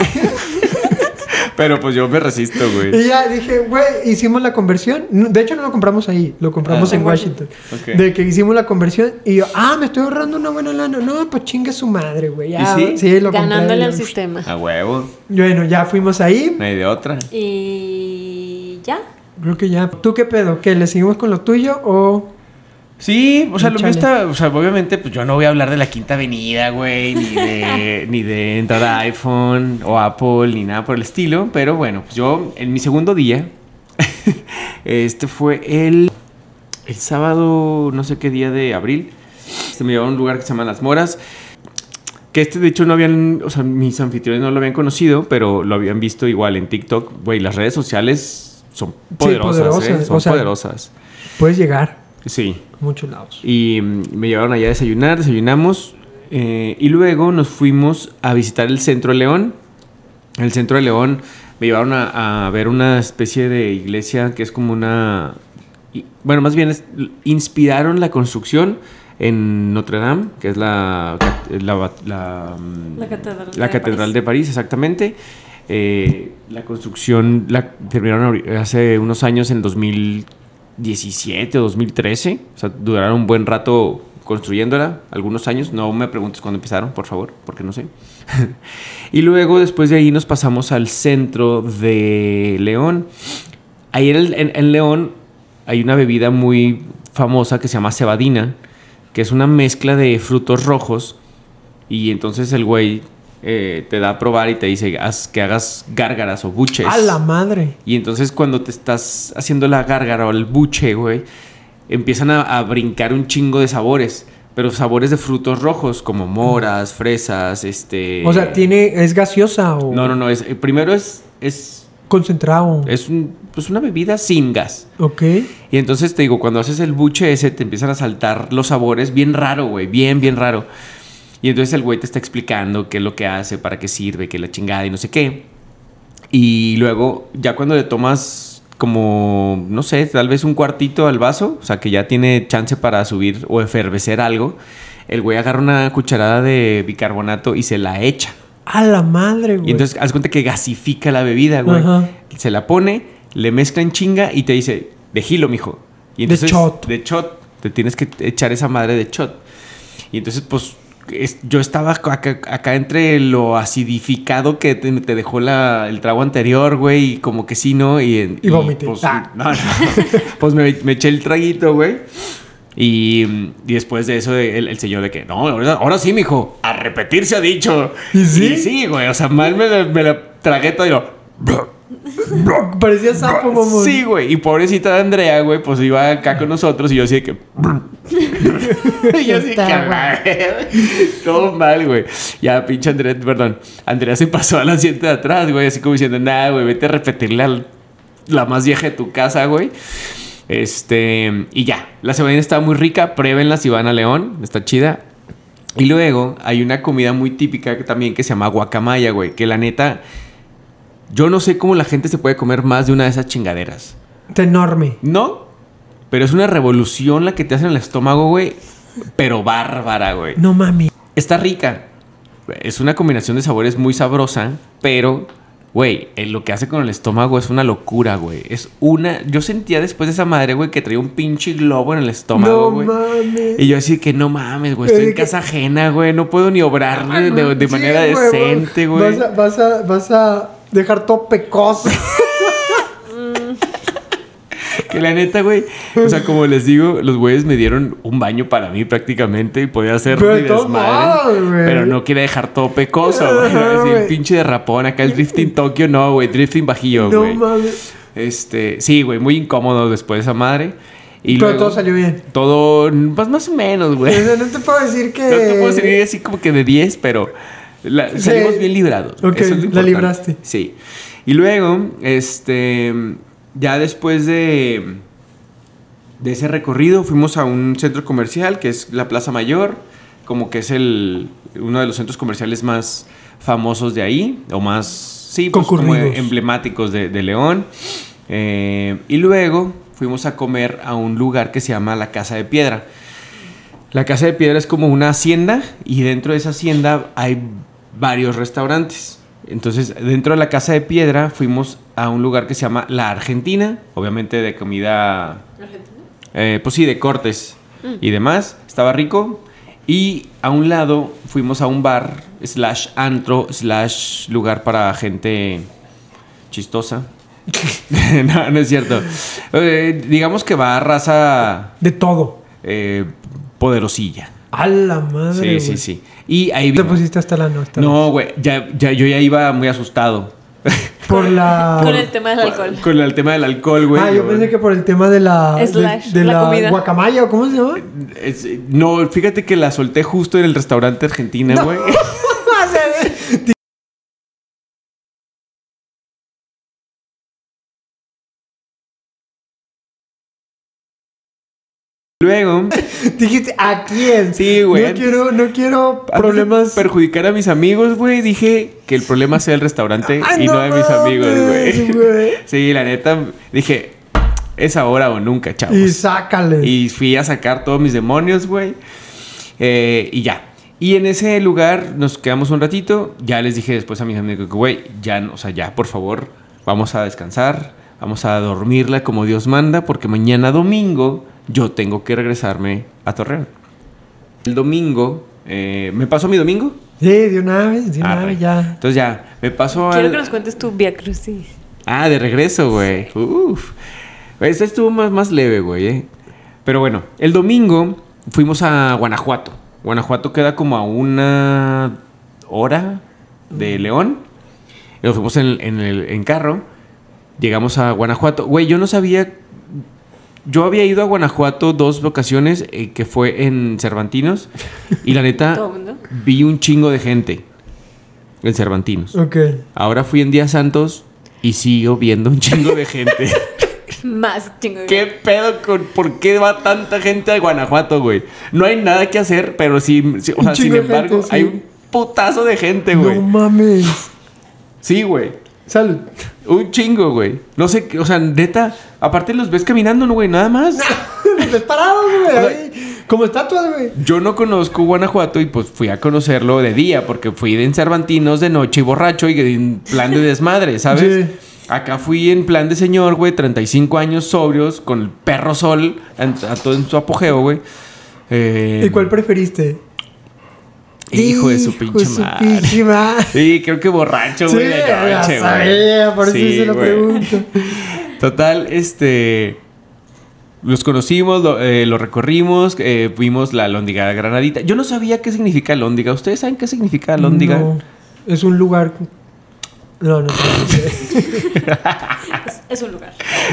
A: pero pues yo me resisto, güey.
B: Y ya dije, güey, hicimos la conversión. No, De hecho, no lo compramos ahí, lo compramos
A: Ah.
B: en
A: En
B: Washington.
A: Ok.
B: De que hicimos la conversión y yo, ah, me estoy ahorrando una buena lana. No, pues chingue su madre, güey. ya,
A: ¿Y sí?
B: lo compré.
C: Ganándole al sistema.
A: A huevo,
B: Bueno, ya fuimos ahí.
A: no hay de otra.
C: Y ya.
B: Creo que ya. ¿Tú qué pedo? ¿Que le seguimos con lo tuyo o.?
A: Sí, o sea, lo mío
B: Chale.
A: está, o sea, obviamente, pues yo no voy a hablar de la quinta avenida, güey, ni
B: *laughs*
A: de, ni de entrar a iPhone o Apple, ni nada por el estilo, pero bueno, pues yo en mi segundo día, *laughs* este fue el, el sábado, no sé qué día de abril, se me llevó a un lugar que se llama Las Moras, que este de hecho no habían, o sea, mis anfitriones no lo habían conocido, pero lo habían visto igual en TikTok, güey, las redes sociales son poderosas, ¿eh?
B: poderosas,
A: son
B: o sea-
A: poderosas,
B: Puedes llegar
A: sí.
B: a muchos lados.
A: Y mm, me llevaron allá a desayunar, desayunamos. eh, y luego nos fuimos a visitar el centro de León. El centro de León me llevaron a, a ver una especie de iglesia que es como una. y- Bueno, más bien es- inspiraron la construcción en Notre Dame, que es la, cat- la, bat- la, mm,
C: La catedral
A: la
C: de
A: catedral
C: París.
A: de París, exactamente. Eh, la construcción la terminaron ahori- hace unos años en 2017 o 2013. O sea, duraron un buen rato construyéndola, algunos años. No me preguntes cuándo empezaron, por favor, porque no sé. y luego, después de ahí, nos pasamos al centro de León. Ahí en, el- en- en León hay una bebida muy famosa que se llama cebadina, que es una mezcla de frutos rojos. Y entonces el güey eh, te da a probar y te dice haz, que hagas gárgaras o buches.
B: A la madre.
A: Y entonces cuando te estás haciendo la gárgara o el buche, güey, empiezan a, a brincar un chingo de sabores. Pero sabores de frutos rojos, como moras, fresas, este...
B: O sea, tiene, es gaseosa o
A: No, no, no. Es, eh, primero es... Es,
B: concentrado.
A: es un- pues una bebida sin gas.
B: Ok.
A: Y entonces te digo, cuando haces el buche ese, te empiezan a saltar los sabores bien raro, güey, bien, bien raro. Y entonces el güey te está explicando qué es lo que hace, para qué sirve, qué la chingada y no sé qué. Y luego, ya cuando le tomas como, no sé, tal vez un cuartito al vaso, o sea, que ya tiene chance para subir o efervecer algo, el güey agarra una cucharada de bicarbonato y se la echa.
B: A la madre, güey.
A: Y
B: *laughs*
A: entonces haz cuenta que gasifica la bebida, güey.
B: Ajá.
A: Se la pone, le mezcla en chinga y te dice, de gilo, mijo. Y entonces,
B: shot.
A: De shot. Te tienes que echar esa madre de shot. Y entonces, pues, es- yo estaba ac- acá, acá entre lo acidificado que te, te dejó la- el trago anterior, güey, y como que sí, ¿no? Y, en-
B: Y vomité.
A: Pues,
B: Ah.
A: no, *laughs* no. pues me, me eché el traguito, güey. Y, y después de eso, el, el señor de que, no, ahora, ahora sí, mijo, a repetir se ha dicho.
B: ¿Y sí?
A: sí, güey, o sea, mal me la, me la tragué todo y lo...
B: Parecía sapo, mamón.
A: Sí, güey. Y pobrecita de Andrea, güey, pues iba acá con nosotros y yo así de que. *laughs* y yo así de que.
B: Está
A: "Ah, Todo mal, güey. Ya, pinche Andrea, perdón. Andrea se pasó al asiento de atrás, güey, así como diciendo, nada, güey, vete a repetirle al- la más vieja de tu casa, güey. Este, y ya. La cebadina está muy rica. Pruébenla si van a León. Está chida. Y luego hay una comida muy típica que también que se llama guacamaya, güey. Que la neta, yo no sé cómo la gente se puede comer más de una de esas chingaderas.
B: Está enorme.
A: No, pero es una revolución la que te hacen en el estómago, güey. Pero bárbara, güey.
B: No mami.
A: Está rica. Es una combinación de sabores muy sabrosa, pero, güey, eh, lo que hace con el estómago es una locura, güey. Es una... Yo sentía después de esa madre, güey, que traía un pinche globo en el estómago,
B: No
A: güey.
B: mames.
A: Y yo así que no mames, güey,
B: Pero
A: estoy en
B: de que- Ah,
A: casa ajena, güey, no puedo ni obrar de, de- de
B: Sí,
A: manera
B: güey,
A: decente, güey.
B: Vas a, vas, a, vas a dejar todo pecoso.
A: Que la neta, güey, o sea, como les digo, los güeyes me dieron un baño para mí prácticamente y podía hacer
B: Pero
A: mi
B: de todos
A: desmadre,
B: modos, güey.
A: pero no quería dejar todo pecoso, güey.
B: Ajá,
A: Así, el
B: güey.
A: pinche derrapón acá el drifting Tokio, *laughs* no, güey, drifting bajillo,
B: no
A: güey.
B: mames.
A: este, sí, güey, muy incómodo después de esa madre. Y
B: Pero
A: luego,
B: todo
A: *laughs*
B: salió bien.
A: Todo, pues más o menos, güey.
B: O sea, no te puedo decir
A: *laughs*
B: que.
A: No te puedo seguir así como que de 10, pero la-
B: Sí.
A: salimos bien librados.
B: Ok,
A: Eso es lo
B: la
A: importante.
B: libraste.
A: Sí. Y luego, este, ya después de, de ese recorrido, fuimos a un centro comercial que es la Plaza Mayor, como que es el, uno de los centros comerciales más famosos de ahí, o más, sí, pues, como
B: Concurridos.
A: emblemáticos de, de León. Eh, y luego fuimos a comer a un lugar que se llama La Casa de Piedra. La Casa de Piedra es como una hacienda y dentro de esa hacienda hay varios restaurantes. Entonces, dentro de la Casa de Piedra fuimos a un lugar que se llama La Argentina, obviamente de comida, eh, pues sí, de cortes
B: Mm.
A: y demás. Estaba rico. Y a un lado fuimos a un bar, slash antro, slash lugar para gente
B: *laughs*
A: chistosa. no, no es cierto. Eh, digamos que va a raza
B: De todo.
A: eh, poderosilla.
B: A la madre.
A: sí,
B: güey.
A: sí, sí. Y ahí
B: Te
A: vimos-
B: pusiste hasta la noche.
A: No, güey, ya, ya, yo ya iba muy asustado.
B: Por la.
C: Con el tema del alcohol.
A: *laughs* Con el tema del alcohol, güey.
B: ah, yo pensé que por el tema de la. de-
C: Slash,
B: de,
C: la
B: la,
C: comida.
B: guacamaya, ¿o ¿cómo se llama?
A: Es- no, fíjate que la solté justo en el restaurante argentina, güey.
B: *laughs* *laughs*
A: Luego,
B: Dijiste, ¿a quién?
A: Sí, güey,
B: No
A: antes-
B: quiero, no quiero
A: antes de
B: problemas.
A: perjudicar a mis amigos, güey. Dije que el problema sea el restaurante
B: Ay,
A: y no de mis amigos,
B: Ah, mames,
A: güey. *laughs* Sí, la neta, dije, es ahora o nunca, chavos.
B: Y sácale.
A: Y fui a sacar todos mis demonios, güey. Eh, y ya. Y en ese lugar nos quedamos un ratito. Ya les dije después a mis amigos que, güey, ya, no- o sea, ya, por favor, vamos a descansar. Vamos a dormirla como Dios manda, porque mañana domingo yo tengo que regresarme a Torreón. El domingo, eh, ¿me pasó mi domingo?
B: Sí, de una vez, de una
A: Arre.
B: vez ya.
A: Entonces ya, me pasó
C: Quiero
A: al-
C: que nos cuentes tu Via Crucis.
A: Ah, de regreso, güey. Uf. Este estuvo más, más leve, güey. eh. Pero bueno, el domingo fuimos a Guanajuato. Guanajuato queda como a una hora de León. Y Nos fuimos en, en el, en carro. Llegamos a Guanajuato. Güey, yo no sabía... Yo había ido a Guanajuato dos ocasiones, eh, que fue en Cervantinos. Y la neta,
C: *laughs* Todo mundo.
A: vi un chingo de gente en Cervantinos.
B: Ok.
A: Ahora fui en Día Santos y sigo viendo un chingo de
B: *laughs*
A: gente.
C: Más chingo. de-
A: ¿Qué pedo con por qué va tanta gente a Guanajuato, güey? No hay nada que hacer, pero sí, sí, o
B: Un
A: sea, sin
B: chingo de gente,
A: embargo,
B: sí.
A: hay un putazo de gente, güey.
B: No mames.
A: Sí, güey. *laughs*
B: Salud.
A: Un chingo, güey. No sé, qué- o sea, neta, aparte los ves caminando, ¿no, güey, nada más.
B: Estás parado, güey. ahí, Como estatuas, güey.
A: Yo no conozco Guanajuato y pues fui a conocerlo de día, porque fui en Cervantinos de noche y borracho y en plan de
B: *laughs*
A: desmadre, ¿sabes?
B: Sí.
A: Acá fui en plan de señor, güey, 35 años sobrios, con el perro sol, en- a todo en su apogeo, güey. Eh,
B: ¿Y cuál preferiste?
A: Hijo de su pinche
B: su
A: madre. *laughs*
B: pinche madre.
A: Sí, creo que borracho, güey. de
B: ya
A: noche, güey.
B: sabía, por eso
A: Sí,
B: se lo
A: güey.
B: pregunto.
A: Total, este. Los conocimos, lo, eh, lo recorrimos, eh, vimos la lóndiga granadita. Yo no sabía qué significa lóndiga. ¿Ustedes saben qué significa lóndiga?
B: No, es un lugar. No, no,
A: *laughs*
B: sé.
C: Es, es un lugar.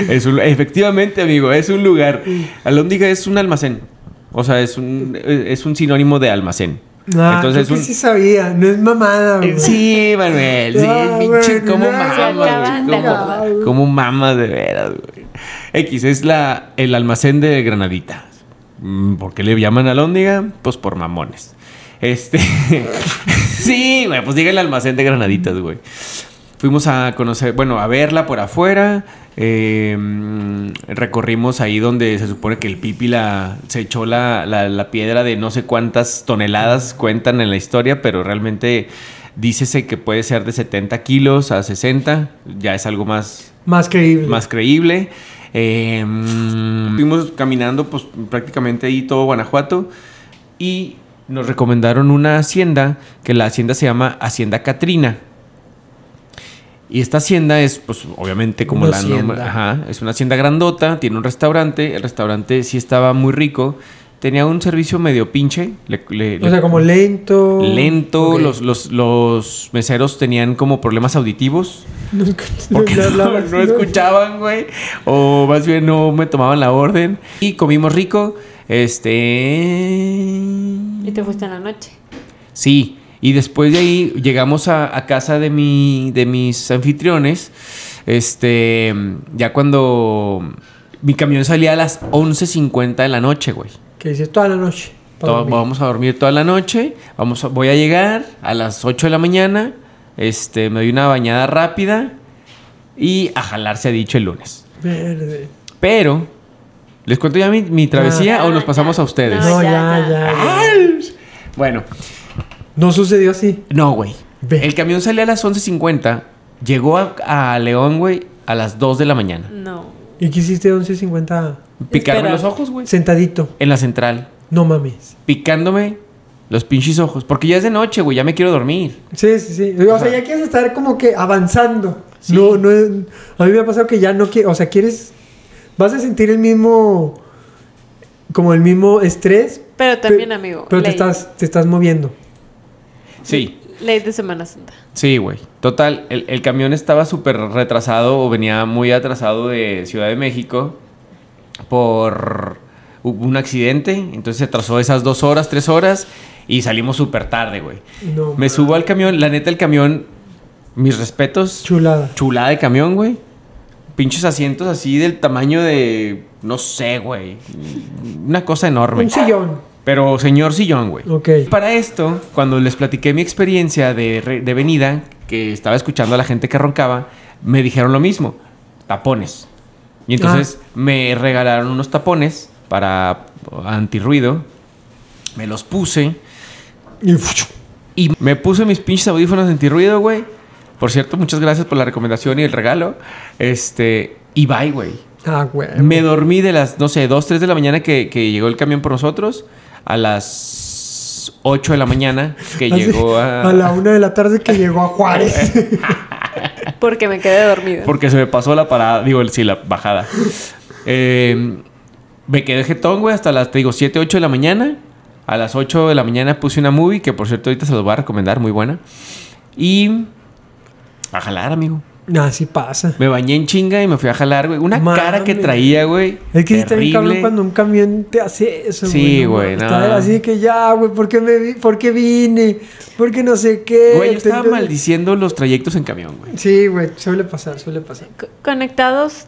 A: Es un- efectivamente, amigo, es un lugar. Alóndiga es un almacén. O sea, es un, es un sinónimo de almacén.
B: Ah,
A: Entonces,
B: Entonces,
A: un-
B: sí sabía, no es mamada, güey.
A: Eh, Sí, Manuel, sí,
B: Ah,
A: pinche,
B: güey,
A: como
B: no,
A: mamas,
C: se acaban de
A: güey, como-
C: acordar.
A: como mamas de veras, güey. X, es la, el almacén de Granadita. Mm, ¿Por qué le llaman alóndiga? Pues por mamones. Este. *laughs* sí, güey, pues diga el almacén de Granaditas, güey. Fuimos a conocer, bueno, a verla por afuera. eh, recorrimos ahí donde se supone que el Pipi la, se echó la, la- la piedra de no sé cuántas toneladas cuentan en la historia, pero realmente dícese que puede ser de 70 kilos a 60. Ya es algo más
B: Más creíble.
A: más creíble. Eh, mm, fuimos caminando pues, prácticamente ahí todo Guanajuato y nos recomendaron una hacienda que la hacienda se llama Hacienda Catrina. Y esta hacienda es, pues, obviamente, como
B: Una
A: la nombra-
B: hacienda.
A: ajá, es una hacienda grandota, tiene un restaurante. El restaurante sí estaba muy rico. Tenía un servicio medio pinche. le- le-
B: O sea, como lento.
A: lento.
B: Ok. *laughs*
A: Los, los, los meseros tenían como problemas auditivos.
B: No,
A: *laughs* Porque
B: no
A: no,
B: hablaba así,
A: no escuchaban, güey. O más bien no me tomaban la orden. Y comimos rico. Este.
C: Y te fuiste en la noche.
A: Sí. Y después de ahí llegamos a, a casa de, mi, de mis anfitriones. Este. Ya cuando. Mi camión salía a las 11.50 de la noche, güey.
B: Que dices toda la noche. pa'
A: Todo-
B: dormir.
A: vamos a dormir toda la noche. Vamos a- voy a llegar a las 8 de la mañana. Este, me doy una bañada rápida. Y a jalar se ha dicho el lunes.
B: Verde.
A: Pero, ¿les cuento ya mi, mi travesía
C: Ah.
A: o nos pasamos a ustedes?
C: No,
B: No,
C: ya,
B: ya, ya.
C: ya.
B: ya.
A: Bueno,
B: No sucedió así.
A: no, güey.
B: Ve.
A: El camión salía a las 11.50, llegó a, a León, güey, a las 2 de la mañana.
C: No.
B: ¿Y qué hiciste 11.50?
A: Picarme
C: Espera.
A: los ojos, güey.
B: Sentadito.
A: En la central,
B: No mames.
A: picándome los pinches ojos. Porque ya es de noche, güey, ya me quiero dormir.
B: Sí, sí, sí. O sea, ya quieres estar como que avanzando. No, no. es- A mí me ha pasado que ya no quiero. O sea, quieres. Vas a sentir el mismo como el mismo estrés.
C: Pero también,
B: pe-
C: amigo,
B: Pero te
C: ley.
B: estás, te estás moviendo.
A: Sí,
C: Ley de Semana Santa.
A: sí, güey. Total, el, el camión estaba súper retrasado o venía muy atrasado de Ciudad de México por hubo un accidente. Entonces se atrasó esas dos horas, tres horas y salimos súper tarde, güey.
B: No,
A: Me subo al camión, la neta, el camión, mis respetos.
B: Chulada.
A: Chulada de camión, güey. Pinches asientos así del tamaño de. No sé, güey. Una cosa enorme.
B: Un sillón.
A: Pero señor sillón, güey.
B: Ok.
A: Para esto, cuando les platiqué mi experiencia de, re- de venida, que estaba escuchando a la gente que roncaba, me dijeron lo mismo: tapones. Y entonces me regalaron unos tapones para antirruido. Me los puse.
B: Y-
A: Y me puse mis pinches audífonos antirruido, güey. Por cierto, muchas gracias por la recomendación y el regalo. Este, y bye, güey.
B: Ah, güey.
A: Me dormí de las, no sé, 2, 3 de la mañana que, que llegó el camión por nosotros a las 8 de la mañana que
B: Así,
A: llegó a...
B: la una de la tarde que llegó a Juárez.
A: *laughs*
B: *laughs*
C: Porque me quedé dormida.
A: Porque se me pasó la parada, digo, el- sí, la bajada. Eh, me quedé jetón, güey, hasta las, te digo, 7, 8 de la mañana. A las 8 de la mañana puse una movie que, por cierto, ahorita se los voy a recomendar, muy buena. Y... A jalar, amigo.
B: Así pasa.
A: Me bañé en chinga y me fui a jalar, güey. Una
B: Mami.
A: cara que traía, güey.
B: Es que sí está bien cabrón
A: terrible.
B: cuando un camión te hace eso,
A: Sí,
B: no
A: güey,
B: mames.
A: no.
B: Está así que ya, güey, ¿por qué me vi? ¿Por qué vine? ¿Por qué no sé qué?
A: Güey, yo estaba
B: Te-
A: maldiciendo los trayectos en camión, güey.
B: Sí, güey, suele pasar, suele pasar.
C: Co- Conectados,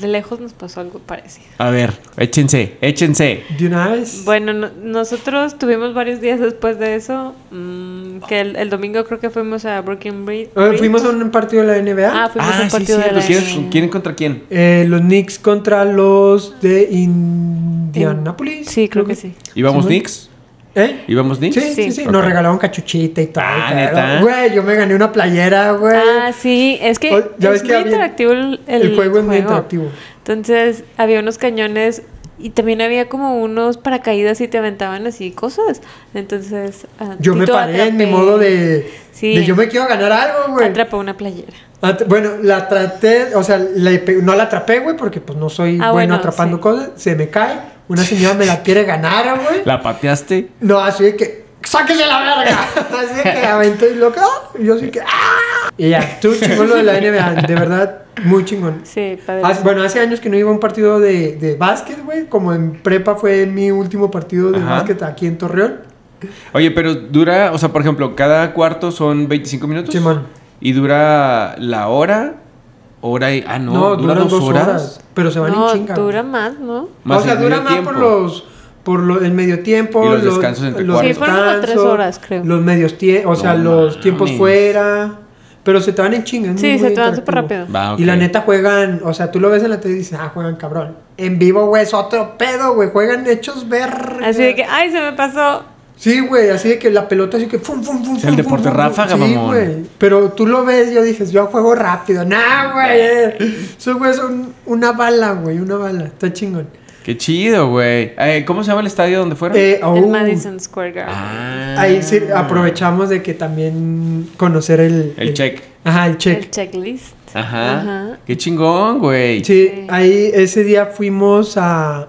C: de lejos nos pasó algo parecido.
A: A ver, échense, échense.
B: De una vez.
C: Bueno, no- nosotros tuvimos varios días después de eso, mm, que el, el domingo creo que fuimos a Brooklyn Bridge.
B: Eh, fuimos a un partido de la NBA.
C: Ah, fuimos a un
A: sí,
C: partido
A: cierto.
C: de la
A: ¿Quién, quién contra quién?
B: Eh, los Knicks contra los de Indianapolis.
C: Sí, creo que sí.
A: ¿Íbamos
B: Sí,
A: Knicks?
B: ¿Eh?
A: ¿Íbamos Knicks?
B: Sí, sí, sí.
C: Sí.
B: Nos
A: Ok.
B: regalaron cachuchita y todo.
A: Ah,
B: claro.
A: ¿neta?
B: Güey, yo me gané una playera, güey.
C: Ah, sí, es que
B: O- ya ves
C: es
B: que
C: muy
B: había-
C: interactivo el,
B: el,
C: el
B: juego es muy interactivo.
C: Entonces había unos cañones y también había como unos paracaídas y te aventaban así cosas. Entonces ah,
B: Yo me
C: Tito
B: paré en mi
C: atrapé-
B: modo de,
C: Sí.
B: de yo me quiero ganar algo, güey.
C: atrapó una playera.
B: At- Bueno, la traté, o sea, la pe- no la atrapé, güey, porque pues no soy
C: Ah,
B: bueno
C: bueno,
B: atrapando
C: sí.
B: cosas. Se me cae, una señora me la quiere ganar, güey.
A: ¿La pateaste?
B: No, así de que, ¡sáquese la verga! *laughs* así de que aventé y loca, y yo así que, ¡ah! Y ya, tú chingón lo de la NBA, de verdad, muy chingón.
C: Sí, padre.
B: Hace- Ah, bueno, hace años que no iba a un partido de, de básquet, güey. Como en prepa fue mi último partido de
A: Ajá.
B: básquet aquí en Torreón.
A: Oye, pero dura, o sea, por ejemplo, cada cuarto son 25 minutos.
B: Simón.
A: Y dura la hora, hora y... Ah, no, dura
B: duran
A: dos, horas.
B: Pero se van
C: no,
B: en chinga. güey.
C: dura más, ¿no?
A: Más
B: o sea,
A: el
B: dura
A: medio
B: más
A: tiempo.
B: por los por lo- el medio tiempo,
A: Y los descansos entre
B: los
A: cuartos.
C: Sí, fueron como tres
B: descansos,
C: horas, creo.
B: Los medios tiempos, o sea,
A: No
B: los
A: mames.
B: tiempos fuera, pero se te van en chinga. es
C: Sí,
B: muy
C: se te van súper
B: interactivo.
C: rápido.
A: Va, ok.
B: Y la neta juegan, o sea, tú lo ves en la tele y dices, "Ah, juegan cabrón." En vivo, güey, es otro pedo, güey, juegan hechos ver.
C: Así de que, ay, se me pasó.
B: Sí, güey, así de que la pelota así que fum, fum, fum.
A: Es el
B: fum,
A: deporte
B: fum, fum,
A: ráfaga,
B: sí,
A: mamón.
B: güey. Pero tú lo ves, yo dices, yo juego rápido. Nah, güey. eh. Esos güeyes son una bala, güey, una bala. Está chingón.
A: Qué chido, güey. Eh, ¿Cómo se llama el estadio donde fueron?
B: Eh,
C: El
B: oh,
C: Madison Square Garden.
A: Ah.
B: Ahí sí aprovechamos de que también conocer el...
A: El check.
B: Ajá, el check.
C: El checklist.
A: Ajá. Qué chingón, güey.
B: Sí, ahí ese día fuimos a, a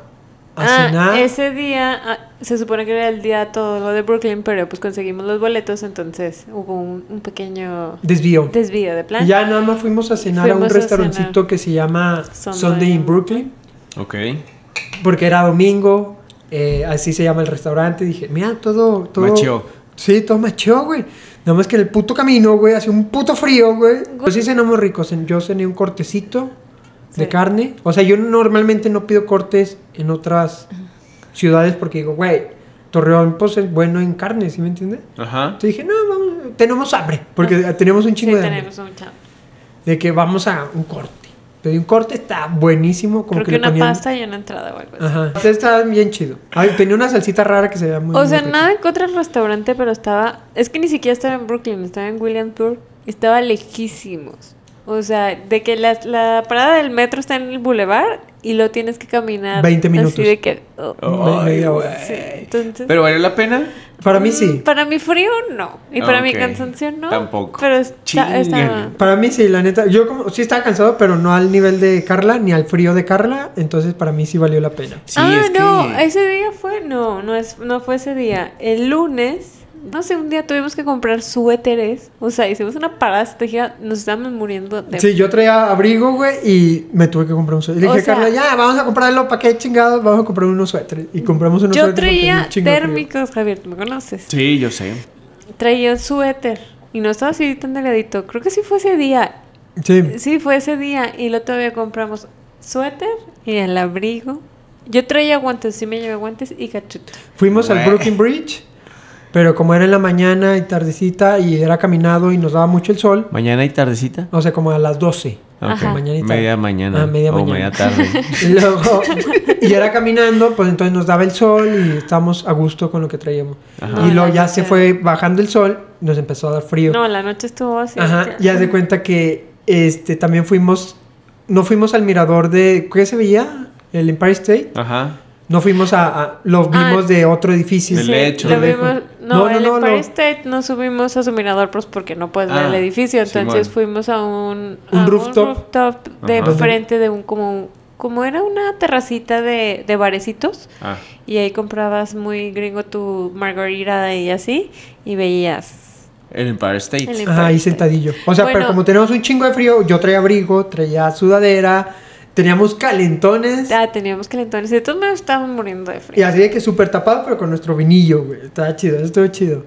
C: Ah,
B: cenar.
C: ese día ah, se supone que era el día todo lo de Brooklyn, pero pues conseguimos los boletos, entonces hubo un, un pequeño
B: Desvío.
C: desvío de plan.
B: Y ya nada más fuimos a cenar a un
C: Fuimos a
B: restaurancito
C: cenar.
B: que se llama
C: Sunday.
B: Sunday in Brooklyn.
A: Ok.
B: porque era domingo, eh, así se llama el restaurante. Dije, mira, todo. todo
A: Macheó.
B: Sí, todo macheó, güey. Nada más que en el puto camino, güey, hacía un puto frío, güey.
C: Güey.
B: Pero sí cenamos ricos. Yo cené un cortecito de
C: Sí.
B: carne. O sea, yo normalmente no pido cortes en otras ciudades porque digo, güey, Torreón, pues es bueno en carne, ¿sí me entiendes?
A: Ajá.
B: Entonces dije, no, vamos, tenemos hambre, porque tenemos un
C: Sí,
B: chingo de hambre.
C: tenemos un chavo.
B: De que vamos a un corte. Pedí un corte, está buenísimo. Como
C: Creo que,
B: le
C: una
B: ponían-
C: pasta y una entrada o algo así.
B: Ajá. Este estaba bien chido. Ay, tenía una salsita rara que se veía muy
C: O
B: muy
C: sea,
B: rica.
C: nada en contra del restaurante, pero estaba. Es que ni siquiera estaba en Brooklyn, estaba en Williamsburg. Estaba lejísimos. O sea, de que la, la parada del metro está en el boulevard y lo tienes que caminar.
B: 20 minutos.
C: Así de que. oh,
A: Ay,
B: media
A: güey.
B: hora.
C: sí, entonces-
A: Pero valió la pena.
B: Para mí
C: Mm,
B: sí.
C: Para mi frío no. Y para mi
A: Ok.
C: cansancio no.
A: Tampoco.
C: Pero está,
A: Chinguen.
C: estaba-
B: Para mí sí, la neta. Yo como sí estaba cansado, pero no al nivel de Carla ni al frío de Carla. Entonces para mí sí valió la pena.
A: Sí,
C: ah,
A: es que-
C: no, ese día fue, no, no, es, no fue ese día. El lunes, no sé, un día tuvimos que comprar suéteres. O sea, hicimos una parada estratégica, nos estábamos muriendo de...
B: Sí, yo traía abrigo, güey, y me tuve que comprar un suéter. Le
C: O
B: dije,
C: sea-
B: Carla, ya, vamos a comprarlo, ¿para qué chingados? Vamos a comprar unos suéteres. Y compramos unos
C: yo
B: suéteres. porque
C: traía
B: un chingo de frío.
C: térmicos, Javier, ¿tú me conoces?
A: Sí, yo sé.
C: Traía un suéter y no estaba así tan delgadito. Creo que sí fue ese día.
B: Sí.
C: Sí, fue ese día y lo todavía compramos suéter y el abrigo. Yo traía guantes, sí me llevé guantes y cachuta.
B: Fuimos al
A: Güey.
B: Brooklyn Bridge, pero como era en la mañana y tardecita y era caminado y nos daba mucho el sol,
A: Mañana y tardecita.
B: no sé, como a las 12.
A: Ah, Ok.
C: Ajá.
B: Mañana y tarde.
A: Media mañana.
B: Ah, media
A: o
B: mañana.
A: media tarde.
B: *laughs* Y luego, y era caminando, pues entonces nos daba el sol y estábamos a gusto con lo que traíamos.
A: Ajá.
B: Y luego ya se fue bajando el sol, nos empezó a dar frío.
C: No, la noche estuvo así.
B: Ajá,
C: que-
B: y haz de cuenta que este también fuimos, no fuimos al mirador de, ¿qué se veía? El Empire State.
A: Ajá.
B: No fuimos a, a- lo vimos de otro edificio.
A: Del lecho.
C: Ah, lo
A: Del
B: lecho.
C: vimos-
B: No,
C: no,
B: no,
C: el
B: no,
C: Empire
B: no.
C: State no subimos a su mirador pues porque no puedes ver
A: Ah,
C: el edificio.
A: Simón.
C: Entonces fuimos a un, a
B: Un rooftop.
C: rooftop de
A: Ajá.
C: frente de un como como era una terracita de, de barecitos
A: Ah.
C: y ahí comprabas muy gringo tu margarita y así y veías
A: El Empire State.
C: El-
B: Ajá, ahí sentadillo. O sea, pero
C: Bueno.
B: como teníamos un chingo de frío, yo traía abrigo, traía sudadera, teníamos calentones.
C: ah, teníamos calentones y todos me estaban muriendo de
B: Y
C: frío.
B: así de que súper tapado, pero con nuestro vinillo, güey. Estaba chido, eso estuvo chido.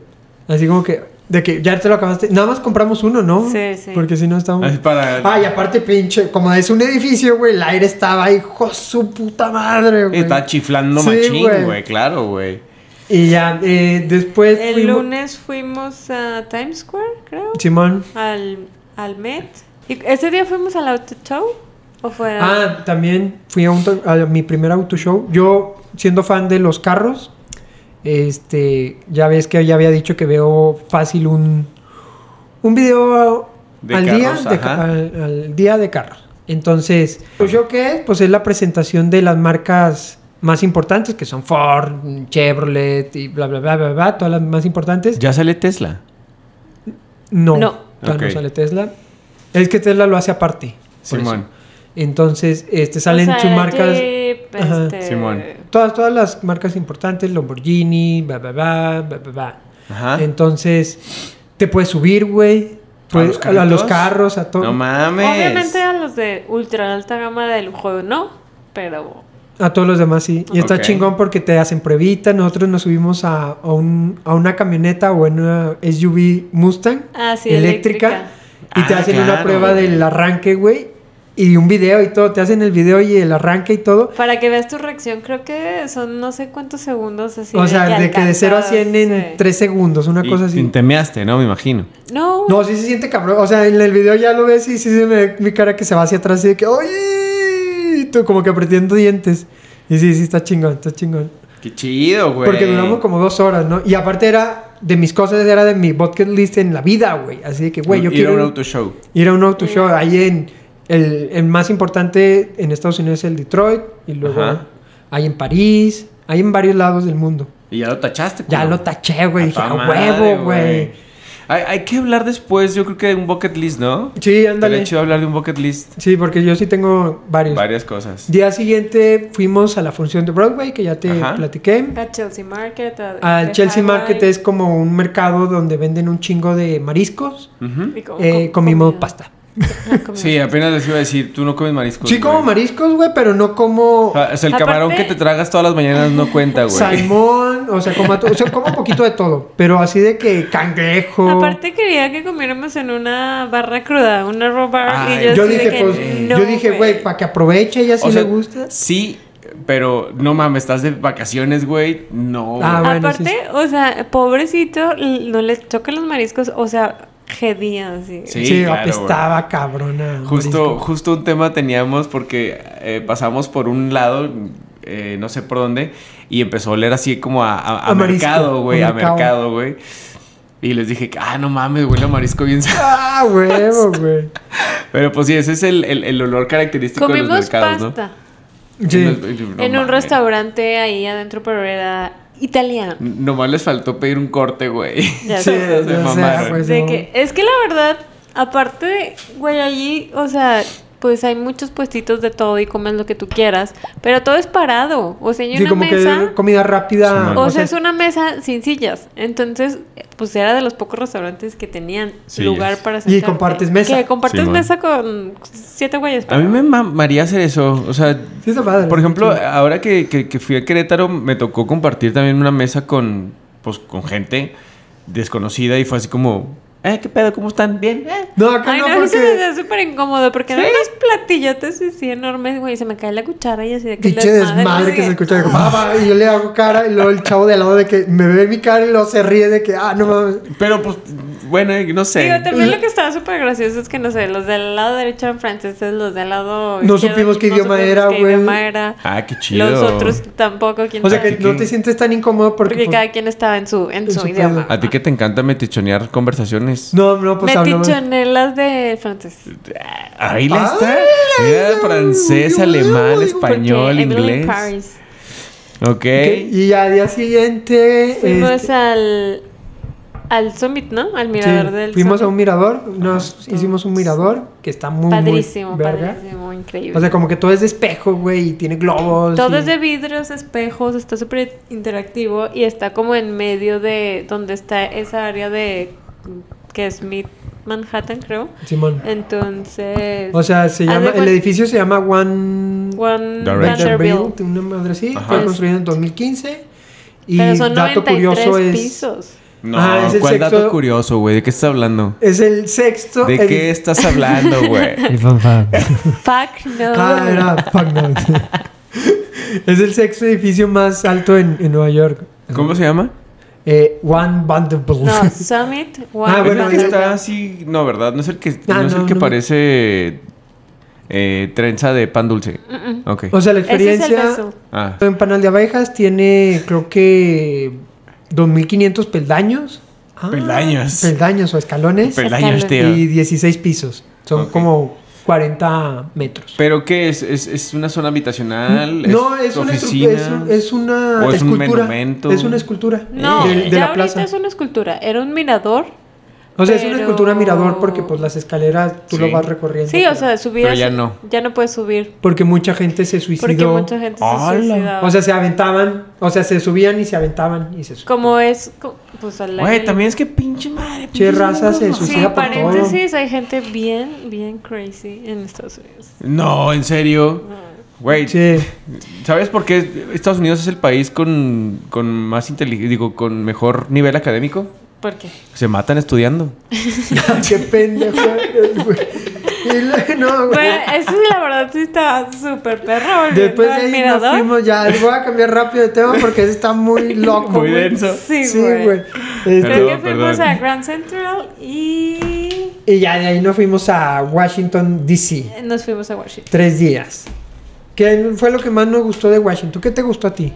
B: Así como que, de que ya te lo acabaste. Nada más compramos uno, ¿no?
C: Sí, sí.
B: Porque si no estamos.
A: Ay, para...
B: Ah, y aparte, pinche, como es un edificio, güey, el aire estaba, hijo de su puta madre, güey.
A: Está chiflando
B: Sí, güey.
A: machín, güey. Claro, güey.
B: Y ya, eh, después
C: El
B: fuimos-
C: lunes fuimos a Times Square, creo.
B: Simón.
C: al, al Met. ¿Y ese día fuimos al auto show? ¿O fue a-
B: Ah, también fui a, un to- a mi primer auto show. Yo, siendo fan de los carros, este, ya ves que ya había dicho que veo fácil un, un video
A: De
B: al,
A: carros,
B: día, de, ca-
A: ajá.
B: al, al día de carros. Entonces, ¿el show qué es? Pues es la presentación de las marcas más importantes, que son Ford, Chevrolet y bla, bla, bla, bla, bla, todas las más importantes.
A: Ya sale Tesla.
B: No,
C: No.
B: todavía no
A: Ok.
B: sale Tesla. Es que Tesla lo hace aparte. por
A: Simón.
B: eso. Entonces, este, salen
C: o sea,
B: sus marcas,
C: Jeep,
B: Ajá.
C: este,
A: Simón.
B: todas, todas las marcas importantes, Lamborghini, bla, bla, bla, bla, bla, bla.
A: Ajá.
B: Entonces, te puedes subir, güey, puedes- a, a
A: carritos?
B: los carros, a todo,
A: No mames.
C: Obviamente a los de ultra alta gama de lujo no, pero
B: a todos los demás, sí. Y está
A: Ok.
B: chingón porque te hacen pruebita. Nosotros nos subimos a, a un- a una camioneta o en una SUV Mustang
C: Ah, sí, eléctrica.
B: Y te
A: Ah,
B: hacen una
A: claro,
B: prueba
A: güey.
B: del arranque, güey. Y un video y todo. Te hacen el video y el arranque y todo.
C: para que veas tu reacción, creo que son no sé cuántos segundos así.
B: o sea, de que de 0 a 100 en
C: alcanzas, sí.
B: 3 segundos, una
A: Y
B: cosa así.
A: Te measte, ¿no? Me imagino.
C: No,
B: No, sí se siente cabrón. O sea, en el video ya lo ves y sí se me ve mi cara que se va hacia atrás y de que, ¡oye! y tú como que apretiendo dientes. Y sí, sí, está chingón, está chingón.
A: Qué chido, güey.
B: Porque duramos como dos horas, ¿no? Y aparte era de mis cosas, era de mi bucket list en la vida, güey. Así de que, güey, yo
A: Ir a
B: quiero
A: un auto show.
B: ir a un auto show. Ahí en el, el más importante en Estados Unidos es el Detroit y luego
A: Ajá.
B: hay en París, hay en varios lados del mundo.
A: Y ya lo tachaste,
B: Ya
A: culo.
B: lo taché, güey.
A: A
B: Dije,
A: toda
B: a
A: madre,
B: huevo, güey.
A: Hay, hay que hablar después, yo creo que de un bucket list, ¿no?
B: Sí,
A: Estaría
B: ándale.
A: chido hablar de un bucket list.
B: Sí, porque yo sí tengo varios.
A: Varias cosas.
B: Día siguiente fuimos a la función de Broadway, que ya te
A: Ajá.
B: platiqué.
C: a Chelsea Market. a-
B: Al
C: Eh, de
B: Ah, Chelsea
C: Highway,
B: Market es como un mercado donde venden un chingo de mariscos.
A: Ujú.
C: y com-
B: Eh,
C: com-
B: comimos
C: comida.
B: pasta.
C: Ajá, comimos
A: Sí, apenas les iba a decir, tú no comes mariscos.
B: Sí, como
A: güey.
B: mariscos, güey, pero no como
A: O sea, el camarón que
C: Aparte-
A: te tragas todas las mañanas no cuenta, Ah, güey.
B: salmón, o sea, como, a to- o sea, como un poquito de todo, pero así de que cangrejo.
C: Aparte quería que comiéramos en una barra cruda, una raw bar
A: Ay,
C: y yo,
B: yo
C: así de
B: dije,
C: que
B: pues,
C: no,
B: yo dije, güey, para que aproveche y así
A: O sea,
B: le gusta.
A: Sí, pero no mames, estás de vacaciones, güey. No.
B: Ah,
A: güey.
B: bueno,
C: Aparte, o sea, pobrecito, l- no les chocan los mariscos, o sea, gedía así.
A: Sí,
B: sí,
A: claro,
B: apestaba cabrona.
A: Justo,
B: marisco.
A: justo un tema teníamos porque eh, pasamos por un lado, eh, no sé por dónde, y empezó a oler así como a, a- a
B: A marisco,
A: mercado, güey,
B: a
A: a
B: mercado.
A: mercado, güey. Y les dije, que, ah, no mames, huele a marisco bien. sa-". *laughs*
B: Ah, *laughs* huevo, güey.
A: Pero pues sí, ese es el, el- el olor característico de los
C: Comimos
A: mercados,
C: pasta.
A: ¿no?
B: Sí.
A: No
C: en un
A: mames.
C: restaurante ahí adentro, pero era italiano.
A: Nomás les faltó pedir un corte, güey.
C: Ya
B: Sí,
A: Se
C: sé.
B: o sea,
A: mamaron.
B: pues,
C: De
B: no.
C: que- es que la verdad, aparte, de- güey, allí, o sea, pues hay muchos puestitos de todo y comes lo que tú quieras, pero todo es parado. O sea, hay
B: Sí,
C: una
B: como
C: mesa.
B: que comida rápida.
D: Sí,
C: O sea, es una mesa sin sillas. Entonces, pues era de los pocos restaurantes que tenían
D: Sillas.
C: lugar para
B: Y
C: sentarte.
B: compartes mesa.
C: Que compartes
D: Simón.
C: mesa con siete güeyes.
A: A mí me mamaría hacer eso. O sea,
B: Sí, está padre.
A: por ejemplo,
B: Sí.
A: ahora que, que- que fui a Querétaro, me tocó compartir también una mesa con, pues, con gente desconocida y fue así como, eh, ¿qué pedo? ¿Cómo están? ¿Bien? Eh".
B: No, acá
C: Ay,
B: Ah, no,
C: no, eso me
B: porque.
C: da súper incómodo porque eran unos platillotes así enormes, güey. y Se me cae la cuchara y así de que
B: Pinche desmadre que se escucha de que, "Papá", y yo le hago cara y luego el chavo de al lado de que me ve mi cara y luego se ríe de que, ah, no mames.
A: Pero, pues, bueno, eh, no sé.
C: Digo, también lo que estaba súper gracioso es que, no sé, los del lado derecho eran franceses, los del lado
B: No
C: izquierdo
B: supimos qué idioma era,
C: qué
B: güey.
C: idioma era.
A: Ah, qué chido.
C: Los otros tampoco, quién
B: O sea que
C: sabe.
B: no te sientes tan incómodo porque.
C: porque
B: pues,
C: cada quien estaba en su, en
B: en
C: su,
B: su
C: idioma.
B: pedo.
A: A ti que te encanta metichonear conversaciones.
B: No, no, pues hablamos.
C: Metichonelas de francés.
A: Ahí la
B: Ah,
A: está.
B: la-
A: Mira, francés,
B: yo- yo-
A: alemán,
B: yo-
A: español,
C: Porque Emily in
A: inglés.
C: Paris.
A: Ok.
B: Ok, Y al día siguiente.
C: Fuimos
B: este,
C: al, al summit, ¿no? Al mirador
B: sí,
C: del
B: fuimos a un
C: summit.
B: mirador, nos
C: Ajá.
B: hicimos un mirador que está muy, muy
C: Padrísimo,
B: verga.
C: padrísimo, increíble.
B: O sea, como que todo es de espejo, güey, y tiene globos.
C: Todo
B: y-
C: es de vidrios, espejos, está súper interactivo y está como en medio de donde está esa área de que es Mid Manhattan, creo.
B: Simón.
C: Entonces,
B: O sea, se
C: haz de
B: llama, el
C: cuen-
B: edificio se llama One...
C: One
A: Direction.
C: Vanderbilt.
B: Vanderbilt, una madre así.
A: Ajá.
B: Fue construido en 2015. Y
C: Pero son
B: dato
C: 93
B: curioso es... *laughs*
C: pisos.
A: No,
B: Ah, es el
A: ¿cuál dato
B: sexto-
A: curioso, güey? ¿De qué estás hablando?
B: Es el sexto...
A: ¿De
B: edi-
A: qué
B: *laughs*
A: estás hablando, güey?
C: Fuck no.
B: Ah, era... fuck no.
C: *laughs*
B: es el sexto edificio más alto en, en Nueva York.
A: ¿Cómo se llama?
B: Eh, One Vanderbilt.
C: No, Summit One
B: Ah,
A: Ah,
B: bueno,
A: bueno, que
B: ya-
A: está así. No, ¿verdad? No es el que,
B: Ah,
A: no es el
B: no,
A: que
B: no.
A: parece eh, trenza de pan dulce.
C: Mm-mm.
A: Ok.
B: *laughs* O sea, la
C: Ese es el
B: experiencia...
C: beso.
A: Ah,
B: En Panal de Abejas tiene, creo que, 2.500 peldaños. Ah,
A: Peldaños.
B: Peldaños o escalones.
A: peldaños, tío.
B: y 16 pisos. Son
A: Ok.
B: como 40 metros.
A: ¿Pero qué es? ¿Es, es una zona habitacional?
B: No, es una, estru-
A: oficina?
B: es, un- es una
A: ¿O es un
B: escultura.
A: monumento?
B: es una escultura
C: No,
B: de, de
C: ya
B: la
C: ahorita
B: plaza.
C: es una escultura, era un mirador.
B: o sea, es una
C: pero-
B: escultura mirador porque pues las escaleras tú
A: Sí.
B: lo vas recorriendo.
C: Sí, o
B: pero-
C: sea, subir
A: Pero
C: a-
A: ya no.
C: ya no puedes subir
B: Porque mucha gente se suicidó.
C: porque mucha gente
A: Ala.
C: se suicidaba.
B: O sea, se aventaban, o sea, se subían y se aventaban y se suicidaban.
C: como es co- pues al aire
A: Güey, también es que pinche madre.
B: Che,
A: pinches
B: raza
A: gringos,
B: se
A: no.
B: suicida
C: Sí,
B: por
C: paréntesis, hay gente bien, bien crazy en Estados Unidos.
A: No, en serio. Güey,
B: Sí. *laughs*
A: ¿sabes por qué Estados Unidos es el país con, con más inteligencia, digo, con mejor nivel académico?
C: ¿Por qué?
A: Se matan estudiando.
B: Qué pendejo. eres, güey. Y luego, no, güey.
C: Bueno, eso la verdad sí estaba súper perro volviendo
B: Después de
C: al
B: ahí nos
C: mirador.
B: fuimos ya. Voy a cambiar rápido de tema porque ese
A: *laughs*
B: está muy loco.
A: Muy
B: güey.
A: denso.
C: Sí,
B: Sí,
C: güey.
B: güey.
C: Creo
B: Este,
A: Perdón,
C: que fuimos
A: perdón.
C: a Grand Central y
B: y ya de ahí nos fuimos a Washington, D.C.
C: nos fuimos a Washington.
B: Tres días. ¿Qué fue lo que más nos gustó de Washington? ¿Qué te gustó a ti?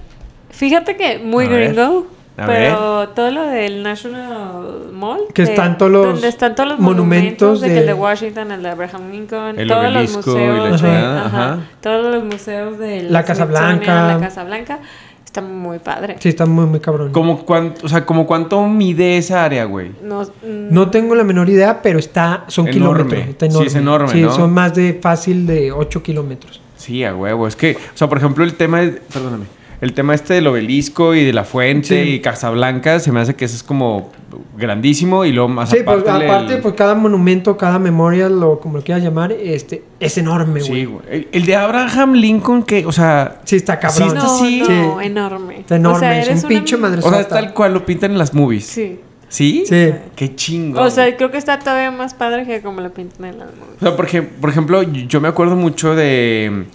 C: Fíjate que muy
A: A ver,
C: gringo,
A: a
C: pero todo lo del National Mall,
B: Que
C: de-
B: están todos los
C: donde están todos los
B: monumentos
C: monumentos, de, que el
B: de-
C: de Washington, el de Abraham Lincoln,
A: El
C: todos los
A: obelisco y la
C: museos, de-
A: chingada,
C: ajá,
A: ajá.
C: todos los museos de
B: La Casa
C: Smithsonian,
B: Blanca.
C: la Casa Blanca, está muy padre.
B: Sí, está muy, muy cabrón.
A: Como cuánto, o sea, como cuánto mide esa área, güey.
C: No, mm,
B: No tengo la menor idea, pero está, son
A: Enorme.
B: kilómetros. Está
A: Sí,
B: enorme.
A: es enorme,
B: Sí,
A: ¿no?
B: son más de fácil de 8 kilómetros.
A: Sí, a huevo. Es que, o sea, por ejemplo, el tema, de- perdóname, el tema este del obelisco y de la fuente
B: Sí.
A: y Casablanca, se me hace que eso es como grandísimo y luego más
B: Sí, pues
A: aparte el-
B: aparte, pues cada monumento, cada memoria, lo, como lo quieras llamar, este, es enorme, güey.
A: Sí, güey. El, el de Abraham Lincoln, que, o sea,
B: Sí, está
A: Sí,
B: cabrón.
A: está-
C: no,
A: sí.
C: no,
B: Sí.
C: enorme.
B: Está enorme,
C: O sea,
B: es
C: eres
B: un
C: una-
B: pinche madre.
A: o sea, es tal cual lo pintan en las movies.
C: Sí.
A: ¿Sí?
B: Sí.
A: Qué chingo.
C: O sea, creo que está todavía más padre que como lo pintan en las movies.
A: O sea, por, ejem- por ejemplo, yo me acuerdo mucho de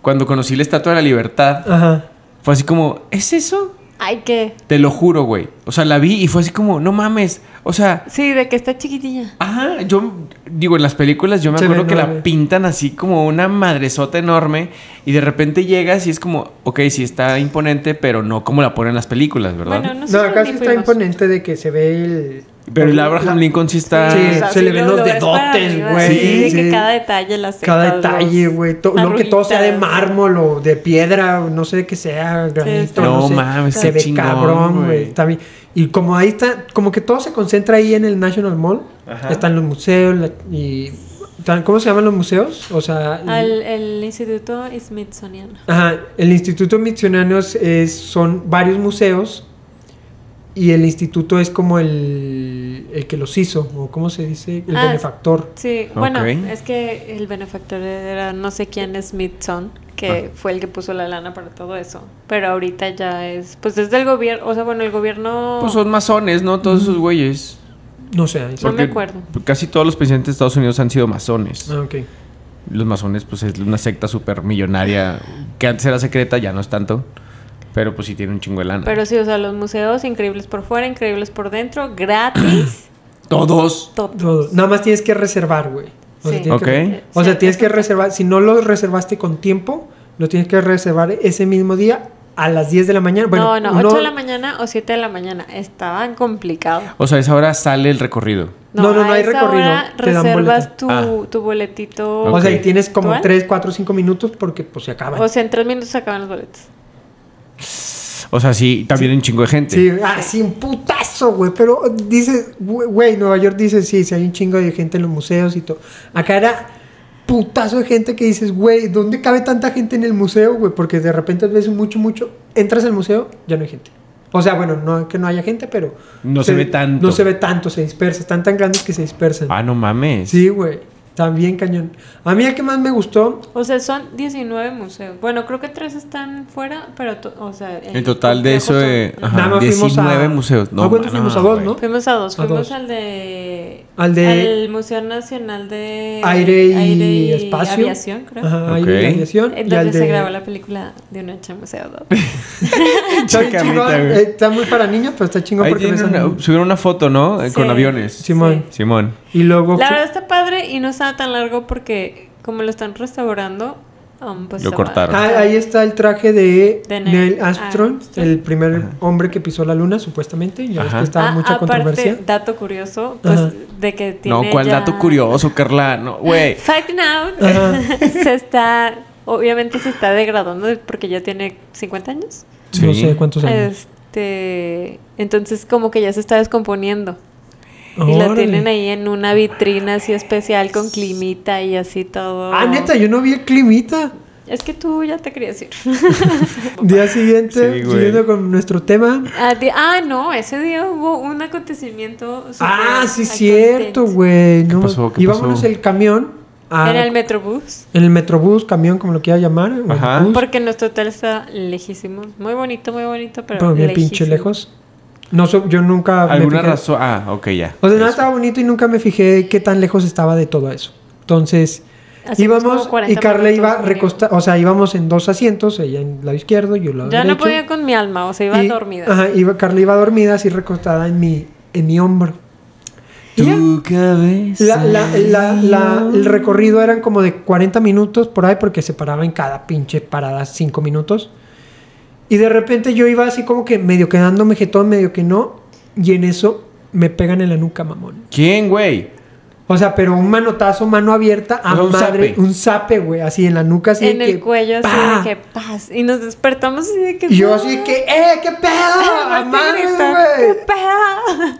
A: cuando conocí la Estatua de la Libertad.
B: Ajá.
A: Fue así como, ¿es eso?
C: Ay, ¿qué?
A: Te lo juro, güey. O sea, la vi y fue así como, no mames. O sea,
C: Sí, de que está chiquitilla.
A: ajá, yo digo, en las películas yo me
B: Se ve
A: acuerdo que
B: enorme.
A: la pintan así como una madresota enorme y de repente llegas y es como, ok, sí está imponente, pero no como la ponen en las películas, ¿verdad?
C: Bueno, no sé.
B: No, acá sí está imponente de que se ve el,
A: Pero el Abraham Lincoln sí está.
B: Sí,
C: o sea,
B: se
C: sí
B: le ven
C: lo-
B: los
C: lo ves para
B: dedotes,
C: arriba,
B: güey,
C: así de que
B: sí.
C: cada detalle las
B: Cada detalle, güey. To- No que todo sea de
C: Arruguitas.
B: mármol o de piedra, o no sé qué sea, granito.
C: sí.
B: No,
A: No
B: sé.
A: mames,
B: Se
A: qué
B: ve
A: chingón,
B: cabrón,
A: güey.
B: güey. Está bien. Y como ahí está, como que todo se concentra ahí en el National Mall.
A: Ajá.
B: Están los museos la- y. tan- ¿Cómo se llaman los museos? O sea. el-
C: Al, el Instituto Smithsonian.
B: Ajá, el Instituto Misionero es, son varios museos y el instituto es como el, el que los hizo, o cómo se dice, el
C: Ah.
B: benefactor.
C: Sí, bueno,
A: Ok.
C: es que el benefactor era no sé quién Smithson,
B: Ah.
C: que fue el que puso la lana para todo eso. Pero ahorita ya es, pues desde el gobierno, o sea, bueno, el gobierno...
A: Pues son masones, ¿no? Todos esos güeyes.
B: No sé, ahí
C: No
B: está.
C: me acuerdo.
A: Casi todos los presidentes de Estados Unidos han sido masones.
B: Ah, ok.
A: Los masones, pues es una secta súper millonaria que antes era secreta, ya no es tanto. Pero pues sí tiene un chingo de lana.
C: Pero sí, o sea, los museos increíbles por fuera, increíbles por dentro,
B: *clears throat*
C: gratis,
A: Todos.
C: top.
B: Todo. Nada más tienes que reservar, güey. O sea,
C: Sí.
B: tienes que-
A: Ok.
B: o sea, tienes que
C: eso-
B: reservar, si no lo reservaste con tiempo, lo tienes que reservar ese mismo día a las 10 de la mañana. Bueno,
C: no, no,
B: uno-
C: 8 de la mañana o 7 de la mañana. Estaban complicados.
A: O sea, a esa hora sale el recorrido.
B: No, no, no
C: a
B: hay
C: esa
B: recorrido,
C: hora
B: te dan
C: reservas
B: boleto.
C: tu,
A: Ah.
C: tu boletito.
B: O sea, y
A: Ok.
B: tienes como
C: ¿Cuál?
B: 3, 4, 5 minutos porque pues se acaba.
C: O sea, en tres minutos se acaban los boletos.
A: O sea, sí, también hay un chingo de gente.
B: Sí, así un putazo, güey. Pero dice, güey, güey, Nueva York dice, sí, sí, hay un chingo de gente en los museos y todo. Acá era putazo de gente que dices, güey, ¿dónde cabe tanta gente en el museo, güey? Porque de repente ves mucho, mucho, entras al museo, ya no hay gente. O sea, bueno, no que no haya gente, pero...
A: No se ve tanto.
B: No se ve tanto, se dispersa. Están tan grandes que se dispersan.
A: Ah, no mames.
B: Sí, güey. También cañón. A mí el que más me gustó
C: O sea, son 19 museos. Bueno, creo que tres están fuera, pero, to- o sea...
A: El total de eso de
C: son-
A: ajá,
B: Nada más fuimos a-
A: 19 museos.
B: ¿A cuánto fuimos? ¿A dos,
A: güey. *laughs*
B: no?
C: Fuimos a dos.
B: A
C: Fuimos
B: dos.
C: al de...
B: Al de-
C: al Museo Nacional de...
B: aire y, espacio.
C: Eh, Aviación, creo.
B: Ajá, aire y
A: Ok.
B: aviación.
C: En
B: y al
C: donde se
B: de-
C: grabó la película de una noche en Museo 2.
B: Está bien
A: Chacamita,
B: chingón,
A: güey.
B: eh, Está muy para niños, pero está chingón
A: Ahí
B: porque
A: tienen
B: ves a
A: una-
B: niños.
A: subieron una foto, ¿no? Eh,
C: Sí.
A: Con aviones.
B: Simón.
A: Simón.
B: Y luego.
C: La
B: fu-
C: verdad está padre y no está tan largo porque como lo están restaurando, um, pues
A: Lo
C: está
A: cortaron.
C: padre.
B: Ah, ahí está el traje de,
C: De Ah, Neil
B: Neil Armstrong,
C: Armstrong.
B: el primer hombre que pisó la luna, supuestamente. Ya ves
A: Ajá.
B: que estaba
C: Ah,
B: mucha controversia.
C: Aparte, dato curioso, pues
B: Ajá.
C: de que tiene
A: No, ¿cuál
C: ya-
A: dato curioso, Carla? No, güey.
C: Facting out.
B: Ajá.
C: *laughs* se está, obviamente se está degradando porque ya tiene 50 años.
B: No
A: Sí.
B: sé cuántos años.
C: Este, entonces como que ya se está descomponiendo. Y lo
B: Órale.
C: tienen ahí en una vitrina así especial con climita y así todo.
B: Ah, neta, yo no vi el climita.
C: Es que tú ya te querías ir. *laughs*
B: Día siguiente,
A: Sí, güey.
B: siguiendo con nuestro tema.
C: Ah, di- ah, no, ese día hubo un acontecimiento. súper
B: Ah, sí,
C: acontec-
B: cierto, güey. Ah, No,
A: pasó? ¿Qué
B: Íbamos
A: pasó?
B: el camión a-
C: Era el Metrobús.
B: en el Metrobús, camión, como lo quiera llamar. o
A: Ajá.
B: el bus,
C: Porque nuestro hotel está lejísimo. Muy bonito, muy bonito, pero.
B: pero bien pinche
C: lejísimo.
B: lejos. No, so- yo nunca. me
A: ¿Alguna
B: fijé.
A: razón? Ah, ok, ya.
B: O sea, nada estaba bonito y nunca me fijé qué tan lejos estaba de todo eso. Entonces,
C: Así
B: íbamos
C: como 40
B: y Carla iba
C: minutos,
B: recostada, o sea, íbamos en dos asientos, ella en el lado izquierdo y yo en el lado
C: Ya no
B: derecho.
C: podía con mi alma, o sea, iba
B: Y-
C: dormida.
B: Ajá, iba, Carla iba dormida, así recostada en mi, en mi hombro. Y ya,
A: Tu cabeza.
B: la- la- la- la- el recorrido eran como de 40 minutos por ahí porque se paraba en cada pinche parada 5 minutos. Y de repente yo iba así como que medio quedándome jetón, medio que no. Y en eso me pegan en la nuca, mamón.
A: ¿Quién, güey?
B: O sea, pero un manotazo, mano abierta, a
A: O sea, un
B: madre,
A: zape.
B: un zape, güey, así en la nuca, así
C: en
B: de
C: el
B: que,
C: cuello, así
B: ¡pa!
C: de que paz. Y nos despertamos así de que. "Ah,
B: Y yo así de que, ¡eh, qué pedo! ¡A
C: Aparte
B: madre,
C: gritan,
B: güey!
C: ¡Qué pedo!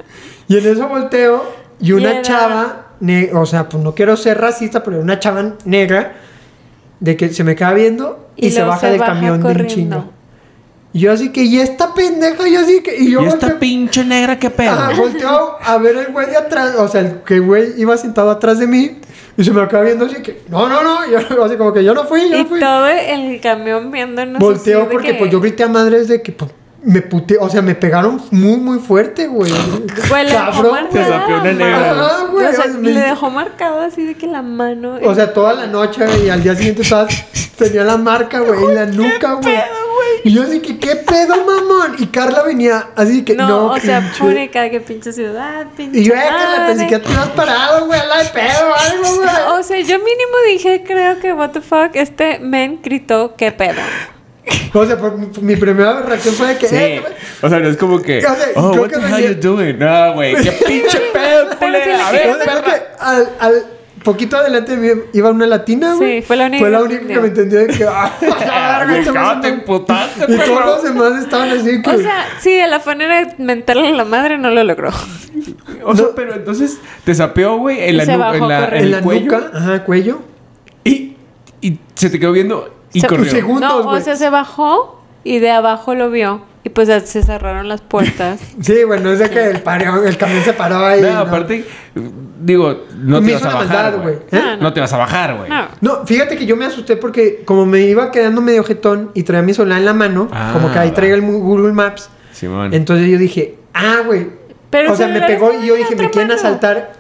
B: Y en eso volteo y una
C: era-
B: chava, ne- o sea, pues no quiero ser racista, pero una chava negra, de que se me queda viendo y, se
C: luego
B: baja del camión de un
C: corriendo.
B: chingo. Y yo así que, ¿y esta pendeja? Yo así que, y yo
A: ¿Y esta
B: volteo-
A: pinche negra qué pedo?
B: Ajá, volteo a ver el güey de atrás, o sea, el que güey iba sentado atrás de mí y se me acaba viendo así que, no, no, no, yo, así como que yo no fui, yo
C: Y
B: no fui.
C: todo el camión viéndonos. así
B: Volteo
C: de
B: porque
C: que-
B: pues yo grité a madres de que pues, me puté, o sea, me pegaron muy, muy
A: *laughs*
B: fuerte, güey.
C: Güey, le dejó
B: Cabrón,
A: Te
C: marcada
A: sapeó una
C: la
A: negra.
C: mano.
B: Ajá, güey,
C: O sea,
B: o sea, me-
C: le dejó marcado así de que la mano.
B: O sea, toda la noche y al día siguiente
C: *laughs*
B: estaba, tenía la marca, güey, en la nuca, güey. Y yo así que, ¿qué pedo, mamón? Y Carla venía así que, no,
C: no, o sea,
B: pinche".
C: pública, que pinche ciudad, pinche.
B: Y yo, eh, Carla,
C: madre".
B: ni siquiera te has parado, güey, la de pedo o algo,
C: *laughs*
B: güey. *laughs*
C: O sea, yo mínimo dije, creo que, what the fuck, este men gritó, qué pedo.
B: O sea, fue- fue- mi primera reacción fue de que.
A: Sí.
B: "Eh,
A: O sea, no es como que.
B: O sea,
A: oh,
B: creo
A: what
B: que
A: the hell
B: reñí-
A: you doing? No, güey.
B: *laughs*
C: *laughs*
A: Qué pinche pedo, culera. A ver,
B: O sea, creo
A: perra.
B: que al, al poquito adelante de mí iba una latina, güey.
C: Sí, fue la única
B: Fue la
C: que
B: única que me
C: entendió. Pues,
B: entendió de
C: *laughs*
B: que. ¡Ah, la verga,
A: Güey,
B: este
A: cabrón,
B: más
A: te
B: entendió".
A: emputaste,
B: Y todos
A: perro.
B: los demás estaban así que.
C: O sea, sí, el afán era mentarle a la madre, no lo logró.
A: O sea, pero entonces te sapeó, güey, en la,
C: Y se
A: nu-
C: bajó
A: en la, en
C: corriendo.
B: en
A: el
B: la
A: cuello.
B: nuca, ajá, cuello.
A: Y, y se te quedó viendo y
C: Se-
A: corrió.
B: Según- Juntos,
C: no, o
B: güey.
C: sea, se bajó y de abajo lo vio. Y pues se cerraron
B: *laughs*
C: las puertas.
B: Sí, bueno, es de que el, pareo- el camión se paró ahí.
A: No,
B: ¿no?
A: aparte, digo, no
B: Me
A: te
B: hizo
A: vas a
B: una
A: bajar,
B: maldad,
A: güey.
B: güey.
C: ¿Eh?
A: No, te vas a bajar, güey.
C: No.
B: No, fíjate que yo me asusté porque como me iba quedando medio jetón y traía mi celular en la mano,
A: Ah,
B: como que ahí
A: va.
B: traía el mu- Google Maps,
A: Simón.
B: entonces yo dije, ah, güey.
C: Pero el
B: O sea, me
C: celular
B: pegó
C: estaba
B: y yo
C: en la
B: dije, me
C: otra
B: quieren
C: mano".
B: asaltar.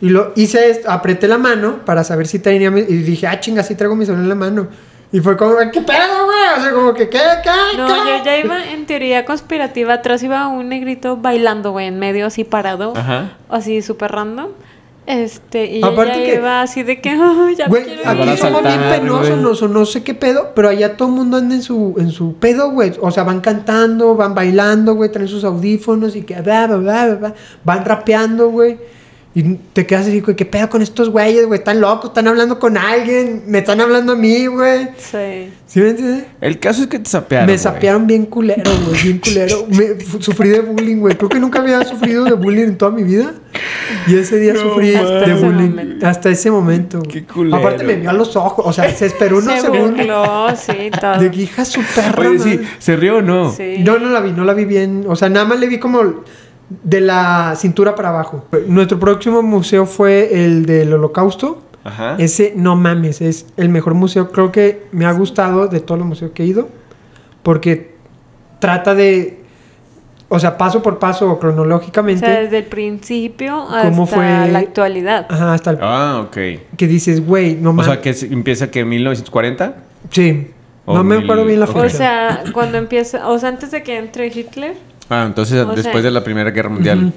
B: Y lo hice esto, apreté la mano para saber si tenía mi- y dije, ah, chinga, sí traigo mi celular en la mano. Y fue como, ¿qué pedo, güey? O sea, como que, ¿qué, qué,
C: No,
B: qué?
C: yo ya iba en teoría conspirativa. Atrás iba un negrito bailando, güey, en medio así parado.
A: Ajá.
C: Así súper random. Este, y
B: Aparte
C: ella
B: que-
C: iba así de que, "Ay, ya me
B: Güey,
C: quiero
A: van a
B: aquí
C: ir".
B: somos bien
A: saltar, güey.
B: penosos, no, so- no sé qué pedo, pero allá todo el mundo anda en su, en su pedo, güey. O sea, van cantando, van bailando, güey, traen sus audífonos y que bla, bla, bla, bla, bla. van rapeando, güey. Y te quedas así, güey, qué pedo con estos güeyes, güey, están locos, están hablando con alguien, me están hablando a mí, güey.
C: Sí.
B: ¿Sí me entiendes?
A: El caso es que te sapearon.
B: me
A: güey.
B: sapearon bien culero, güey, bien culero. Me, fu- sufrí de bullying, güey. Creo que nunca había sufrido de bullying en toda mi vida. Y ese día
A: No
B: sufrí
A: mames.
B: de
C: Hasta ese
B: bullying.
C: momento.
B: Hasta ese momento. güey.
A: Qué culero.
B: Aparte me vio a los ojos. O sea, se esperó unos
C: *laughs* se
B: segundos.
C: burló,
B: *laughs*
C: sí, todo.
B: De que hija su perra.
A: Oye, sí,
B: madre".
A: ¿se rió o no?
C: Sí.
B: Yo no la vi, no la vi bien. O sea, nada más le vi como de la cintura para abajo. Nuestro próximo museo fue el del holocausto.
A: Ajá.
B: Ese, no mames, es el mejor museo. Creo que me ha gustado de todos los museos que he ido. Porque trata de. O sea, paso por paso o
C: O sea,
B: cronológicamente.
C: desde el principio hasta
B: ¿Cómo fue?
C: la actualidad.
B: ajá, hasta el-
A: Ah, ok.
B: que dices, güey, no
A: O
B: mames.
A: sea, que se- empieza que en 1940.
B: sí.
A: o
B: No me
A: mil-
B: acuerdo bien la
A: ok.
B: fecha.
C: O sea, cuando empieza, o sea, antes de que entre Hitler,
A: Ah, entonces
C: O sea-
A: después de la Primera Guerra Mundial.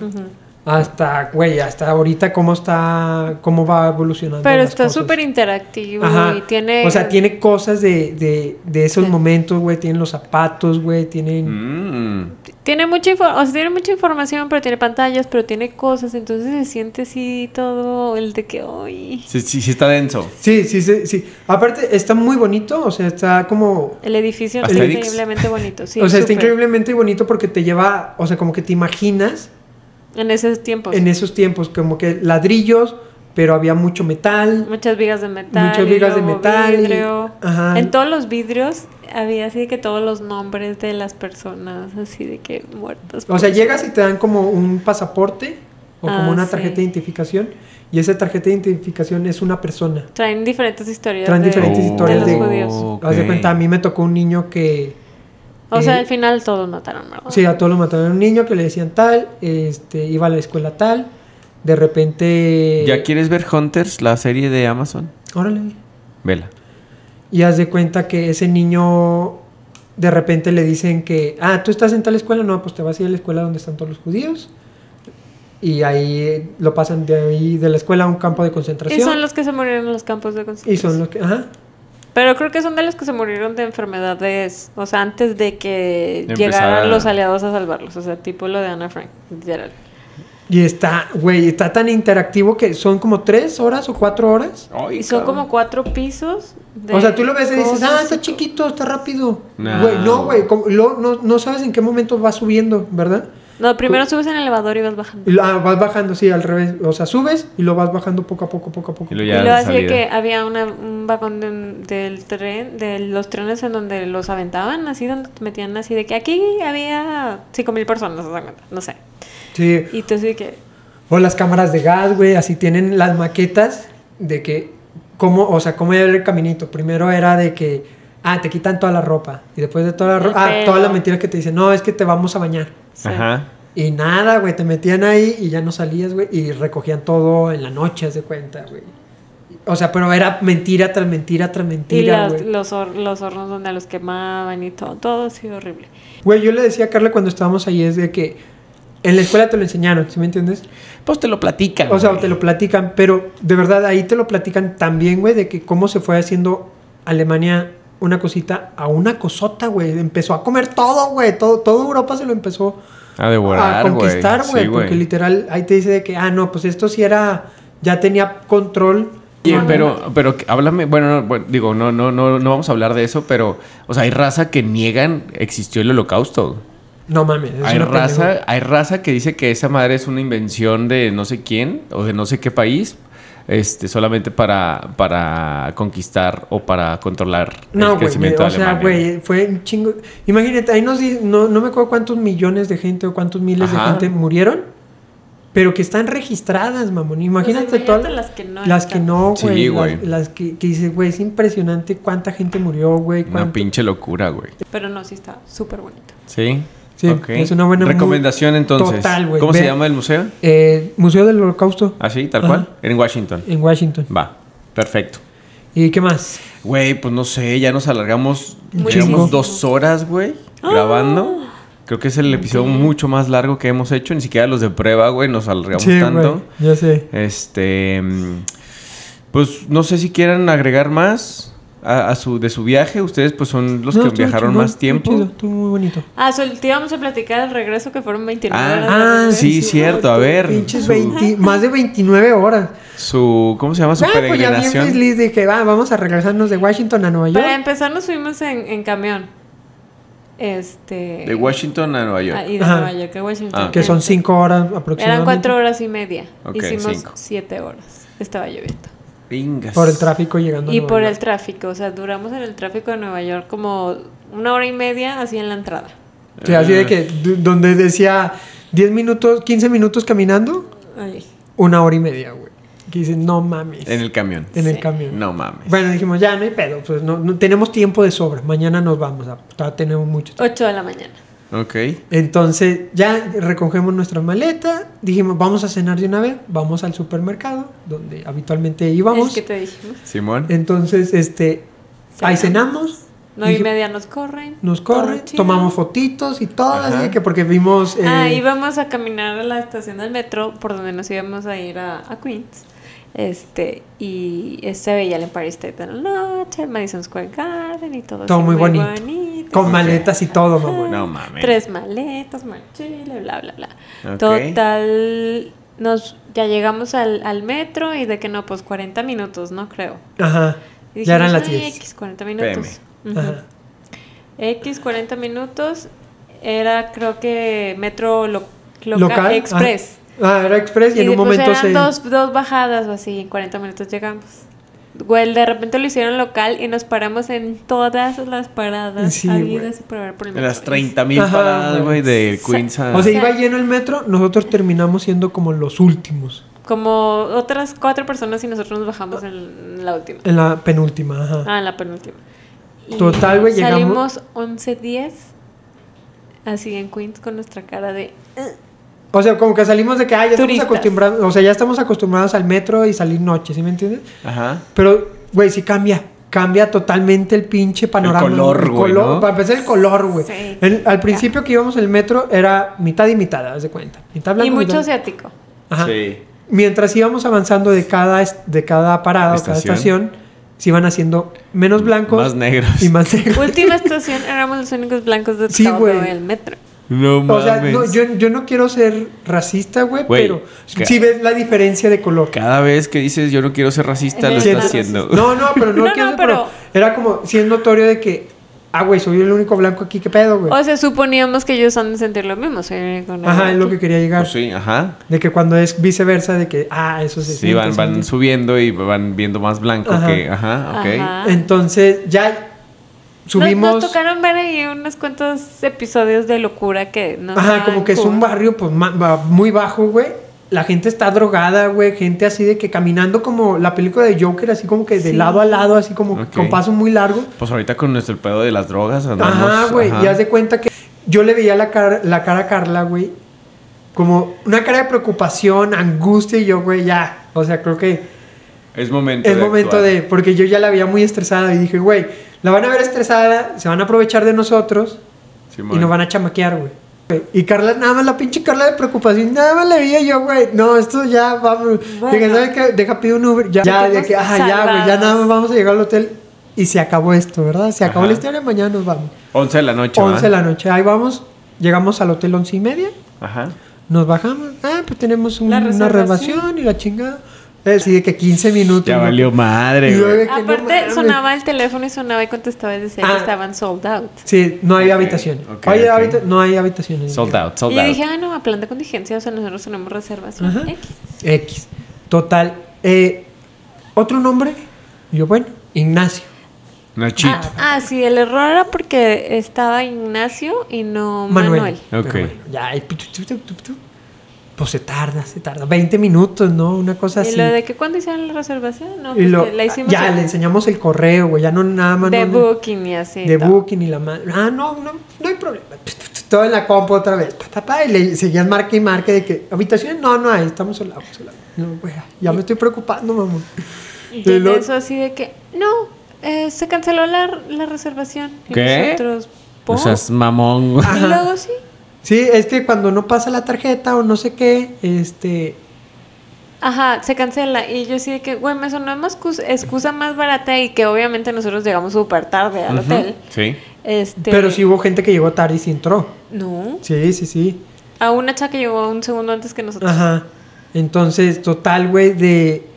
B: hasta, güey, hasta ahorita cómo está. Cómo va evolucionando.
C: pero
B: las
C: está
B: cosas.
C: súper interactivo
B: Ajá.
C: y tiene...
B: O sea, tiene cosas de, de, de esos momentos, güey. Tienen los zapatos, güey. Tienen.
A: Mm.
C: Tiene mucha, infor- o sea, tiene mucha información, pero tiene pantallas, pero tiene cosas, entonces se siente así todo el de que hoy
A: Sí, sí, sí está denso.
B: Sí, sí, sí, sí. Aparte, está muy bonito. O sea, está como.
C: el edificio está
A: Asterix.
C: increíblemente bonito, sí,
B: o sea, está
C: súper.
B: increíblemente bonito porque te lleva, o sea, como que te imaginas
C: en esos tiempos.
B: en esos tiempos, como que ladrillos, pero había mucho metal.
C: Muchas vigas de metal.
B: Muchas
C: y
B: vigas de
C: luego
B: metal y-
C: vidrio.
B: ajá.
C: En todos los vidrios había así de que todos los nombres de las personas, así de que muertas.
B: O sea, llegas y te dan como un pasaporte o
C: Ah,
B: como una
C: sí.
B: tarjeta de identificación y esa tarjeta de identificación es una persona.
C: Traen diferentes historias.
B: Traen
C: de-
B: diferentes historias
C: de
B: de-
C: los judíos.
A: Ok.
B: Haz de cuenta, a mí me tocó un niño que...
C: O sea,
B: eh,
C: al final todos mataron, ¿verdad?
B: Sí, a todos los mataron a un niño que le decían tal, este, iba a la escuela tal, de repente...
A: ¿Ya quieres ver Hunters, la serie de Amazon?
B: Órale.
A: Vela.
B: Y haz de cuenta que ese niño de repente le dicen que, ah, tú estás en tal escuela, no, pues te vas a ir a la escuela donde están todos los judíos. Y ahí eh, lo pasan de ahí, de la escuela a un campo de concentración.
C: Y son los que se murieron en los campos de
B: Y
C: concentración.
B: son los que, ajá.
C: Pero creo que son de los que se murieron de enfermedades, o sea, antes de que
A: Empezara-
C: llegaran los aliados a salvarlos, o sea, tipo lo de Ana Frank, literal.
B: Y está, güey, está tan interactivo que son como tres horas o cuatro horas.
A: Ay,
C: Y son
A: cabrón.
C: como cuatro pisos. de
B: O sea, tú lo ves y dices,
C: cosas
B: ah,
C: y
B: está
C: todo.
B: chiquito, está rápido.
A: No.
B: Güey, no, güey, como- lo- no, no sabes en qué momento va subiendo, ¿verdad?
C: No, primero subes en el elevador y vas bajando.
B: Y lo- ah, vas bajando, sí, al revés. O sea, subes y lo vas bajando poco a poco, poco a poco.
A: Y lo
C: Y
A: ya
C: luego
A: de
C: así de
A: salida.
C: que había una- un vagón de- del tren, de los trenes en donde los aventaban, así donde te metían así de que aquí había cinco mil personas, ¿se dan cuenta? no sé.
B: Sí,
C: Y tú así de que,
B: O las cámaras de gas, güey, así tienen las maquetas de que, cómo, o sea, cómo era el caminito. Primero era de que, ah, te quitan toda la ropa. Y después de toda la
C: El
B: ropa, ah,
C: pelo.
B: todas las mentiras que te dicen, no, es que te vamos a bañar.
C: sí.
A: Ajá.
B: Y nada, güey, te metían ahí y ya no salías, güey, y recogían todo en la noche, haz de cuenta, güey. O sea, pero era mentira tras mentira tras
C: Y
B: mentira,
C: las-
B: güey.
C: los, hor- los hornos donde los quemaban y todo, todo así horrible.
B: Güey, yo le decía a Carla cuando estábamos ahí, es de que en la escuela te lo enseñaron, ¿sí me entiendes?
A: Pues te lo platican.
B: O sea,
A: güey.
B: te lo platican, pero de verdad ahí te lo platican también, güey, de que cómo se fue haciendo Alemania una cosita a una cosota, güey. Empezó a comer todo, güey. Todo, toda Europa se lo empezó
A: A devorar,
B: a
A: güey.
B: conquistar, güey.
A: Sí,
B: porque literal, ahí te dice de que, ah, no, pues esto sí era, ya tenía control.
A: Oye, pero, pero que- háblame, bueno, no, bueno, digo, no, no, no, no vamos a hablar de eso, pero, o sea, hay raza que niegan existió el holocausto.
B: No mames. es
A: Hay
B: una pendejada.
A: raza, hay raza que dice que esa madre es una invención de no sé quién o de no sé qué país, este, solamente para, para conquistar o para controlar el
B: No, güey. me-
A: crecimiento
B: O
A: de
B: sea,
A: Alemania.
B: güey, fue un chingo. Imagínate, ahí nos di- no, no me acuerdo cuántos millones de gente o cuántos miles de
A: Ajá.
B: gente murieron, pero que están registradas, mamón. Imagínate,
C: Pues imagínate
B: todas
C: las que no
B: Las que
C: están.
B: no,
A: Sí,
B: güey.
A: güey.
B: las, las que, que dices, güey, es impresionante cuánta gente murió, güey.
A: Una
B: cuánto-
A: pinche locura, güey.
C: Pero no, sí está súper bonito.
A: Sí.
B: Sí,
A: Ok.
B: es una buena mu-
A: recomendación entonces.
B: Total, güey.
A: ¿Cómo
B: Ve-
A: se llama el museo?
B: Eh, Museo del Holocausto
A: Así, tal
B: Ajá.
A: cual, en Washington.
B: en Washington.
A: Ah. Va, perfecto.
B: ¿Y qué más?
A: Güey, pues no sé, ya nos alargamos.
C: Muchísimo.
A: Llevamos dos horas, güey,
B: Ah.
A: grabando. Creo que es el episodio mucho más largo que hemos hecho. Ni siquiera los de prueba, güey, nos alargamos
B: Sí,
A: tanto.
B: güey, ya sé.
A: Este. mm, Pues no sé si quieran agregar más a, a su, de su viaje. Ustedes, pues son los
B: No,
A: que
B: estuvo
A: viajaron
B: chingón,
A: más
B: estuvo
A: tiempo.
B: chido, estuvo muy bonito.
C: Ah, sol, te íbamos a platicar el regreso que fueron 29
A: Ah,
C: horas.
B: ah,
C: de
A: Sí,
C: regreso.
A: cierto, a ver.
B: Pinches
A: Su-
B: 20 más de 29 horas.
A: Su. ¿Cómo se llama? Su
B: Ah, pues ya bien
A: peregrinación.
B: feliz dije, va, vamos a regresarnos de Washington a Nueva
C: Para
B: York.
C: empezar nos fuimos en, en camión. Este...
A: de Washington a Nueva York.
C: Ah, y de
B: Ajá.
C: Nueva York a Washington.
A: Ah,
B: Que son
C: Entonces,
B: 5 horas aproximadamente.
C: Eran cuatro horas y media.
A: Ok,
C: Hicimos
A: cinco.
C: siete horas. Estaba lloviendo.
A: Pingas.
B: Por el tráfico llegando a
C: Y
B: Nueva
C: por
B: York.
C: el tráfico, o sea, duramos en el tráfico de Nueva York como una hora y media así en la entrada.
B: Sí, así
A: Ah.
B: de que d- donde decía 10 minutos, 15 minutos caminando,
C: Ay.
B: una hora y media, güey. Que dicen, no mames.
A: En el camión.
B: en el
C: Sí.
B: camión.
A: No mames.
B: Bueno, dijimos, ya no hay pedo, pues no, no- tenemos tiempo de sobra. Mañana nos vamos, a, todavía tenemos mucho tiempo.
C: Ocho de la mañana.
A: Ok.
B: Entonces, ya recogemos nuestra maleta, dijimos, vamos a cenar de una vez, vamos al supermercado, donde habitualmente íbamos.
C: Es que te dijimos.
A: Simón.
B: Entonces, este, ahí cenamos.
C: Nueve y
B: dije-
C: media nos corren.
B: Nos
C: todo
B: corren,
C: chido.
B: tomamos fotitos y todo, así
A: Ajá.
B: de que porque vimos... eh,
C: Ah, íbamos a caminar a la estación del metro por donde nos íbamos a ir a, a Queens. Este, y se veía el Empire State en la noche, el Madison Square Garden y todo
B: Todo
C: así
B: muy bonito. con
A: Ok.
B: maletas y todo, mamón.
A: No mames.
C: Tres maletas, mochila, bla, bla, bla.
A: Ok.
C: Total, nos, ya llegamos al, al metro y de que no, pues 40 minutos, no creo.
B: Ajá.
C: Y
B: ya eran
C: dijimos,
B: las
C: "Ay,
B: 10.
C: X, 40 minutos. Ujú.
B: Ajá.
C: X, 40 minutos. Era, creo que, metro lo- loca-
B: Local,
C: express.
B: ajá. Ah, era express y, en un
C: después
B: momento
C: eran
B: se...
C: dos, dos bajadas o así, en 40 minutos llegamos. Güey, de repente lo hicieron local y nos paramos en todas las paradas
B: Sí,
C: habidas y por haber por el
A: De
C: metro.
A: las 30 mil
B: Ajá,
A: paradas, güey,
B: güey.
A: de Queens a...
B: O sea, iba lleno el metro, nosotros terminamos siendo como los últimos,
C: Como otras cuatro personas y nosotros nos bajamos en la última.
B: en la penúltima, ajá.
C: Ah, en la penúltima. Y
B: Total, güey, llegamos-
C: Salimos 11.10 así en Queens con nuestra cara de... "Eh".
B: O sea, como que salimos de que, ah, ya
C: Turistas.
B: estamos acostumbrados, o sea, ya estamos acostumbrados al metro y salir noche, ¿sí me entiendes?
A: Ajá.
B: Pero, güey, sí cambia. Cambia totalmente el pinche panorama.
A: color, güey,
B: color-
A: ¿no?
B: Para empezar, el color, güey.
C: Sí.
B: El- Al principio que íbamos en el metro era mitad y mitad, haz de cuenta. Mitad blanco,
C: Y mucho
B: mitad-
C: asiático.
B: Ajá.
A: Sí.
B: Mientras íbamos avanzando de cada, est- de cada parada o cada
A: Estación.
B: estación, se iban haciendo menos blancos.
A: Más negros. Pues,
B: Y más negros.
C: Última estación éramos los únicos blancos de
B: Sí,
C: todo
B: güey.
C: el metro.
A: No
B: *laughs* O sea,
A: mames.
B: no, yo, yo no quiero ser racista, güey,
A: Güey,
B: pero
A: ca-
B: si ves la diferencia de color.
A: Cada vez que dices yo no quiero ser racista, lo
C: Sí,
A: estás
C: no.
A: haciendo.
B: No, no, pero no,
C: *laughs* No,
B: quiero
C: no,
B: pero...
C: pero-
B: era como, si es notorio de que, ah, güey, soy el único blanco aquí, ¿qué pedo, güey?
C: O sea, suponíamos que ellos han de sentir lo mismo. soy el único negro
B: Ajá, es lo
C: aquí.
B: que quería llegar.
A: *laughs* Pues sí, ajá.
B: De que cuando es viceversa, de que, ah, eso se
A: Sí,
B: siente,
A: van,
B: se
A: van
B: siente.
A: subiendo y van viendo más blanco
B: Ajá.
A: que... Ajá, ok.
C: Ajá.
B: Entonces, ya
C: Nos-
B: subimos.
C: Nos, tocaron ver ahí unos cuantos episodios de locura que nos
B: ajá,
C: daban
B: como que es un
C: Cuba.
B: barrio pues, ma- ma- muy bajo, güey. La gente está drogada, güey. Gente así de que caminando como la película de Joker, así como que de
C: Sí.
B: lado a lado, así como que
A: Ok.
B: con paso muy largo.
A: Pues ahorita con nuestro pedo de las drogas andamos...
B: Ajá, güey.
A: ajá.
B: Y haz de cuenta que yo le veía la, cara- la cara a Carla, güey. Como una cara de preocupación, angustia, y yo, güey, ya. O sea, creo que
A: Es momento
B: es momento
A: actuar.
B: de. Porque yo ya la veía muy estresada y dije, güey, la van a ver estresada, se van a aprovechar de nosotros
A: Simón.
B: y nos van a chamaquear, güey. Y Carla, nada más la pinche Carla de preocupación, nada más la veía yo, güey. No, esto ya, vamos.
C: Bueno.
B: Dije, ¿sabes qué? Deja, pido un Uber. Ya, ya, de que,
C: Sentimos
B: ajá, ya, güey, ya nada más
C: salvados.
B: vamos a llegar al hotel. y se acabó esto, ¿verdad? Se acabó
A: Ajá.
B: la historia, mañana nos vamos.
A: 11 de la noche.
B: 11 de
A: ¿verdad?
B: la noche, ahí vamos, llegamos al hotel 11 y media,
A: Ajá.
B: nos bajamos, ah, pues tenemos un-
C: La
B: una
C: reservación.
B: reservación y la chingada. Así de que 15 minutos.
A: Ya
B: ¿no?
A: valió madre,
B: Y yo
A: güey.
B: de que no
C: Aparte,
B: mames.
C: sonaba el teléfono y sonaba y contestaba y decía
B: Ah.
C: que estaban sold out.
B: Sí, no había
A: Ok,
B: habitaciones.
A: ok, ok.
B: Oye, habita- no hay habitaciones.
A: Sold out,
C: y
A: sold
C: yo
A: out.
C: dije, ah, no, a plan de contingencia, o sea, nosotros tenemos reservación.
B: Ajá.
C: X.
B: X. Total. eh, ¿Otro nombre? Y yo, bueno, Ignacio.
A: Nachito.
C: Ah, ah, sí, el error era porque estaba Ignacio y no
B: Manuel.
C: Manuel.
A: Ok.
B: Pero bueno, ya, y tu, tu, tu, tu, tu. pues se tarda, se tarda. 20 minutos, ¿no? Una cosa
C: Y
B: así.
C: lo de que cuando hicieron la reservación, no,
B: Y lo-
C: pues, la hicimos
B: ya,
C: en-
B: le enseñamos el correo, güey. Ya no nada más.
C: de
B: no-
C: booking y así.
B: de
C: todo.
B: booking y la madre. Ah, no, no, no hay problema. Todo en la compu otra vez. Pa, pa, pa, y le seguían marca y marca de que habitaciones no, no hay, estamos solados. solados. No, güey, ya me estoy preocupando, mamón.
C: Y en
B: lo-
C: eso así de que, no, eh, se canceló la, la reservación. Y
A: ¿Qué?
C: nosotros,
A: O
C: "¿Por?".
A: sea, es mamón. güey.
B: Ah.
C: Y
B: Ajá.
C: luego sí.
B: Sí, es que cuando no pasa la tarjeta o no sé qué, este.
C: Ajá, se cancela. Y yo sí de que, güey, me sonó más cus- excusa más barata y que obviamente nosotros llegamos súper tarde al
A: Ujú,
C: hotel.
A: Sí.
C: Este,
B: Pero sí hubo gente que llegó tarde y sí entró.
C: No.
B: Sí, sí, sí.
C: A una chaca llegó un segundo antes que nosotros.
B: Ajá. Entonces, total, güey, de.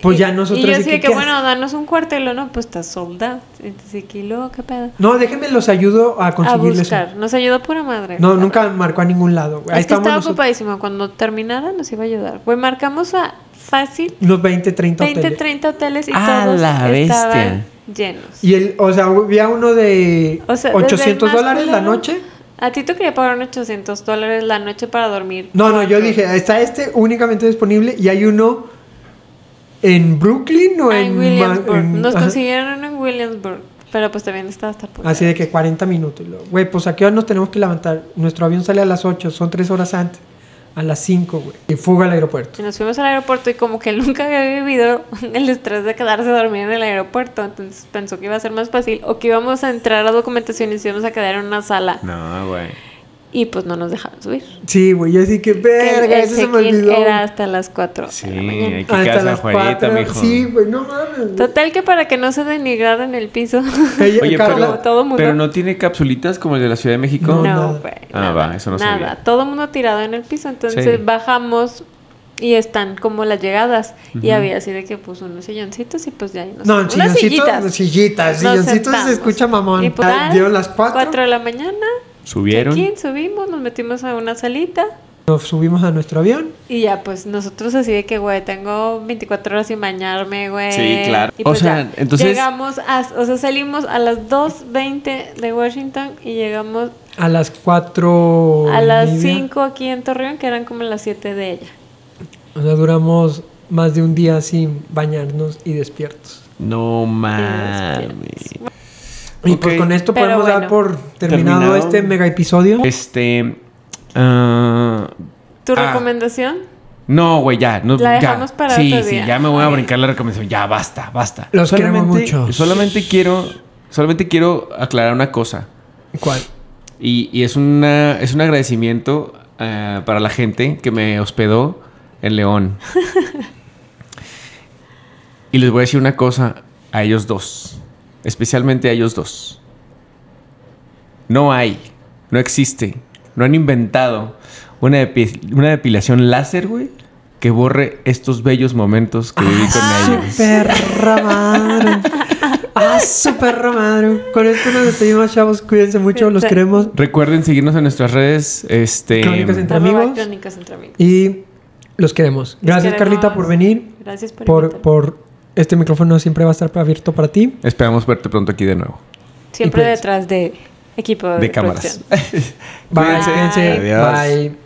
B: Pues ya
C: Y-
B: nosotros.
C: Y yo
B: así
C: sí de que,
B: ¿qué
C: bueno,
B: hace-
C: danos un cuartelo, ¿no? Pues está soldado. Entonces, que luego, ¿qué pedo?
B: No, déjenme los ayudo a
C: A
B: conseguirles.
C: buscar. Nos ayudó pura madre.
B: No, nunca marcó a ningún lado, güey. Ahí
C: Es que
B: estamos
C: estaba
B: nosotros.
C: ocupadísimo. Cuando terminara nos iba a ayudar. Güey, marcamos a fácil
B: Unos 20, 30
C: 20,
B: hoteles.
C: 30 hoteles y
A: A
C: todos
A: la
C: estaban
A: bestia.
C: llenos.
B: Y el, o sea, había uno de
C: O sea, desde el
B: 800
C: más
B: dólares la
C: culero,
B: noche.
C: A ti te quería pagar 800 dólares la noche para dormir.
B: No, no, yo dije, está este únicamente disponible y hay uno en Brooklyn o
C: Ah,
B: en,
C: en
B: Ma-
C: Williamsburg.
B: en-
C: Nos
B: ajá.
C: consiguieron en Williamsburg. Pero pues también estaba hasta por.
B: Así de que 40 minutos. y luego, Güey, pues a qué hora nos tenemos que levantar. Nuestro avión sale a las 8, son 3 horas antes. A las 5, güey. Y fuga al aeropuerto.
C: Y nos fuimos al aeropuerto y como que *laughs* él nunca había vivido el estrés de quedarse dormido en el aeropuerto, entonces pensó que iba a ser más fácil o que íbamos a entrar a documentación y nos íbamos a quedar en una sala
A: No, güey.
C: y pues no nos dejaron subir.
B: Sí, güey, yo así que,
C: Que el-
B: verga,
C: el
B: eso se me
C: check-in
B: olvidó.
C: Era hasta las 4.
A: Sí, hay que
B: Hasta
A: quedarse
B: las
A: afuerita,
B: 4.
A: mijo.
B: Sí, güey, no mames. güey.
C: Total que para que no se denigrara en el piso.
B: Ella-
A: Oye,
B: Carla-
A: pero,
C: todo mundo.
A: pero no tiene capsulitas como el de la Ciudad de México.
B: No,
C: No,
B: nada.
C: güey,
A: Ah,
C: nada,
A: va, eso no
C: Nada,
A: sabía.
C: todo mundo tirado en el piso. Entonces
A: Sí.
C: bajamos y están como las llegadas. Y había así de que pues unos silloncitos y pues ya ahí nos
B: No,
C: unas
B: silloncitos,
C: sillitas.
B: sillitas,
C: Nos
B: silloncitos se
C: sentamos.
B: escucha mamón.
C: Y pues,
B: Ah,
C: ah,
B: dieron las cuatro.
C: Cuatro de la mañana.
A: Subieron.
C: check-in, subimos, nos metimos a una salita.
B: Nos subimos a nuestro avión.
C: Y ya, pues nosotros así de que, güey, tengo 24 horas sin bañarme, güey.
A: Sí, claro.
C: Y
A: O
C: pues
A: sea,
C: ya,
A: entonces-
C: Llegamos, a, o sea, salimos a las 2.20 de Washington y llegamos
B: A las 4.
C: a las 5 aquí en Torreón, que eran como las 7 de ella.
B: O sea, duramos más de un día sin bañarnos y despiertos.
A: No mames.
B: Y pues
A: Ok.
B: con esto
C: Pero
B: podemos dar
C: bueno.
B: por terminado,
A: Terminado.
B: este mega episodio.
A: Este. ah,
C: ¿Tu
A: Ah.
C: recomendación?
A: no, güey, ya. No,
C: La
A: ya.
C: dejamos para
A: Sí,
C: otro
A: sí,
C: día.
A: ya me voy a
C: Ok.
A: brincar la recomendación. Ya, basta, basta.
B: Los queremos mucho.
A: Solamente quiero. Solamente quiero aclarar una cosa.
B: ¿Cuál?
A: Y, y es, una, es un agradecimiento eh, para la gente que me hospedó en León. y les voy a decir una cosa a ellos dos. Especialmente a ellos dos. No hay, no existe, no han inventado una, depi- una depilación láser, güey, que borre estos bellos momentos que viví
B: *laughs*
A: con ellos.
B: Perra madre. Ah, su perra madre. Con esto nos despedimos, chavos. Cuídense mucho, los queremos.
A: Recuerden seguirnos en nuestras redes. Este,
B: Crónicas en- Entre
C: Arroba
B: amigos.
C: Crónicas entre amigos.
B: Y los queremos. Gracias,
C: queremos.
B: Carlita, por venir.
C: Gracias por,
B: Por,
C: invitarme.
B: por este micrófono siempre va a estar abierto para ti.
A: Esperamos verte pronto aquí de nuevo.
C: Siempre
B: y pues-
C: detrás de equipo de,
A: de
C: cámaras.
A: *laughs* cámaras.
B: Bye.
A: Cuídense.
B: cuídense.
A: Adiós.
B: Bye.